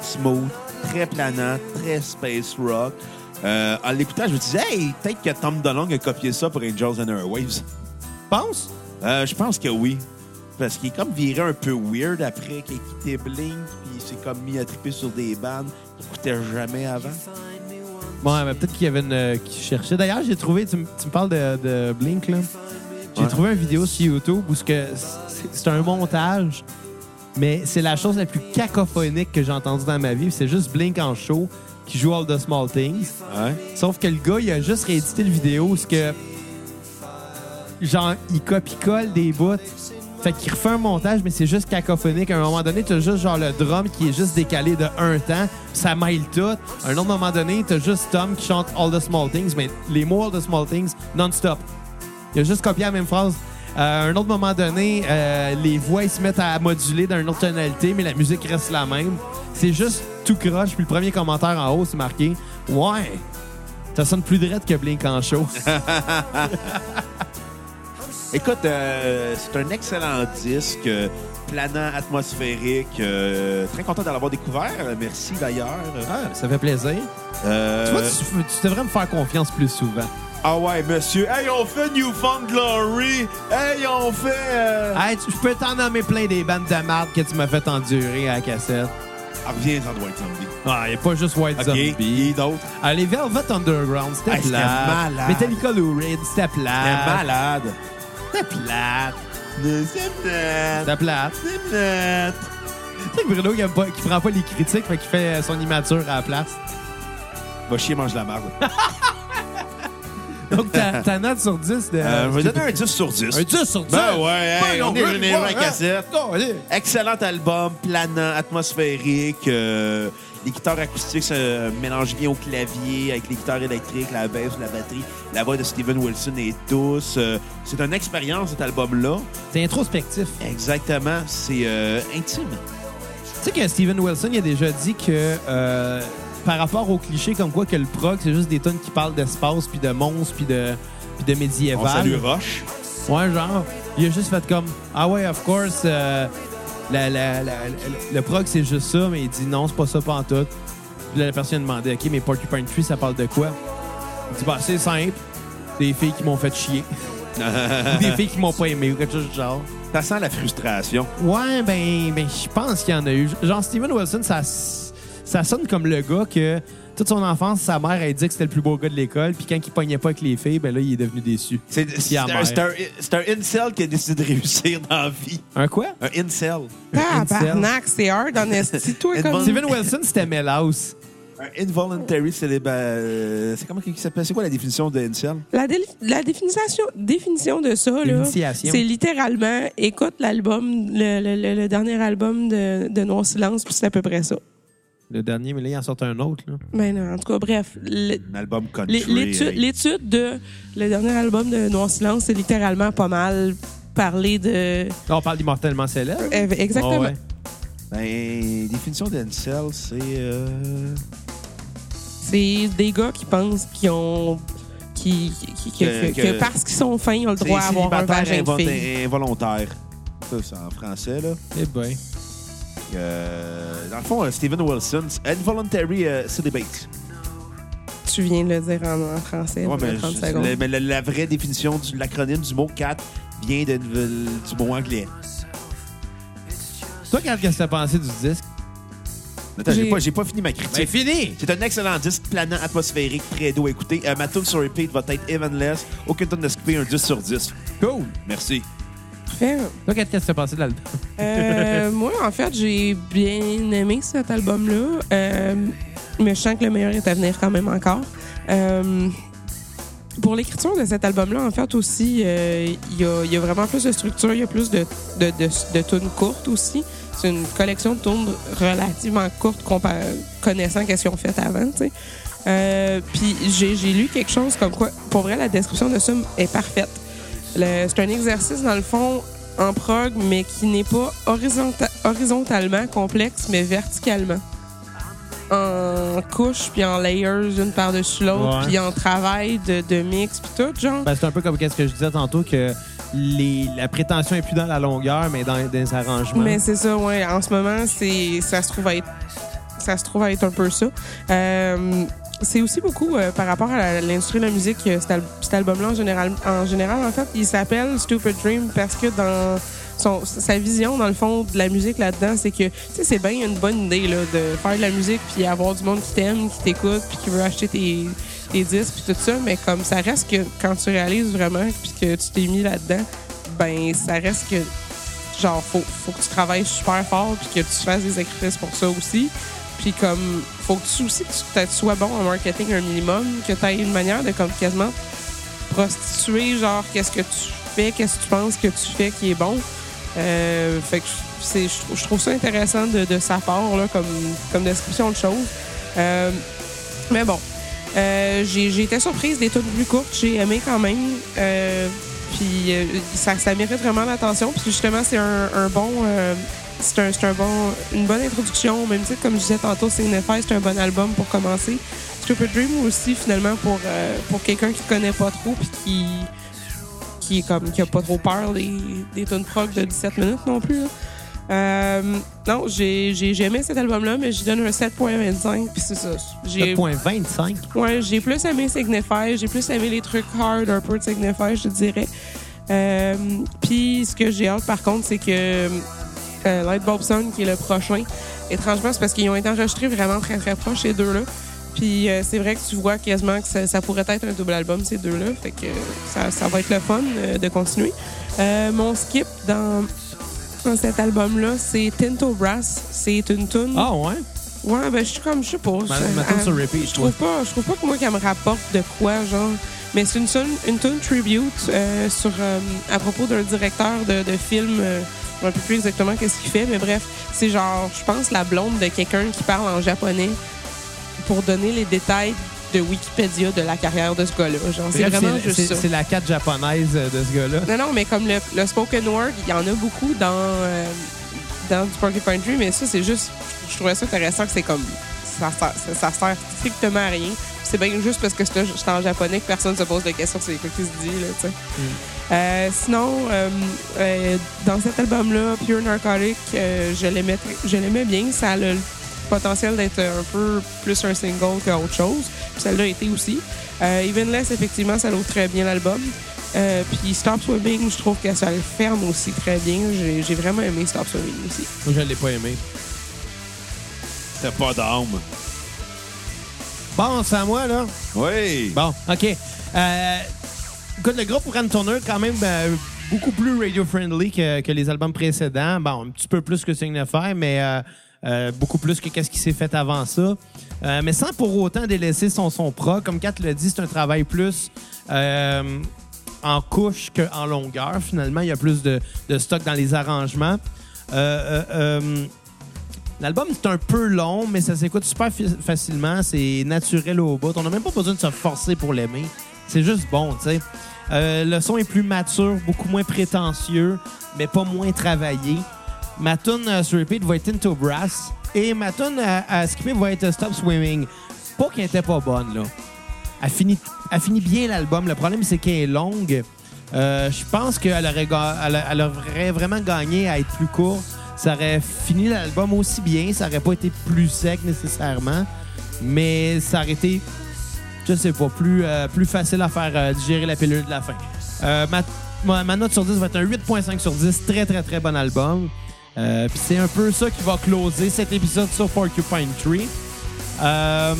Speaker 2: smooth, très planant, très space rock. Euh, en l'écoutant, je me disais, hey, peut-être que Tom DeLonge a copié ça pour Angels and Airwaves.
Speaker 1: Pense?
Speaker 2: Euh, je pense que oui. Parce qu'il est comme viré un peu weird après qu'il ait quitté Blink, puis il s'est comme mis à triper sur des bandes qu'il écoutait jamais avant.
Speaker 1: Bon, mais peut-être qu'il y avait une euh, qui cherchait. D'ailleurs, j'ai trouvé, tu, me- tu me parles de, de Blink, là. J'ai
Speaker 2: Ouais.
Speaker 1: trouvé une vidéo sur YouTube où ce que c'est c'est un montage, mais c'est la chose la plus cacophonique que j'ai entendue dans ma vie. C'est juste Blink en show qui joue All the Small Things.
Speaker 2: Ouais.
Speaker 1: Sauf que le gars, il a juste réédité le vidéo, ce que genre, il copie-colle des bouts. Fait qu'il refait un montage, mais c'est juste cacophonique. À un moment donné, t'as juste genre le drum qui est juste décalé de un temps. Ça mêle tout. À un autre moment donné, t'as juste Tom qui chante All the Small Things, mais les mots All the Small Things non-stop. Il a juste copié la même phrase. Euh, à un autre moment donné, euh, les voix ils se mettent à moduler dans une autre tonalité, mais la musique reste la même. C'est juste tout croche. Puis le premier commentaire en haut, c'est marqué Ouais, ça sonne plus drette que Blink en show.
Speaker 2: Écoute, euh, c'est un excellent disque, euh, planant, atmosphérique. euh, très content de l'avoir découvert. Euh, Merci d'ailleurs.
Speaker 1: Ah, ça fait plaisir.
Speaker 2: Euh,
Speaker 1: Tu vois, tu, tu devrais me faire confiance plus souvent.
Speaker 2: Ah ouais, monsieur. Hey, on fait Newfound Glory. Hey, on fait. euh,
Speaker 1: Hey, tu- je peux t'en nommer plein des bandes de marde que tu m'as fait endurer à la cassette.
Speaker 2: Ah, reviens en Dwight Zombie.
Speaker 1: Ah, y a pas juste White
Speaker 2: Ok,
Speaker 1: Zombie.
Speaker 2: et d'autres.
Speaker 1: Ah, les Velvet Underground, c'était
Speaker 2: Ah, c'était
Speaker 1: plat.
Speaker 2: malade.
Speaker 1: Metallica Lou Reed, c'était
Speaker 2: T'es
Speaker 1: plat.
Speaker 2: malade.
Speaker 1: C'était plat.
Speaker 2: C'est plate.
Speaker 1: C'était plat.
Speaker 2: C'est plate.
Speaker 1: Tu sais que Bruno, il aime pas- qui prend pas les critiques, fait qu'il fait son immature à la place.
Speaker 2: Va chier, mange de la merde.
Speaker 1: Donc, ta, ta note sur 10 de.
Speaker 2: Euh, je vais donner un 10 sur 10.
Speaker 1: Un 10 sur 10.
Speaker 2: Ben ouais, hey,
Speaker 1: Ben,
Speaker 2: on est
Speaker 1: veut
Speaker 2: généreux
Speaker 1: voir,
Speaker 2: à
Speaker 1: hein.
Speaker 2: cassette.
Speaker 1: Oh, allez.
Speaker 2: Excellent album, planant, atmosphérique. euh, les guitares acoustiques se mélangent bien au clavier avec les guitares électriques, la basse, la batterie. La voix de Steven Wilson est douce. euh, c'est une expérience, cet album-là.
Speaker 1: C'est introspectif.
Speaker 2: Exactement. C'est euh, intime.
Speaker 1: Tu sais que Steven Wilson il a déjà dit que euh, par rapport au cliché comme quoi que le prog, c'est juste des tonnes qui parlent d'espace, puis de monstres, puis de, puis de médiéval.
Speaker 2: On salue Roche.
Speaker 1: Ouais, genre, il a juste fait comme Ah ouais, of course, euh, la- la- la- la- le prog, c'est juste ça, mais il dit non, c'est pas ça, pas en tout. Puis là, la personne a demandé Ok, mais Porcupine Tree, ça parle de quoi Il dit Bah, c'est simple, des filles qui m'ont fait chier, ou des filles qui m'ont pas aimé, ou quelque chose du genre.
Speaker 2: Ça sent la frustration.
Speaker 1: Ouais, ben, ben je pense qu'il y en a eu. Genre, Steven Wilson, ça, s- ça sonne comme le gars que toute son enfance, sa mère, elle dit que c'était le plus beau gars de l'école, puis quand il pognait pas avec les filles, ben là, il est devenu déçu.
Speaker 2: C'est c'est un,
Speaker 1: amère.
Speaker 2: c'est un- c'est un incel qui a décidé de réussir dans la vie.
Speaker 1: Un quoi
Speaker 2: Un incel.
Speaker 3: Tabarnak, c'est hard, en esti. Toi,
Speaker 2: Une
Speaker 3: comme...
Speaker 2: bonne-
Speaker 1: Steven Wilson, c'était Melhouse.
Speaker 2: Un involuntary célibat. euh, C'est comment qu'il s'appelle? C'est quoi la définition de incel?
Speaker 3: La, dé- la définition, définition de ça, là,
Speaker 1: L'initiation.
Speaker 3: c'est littéralement écoute l'album, le, le- le- le dernier album de, de Noir Silence, puis c'est à peu près ça.
Speaker 1: Le dernier, mais là, il en sort un autre. Là.
Speaker 3: Mais non, en tout cas, bref, le-
Speaker 2: Un album country. euh,
Speaker 3: l'é- l'étude
Speaker 2: hey.
Speaker 3: l'étude de le dernier album de Noir Silence, c'est littéralement pas mal parler de.
Speaker 1: Là, on parle d'immortellement célèbre.
Speaker 3: Euh, Exactement.
Speaker 1: Ah ouais.
Speaker 2: Ben, définition d'Ancel, c'est. euh,
Speaker 3: C'est des gars qui pensent qu'ils ont. Qui, qui- qui-
Speaker 2: Que-
Speaker 3: que,
Speaker 2: que-
Speaker 3: que parce qu'ils sont fins, ils ont le droit à
Speaker 2: c'est
Speaker 3: avoir un vagin
Speaker 2: célibataire
Speaker 3: de
Speaker 2: invol-
Speaker 3: fille.
Speaker 2: involontaire. Ça, c'est en français, là.
Speaker 1: Eh ben.
Speaker 2: Euh, dans le fond, euh, Steven Wilson, c'est involuntary euh, celibate.
Speaker 3: Tu viens de le dire en, en français.
Speaker 2: Ouais,
Speaker 3: en
Speaker 2: mais,
Speaker 3: 30
Speaker 2: je-
Speaker 3: secondes.
Speaker 2: la, mais la- la vraie définition, du- l'acronyme du mot cat vient de- du mot anglais.
Speaker 1: Toi, Kat, qu'est-ce que t'as pensé du disque?
Speaker 2: Attends, j'ai
Speaker 3: J'ai-
Speaker 2: pas, j'ai pas Ben, fini ma critique.
Speaker 1: fini!
Speaker 2: C'est un excellent disque planant atmosphérique, très doux à écouter. Euh, ma tune sur repeat va être Evanless. Aucune tune de skipper, un 10 sur 10.
Speaker 1: Cool!
Speaker 2: Merci.
Speaker 3: Parfait.
Speaker 1: Toi, Kat, qu'est-ce que t'as pensé de l'album?
Speaker 3: Euh, moi, en fait, j'ai bien aimé cet album-là, euh, mais je sens que le meilleur est à venir quand même encore. Euh, pour l'écriture de cet album-là, en fait, aussi, euh, il y a- il y, a vraiment plus de structure, il y a plus de, de, de, de tunes courtes aussi. C'est une collection de tunes relativement courtes, compa- connaissant qu'est-ce qu'ils ont fait avant, tu sais. Euh, Puis j'ai j'ai lu quelque chose comme quoi, pour vrai, la description de ça est parfaite. Le- C'est un exercice, dans le fond, en prog, mais qui n'est pas horizonta- horizontalement complexe, mais verticalement. En couches, puis en layers, une par-dessus l'autre,
Speaker 1: Ouais.
Speaker 3: puis en travail de, de mix, puis tout, genre.
Speaker 1: Ben, c'est un peu comme qu'est-ce que je disais tantôt, que les- la prétention est plus dans la longueur, mais dans, dans les arrangements.
Speaker 3: Mais c'est ça, ouais. En ce moment, c'est ça se trouve à être ça se trouve à être un peu ça. Euh, c'est aussi beaucoup euh, par rapport à la- l'industrie de la musique. euh, Cet, al- cet album-là, en général, en général, en fait, il s'appelle Stupid Dream parce que dans son, sa vision, dans le fond, de la musique là-dedans, c'est que, tu sais, c'est bien une bonne idée là, de faire de la musique puis avoir du monde qui t'aime, qui t'écoute, puis qui veut acheter tes, tes disques, puis tout ça. Mais comme ça reste que quand tu réalises vraiment puis que tu t'es mis là-dedans, ben ça reste que genre faut, faut que tu travailles super fort puis que tu fasses des sacrifices pour ça aussi. Puis comme faut que tu aussi que tu t'as- tu sois bon en marketing un minimum, que tu aies une manière de comme quasiment prostituer genre qu'est-ce que tu fais, qu'est-ce que tu penses que tu fais qui est bon. Euh, fait que c'est, je, trou- je trouve ça intéressant de, de sa part là, comme, comme description de choses. Euh, mais bon, euh, j'ai, j'ai été surprise des tunes plus courtes. J'ai aimé quand même. Euh, puis euh, ça, ça mérite vraiment l'attention. Puis justement, c'est un, un bon. euh, c'est un, c'est un bon, une bonne introduction. Au Même titre, comme je disais tantôt, Signify, c'est un bon album pour commencer. Stupid Dream aussi, finalement, pour, euh, pour quelqu'un qui connaît pas trop puis qui, qui est comme qui a pas trop peur des, des tunes prog de 17 minutes non plus. là. Euh, non, j'ai j'ai- j'ai aimé cet album-là, mais je donne un 7.25. Puis c'est ça. J'ai
Speaker 1: 7.25.
Speaker 3: Ouais, j'ai plus aimé Signify, j'ai plus aimé les trucs hard un peu de Signify, je te dirais. Euh, Puis ce que j'ai hâte par contre, c'est que euh, Light Bulb Sun, qui est le prochain, étrangement, c'est parce qu'ils ont été enregistrés vraiment très très proches, ces deux-là. Puis euh, c'est vrai que tu vois quasiment que ça, ça pourrait être un double album, ces deux-là. Fait que euh, ça, ça va être le fun euh, de continuer. Euh, mon skip dans, dans cet album-là, c'est Tinto Brass. C'est une tune.
Speaker 1: Ah, ouais?
Speaker 3: Ouais, ben je suis comme, je sais pas.
Speaker 1: Ma,
Speaker 3: je-
Speaker 1: ma tune
Speaker 3: à-
Speaker 1: sur repeat,
Speaker 3: je trouve pas, je trouve pas que moi qu'elle me rapporte de quoi, genre. Mais c'est une tune, une tune tribute euh, sur euh, à propos d'un directeur de, de film. euh, je ne sais plus exactement qu'est-ce qu'il fait, mais bref, c'est genre, je pense la blonde de quelqu'un qui parle en japonais pour donner les détails de Wikipédia de la carrière de ce gars-là. Genre, c'est
Speaker 1: Bref,
Speaker 3: vraiment
Speaker 1: c'est-
Speaker 3: juste
Speaker 1: c'est-
Speaker 3: ça.
Speaker 1: C'est la 4 japonaise euh, de ce gars-là.
Speaker 3: Non, non, mais comme le, le spoken word, il y en a beaucoup dans, euh, dans du Porcupine Tree, mais ça, c'est juste, je trouvais ça intéressant que c'est comme, ça, sert- ça, ça sert strictement à rien. C'est bien juste parce que c'est c'est en japonais que personne se pose de questions sur les quoi qui se dit, là, tu sais. Euh, sinon, euh, euh, dans cet album-là, Pure Narcotic, euh, je l'aimais tr- je l'aimais bien. Ça a le potentiel d'être un peu plus un single qu'autre chose. Puis ça l'a été aussi. Euh, Even Less, effectivement, ça l'ouvre très bien l'album. Euh, puis Stop Swimming, je trouve que ça le ferme aussi très bien. J'ai j'ai vraiment aimé Stop Swimming aussi.
Speaker 1: Moi, je l'ai pas aimé.
Speaker 2: T'as pas d'âme.
Speaker 1: Bon, c'est à moi, là.
Speaker 2: Oui.
Speaker 1: Bon, OK. Euh, écoute, le groupe prend Turner, quand même euh, beaucoup plus radio-friendly que, que les albums précédents. Bon, un petit peu plus que Signify, mais euh, euh, beaucoup plus que qu'est-ce qui s'est fait avant ça. Euh, mais sans pour autant délaisser son son pro. Comme Kat le dit, c'est un travail plus... euh, en couche qu'en longueur, finalement. Il y a plus de, de stock dans les arrangements. Euh, euh, euh, L'album, c'est un peu long, mais ça s'écoute super fi- facilement. C'est naturel au bout. On n'a même pas besoin de se forcer pour l'aimer. C'est juste bon, tu sais. Euh, le son est plus mature, beaucoup moins prétentieux, mais pas moins travaillé. Ma tune euh, sur repeat va être Into Brass et ma tune euh, à, à skipper va être Stop Swimming. Pas qu'elle était pas bonne, là. Elle finit, elle finit bien l'album. Le problème, c'est qu'elle est longue. Euh, je pense qu'elle aurait, ga- elle, elle aurait vraiment gagné à être plus courte. Ça aurait fini l'album aussi bien. Ça aurait pas été plus sec nécessairement. Mais ça aurait été, je sais pas, plus, euh, plus facile à faire euh, digérer la pilule de la fin. Euh, ma, ma- ma note sur 10 va être un 8.5 sur 10. Très, très, très bon album. Euh, Puis c'est un peu ça qui va closer cet épisode sur Porcupine Tree. Euh,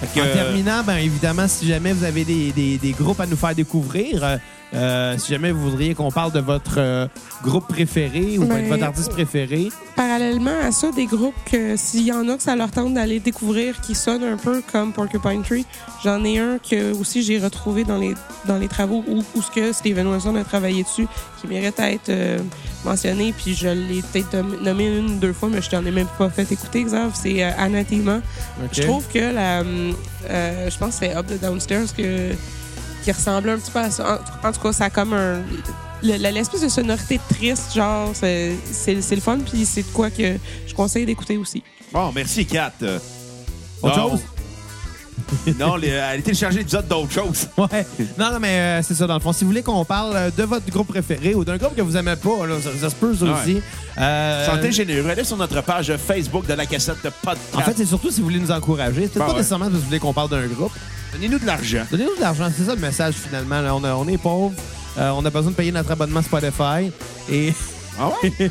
Speaker 2: Fait que,
Speaker 1: en terminant, ben, évidemment, si jamais vous avez des, des- des groupes à nous faire découvrir, euh, euh, si jamais vous voudriez qu'on parle de votre euh, groupe préféré ou ben, de
Speaker 3: Ben,
Speaker 1: votre artiste préféré,
Speaker 3: Parallèlement à ça, des groupes que s'il y en a que ça leur tente d'aller découvrir qui sonnent un peu comme Porcupine Tree, j'en ai un que aussi j'ai retrouvé dans les dans les travaux où, où ce que Steven Wilson a travaillé dessus, qui mérite à être euh, mentionné. Puis je l'ai peut-être dom- nommé une ou deux fois, mais je t'en ai même pas fait écouter, Xav. C'est euh, Anathema. Je trouve que la. hum, euh, je pense que c'est Up the Downstairs que, qui ressemble un petit peu à ça. En, en tout cas, ça a comme un. le- la- L'espèce de sonorité triste, genre, c'est c'est- c'est le fun, puis c'est de quoi que je conseille d'écouter aussi.
Speaker 2: Bon, merci, Kat. Euh,
Speaker 1: Autre
Speaker 2: non.
Speaker 1: chose?
Speaker 2: non, les- euh, allez télécharger l'épisode d'autres choses.
Speaker 1: Ouais. Non, non, mais euh, c'est ça, dans le fond. Si vous voulez qu'on parle euh, de votre groupe préféré ou d'un groupe que vous aimez pas, là, ça, ça se peut ça
Speaker 2: Ah Ouais.
Speaker 1: aussi. Euh,
Speaker 2: Santé généreux. Allez sur notre page Facebook de la cassette de podcast.
Speaker 1: en fait, c'est surtout si vous voulez nous encourager. C'est
Speaker 2: Ben
Speaker 1: pas
Speaker 2: ouais.
Speaker 1: nécessairement parce que vous voulez qu'on parle d'un groupe.
Speaker 2: donnez-nous de l'argent.
Speaker 1: Donnez-nous de l'argent, c'est ça le message finalement. là. On, a- on est pauvres, euh, on a besoin de payer notre abonnement Spotify et.
Speaker 2: Ah ouais?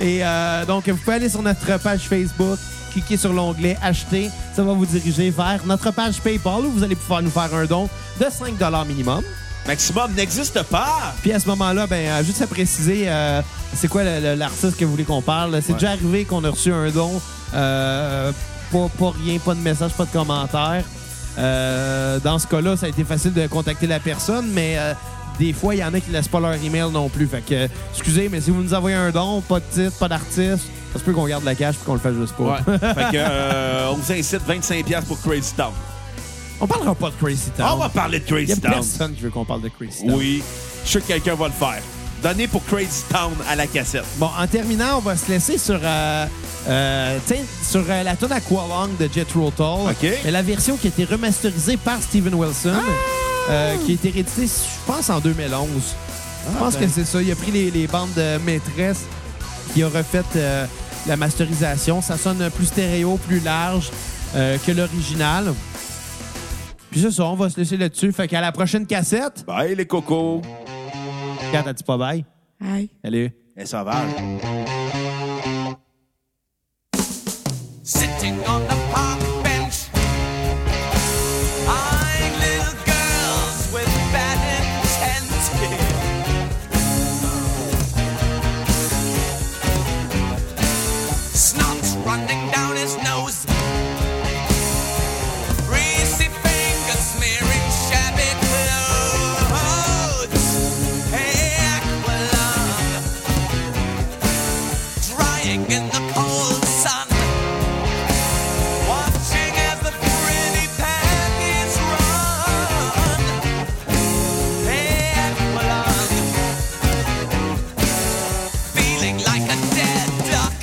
Speaker 1: Et euh, donc, vous pouvez aller sur notre page Facebook, cliquer sur l'onglet Acheter. Ça va vous diriger vers notre page PayPal où vous allez pouvoir nous faire un don de 5 minimum.
Speaker 2: Maximum n'existe pas.
Speaker 1: Puis à ce moment-là, ben, euh, juste à préciser, euh, c'est quoi le- le- l'artiste que vous voulez qu'on parle? C'est
Speaker 2: Ouais.
Speaker 1: déjà arrivé qu'on a reçu un don. euh, pas, pas rien, pas de message, pas de commentaire. Euh, dans ce cas-là, ça a été facile de contacter la personne, mais euh, des fois, il y en a qui laissent pas leur email non plus. Fait que, euh, excusez, mais si vous nous envoyez un don, pas de titre, pas d'artiste, ça se peut qu'on garde la cash et qu'on le fasse juste pour.
Speaker 2: Ouais. fait que, euh, on vous incite 25$ pour Crazy Town.
Speaker 1: On parlera pas de Crazy Town.
Speaker 2: On va parler de
Speaker 1: Il y a
Speaker 2: Crazy Town.
Speaker 1: personne qui veut qu'on parle de Crazy Town.
Speaker 2: Oui. Je suis sûr que quelqu'un va le faire. Donnez pour Crazy Town à la cassette.
Speaker 1: Bon, en terminant, on va se laisser sur, euh, euh, tiens, sur euh, la tonne Aqualung de Jet Tull.
Speaker 2: OK.
Speaker 1: Mais la version qui a été remasterisée par Steven Wilson,
Speaker 2: Ah!
Speaker 1: euh, qui a été rééditée, je pense, en 2011. je pense
Speaker 2: ben.
Speaker 1: que c'est ça. Il a pris les, les bandes de maîtresse, il a refait euh, la masterisation. Ça sonne plus stéréo, plus large euh, que l'original. Puis c'est ça, on va se laisser là-dessus. Fait qu'à la prochaine cassette,
Speaker 2: Bye les cocos.
Speaker 1: quand t'as dit pas bye,
Speaker 3: Aïe.
Speaker 1: allez.
Speaker 2: Et sauvage.
Speaker 4: sitting on the park bench. Eyeing little girls with bad intent. Snot running down his nose. Greasy fingers smearing shabby clothes. Hey, Aqualung. Drying in the cold sun. Watching as the pretty packets run, head feeling like a dead duck,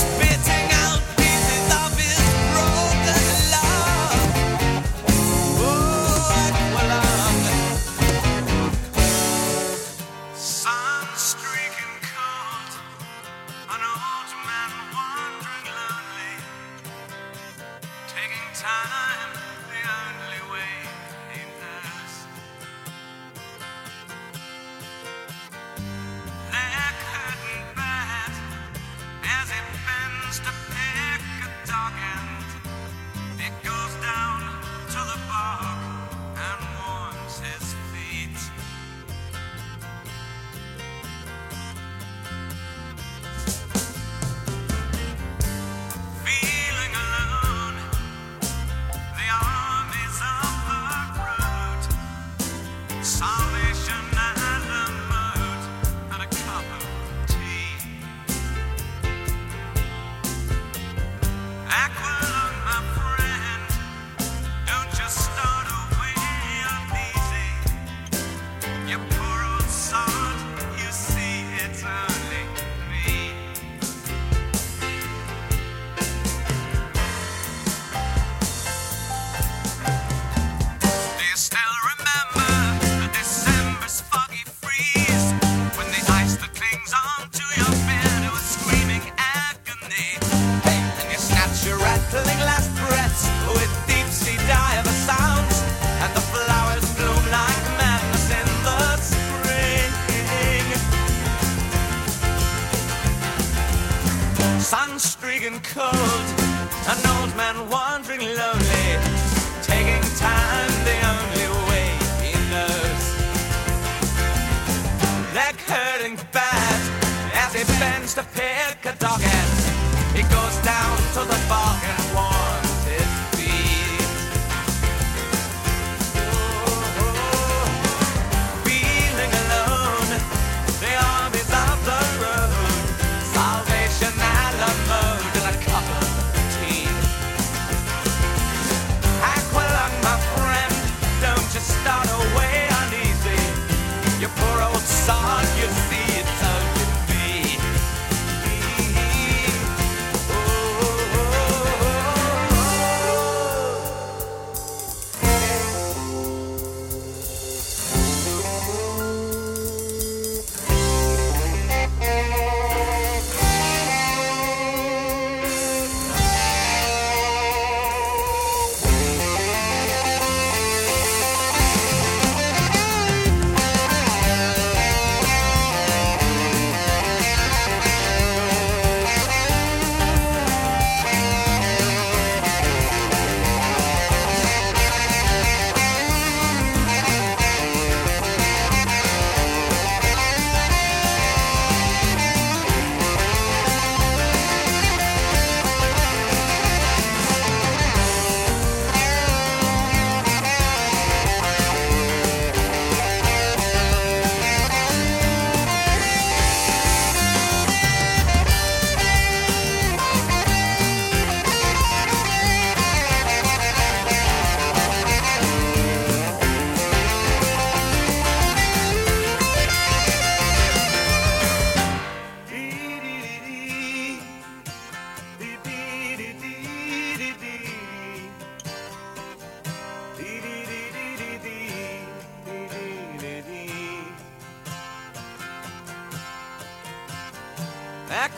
Speaker 4: spitting out pieces of his broken love. Oh, sun streaking cold, an old man wandering lonely taking time the only way he knows. They're curtain bad as he bends to pick a dog end. It goes down to the bog and warms his feet. Feeling alone. The armies of the road, salvation and a moat and a cup of tea. Aqualung, my friend, don't you start away uneasy. Your poor old sod, you see it's only me. Do you still remember the December's foggy freeze when the ice that clings onto your beard was screaming agony? And you snatch your rattling last breaths with deep sea diver sounds, and the flowers bloom like madness in the spring. sun streaking cold, an old man wandering lonely, taking time the only way he knows. Leg hurting bad as he bends to pick a dog at. He goes down to the bog and warms his feet. Oh, oh, oh feeling alone. The armies of the road, salvation and a mode and a cup of tea. Aqualung, my friend, don't you start away uneasy. Your poor old sod, you see it's out to be. Oh, oh, oh.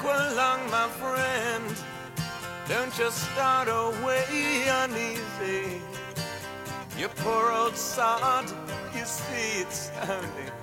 Speaker 4: along, my friend. Don't just start away uneasy. You poor old sod, you see it's only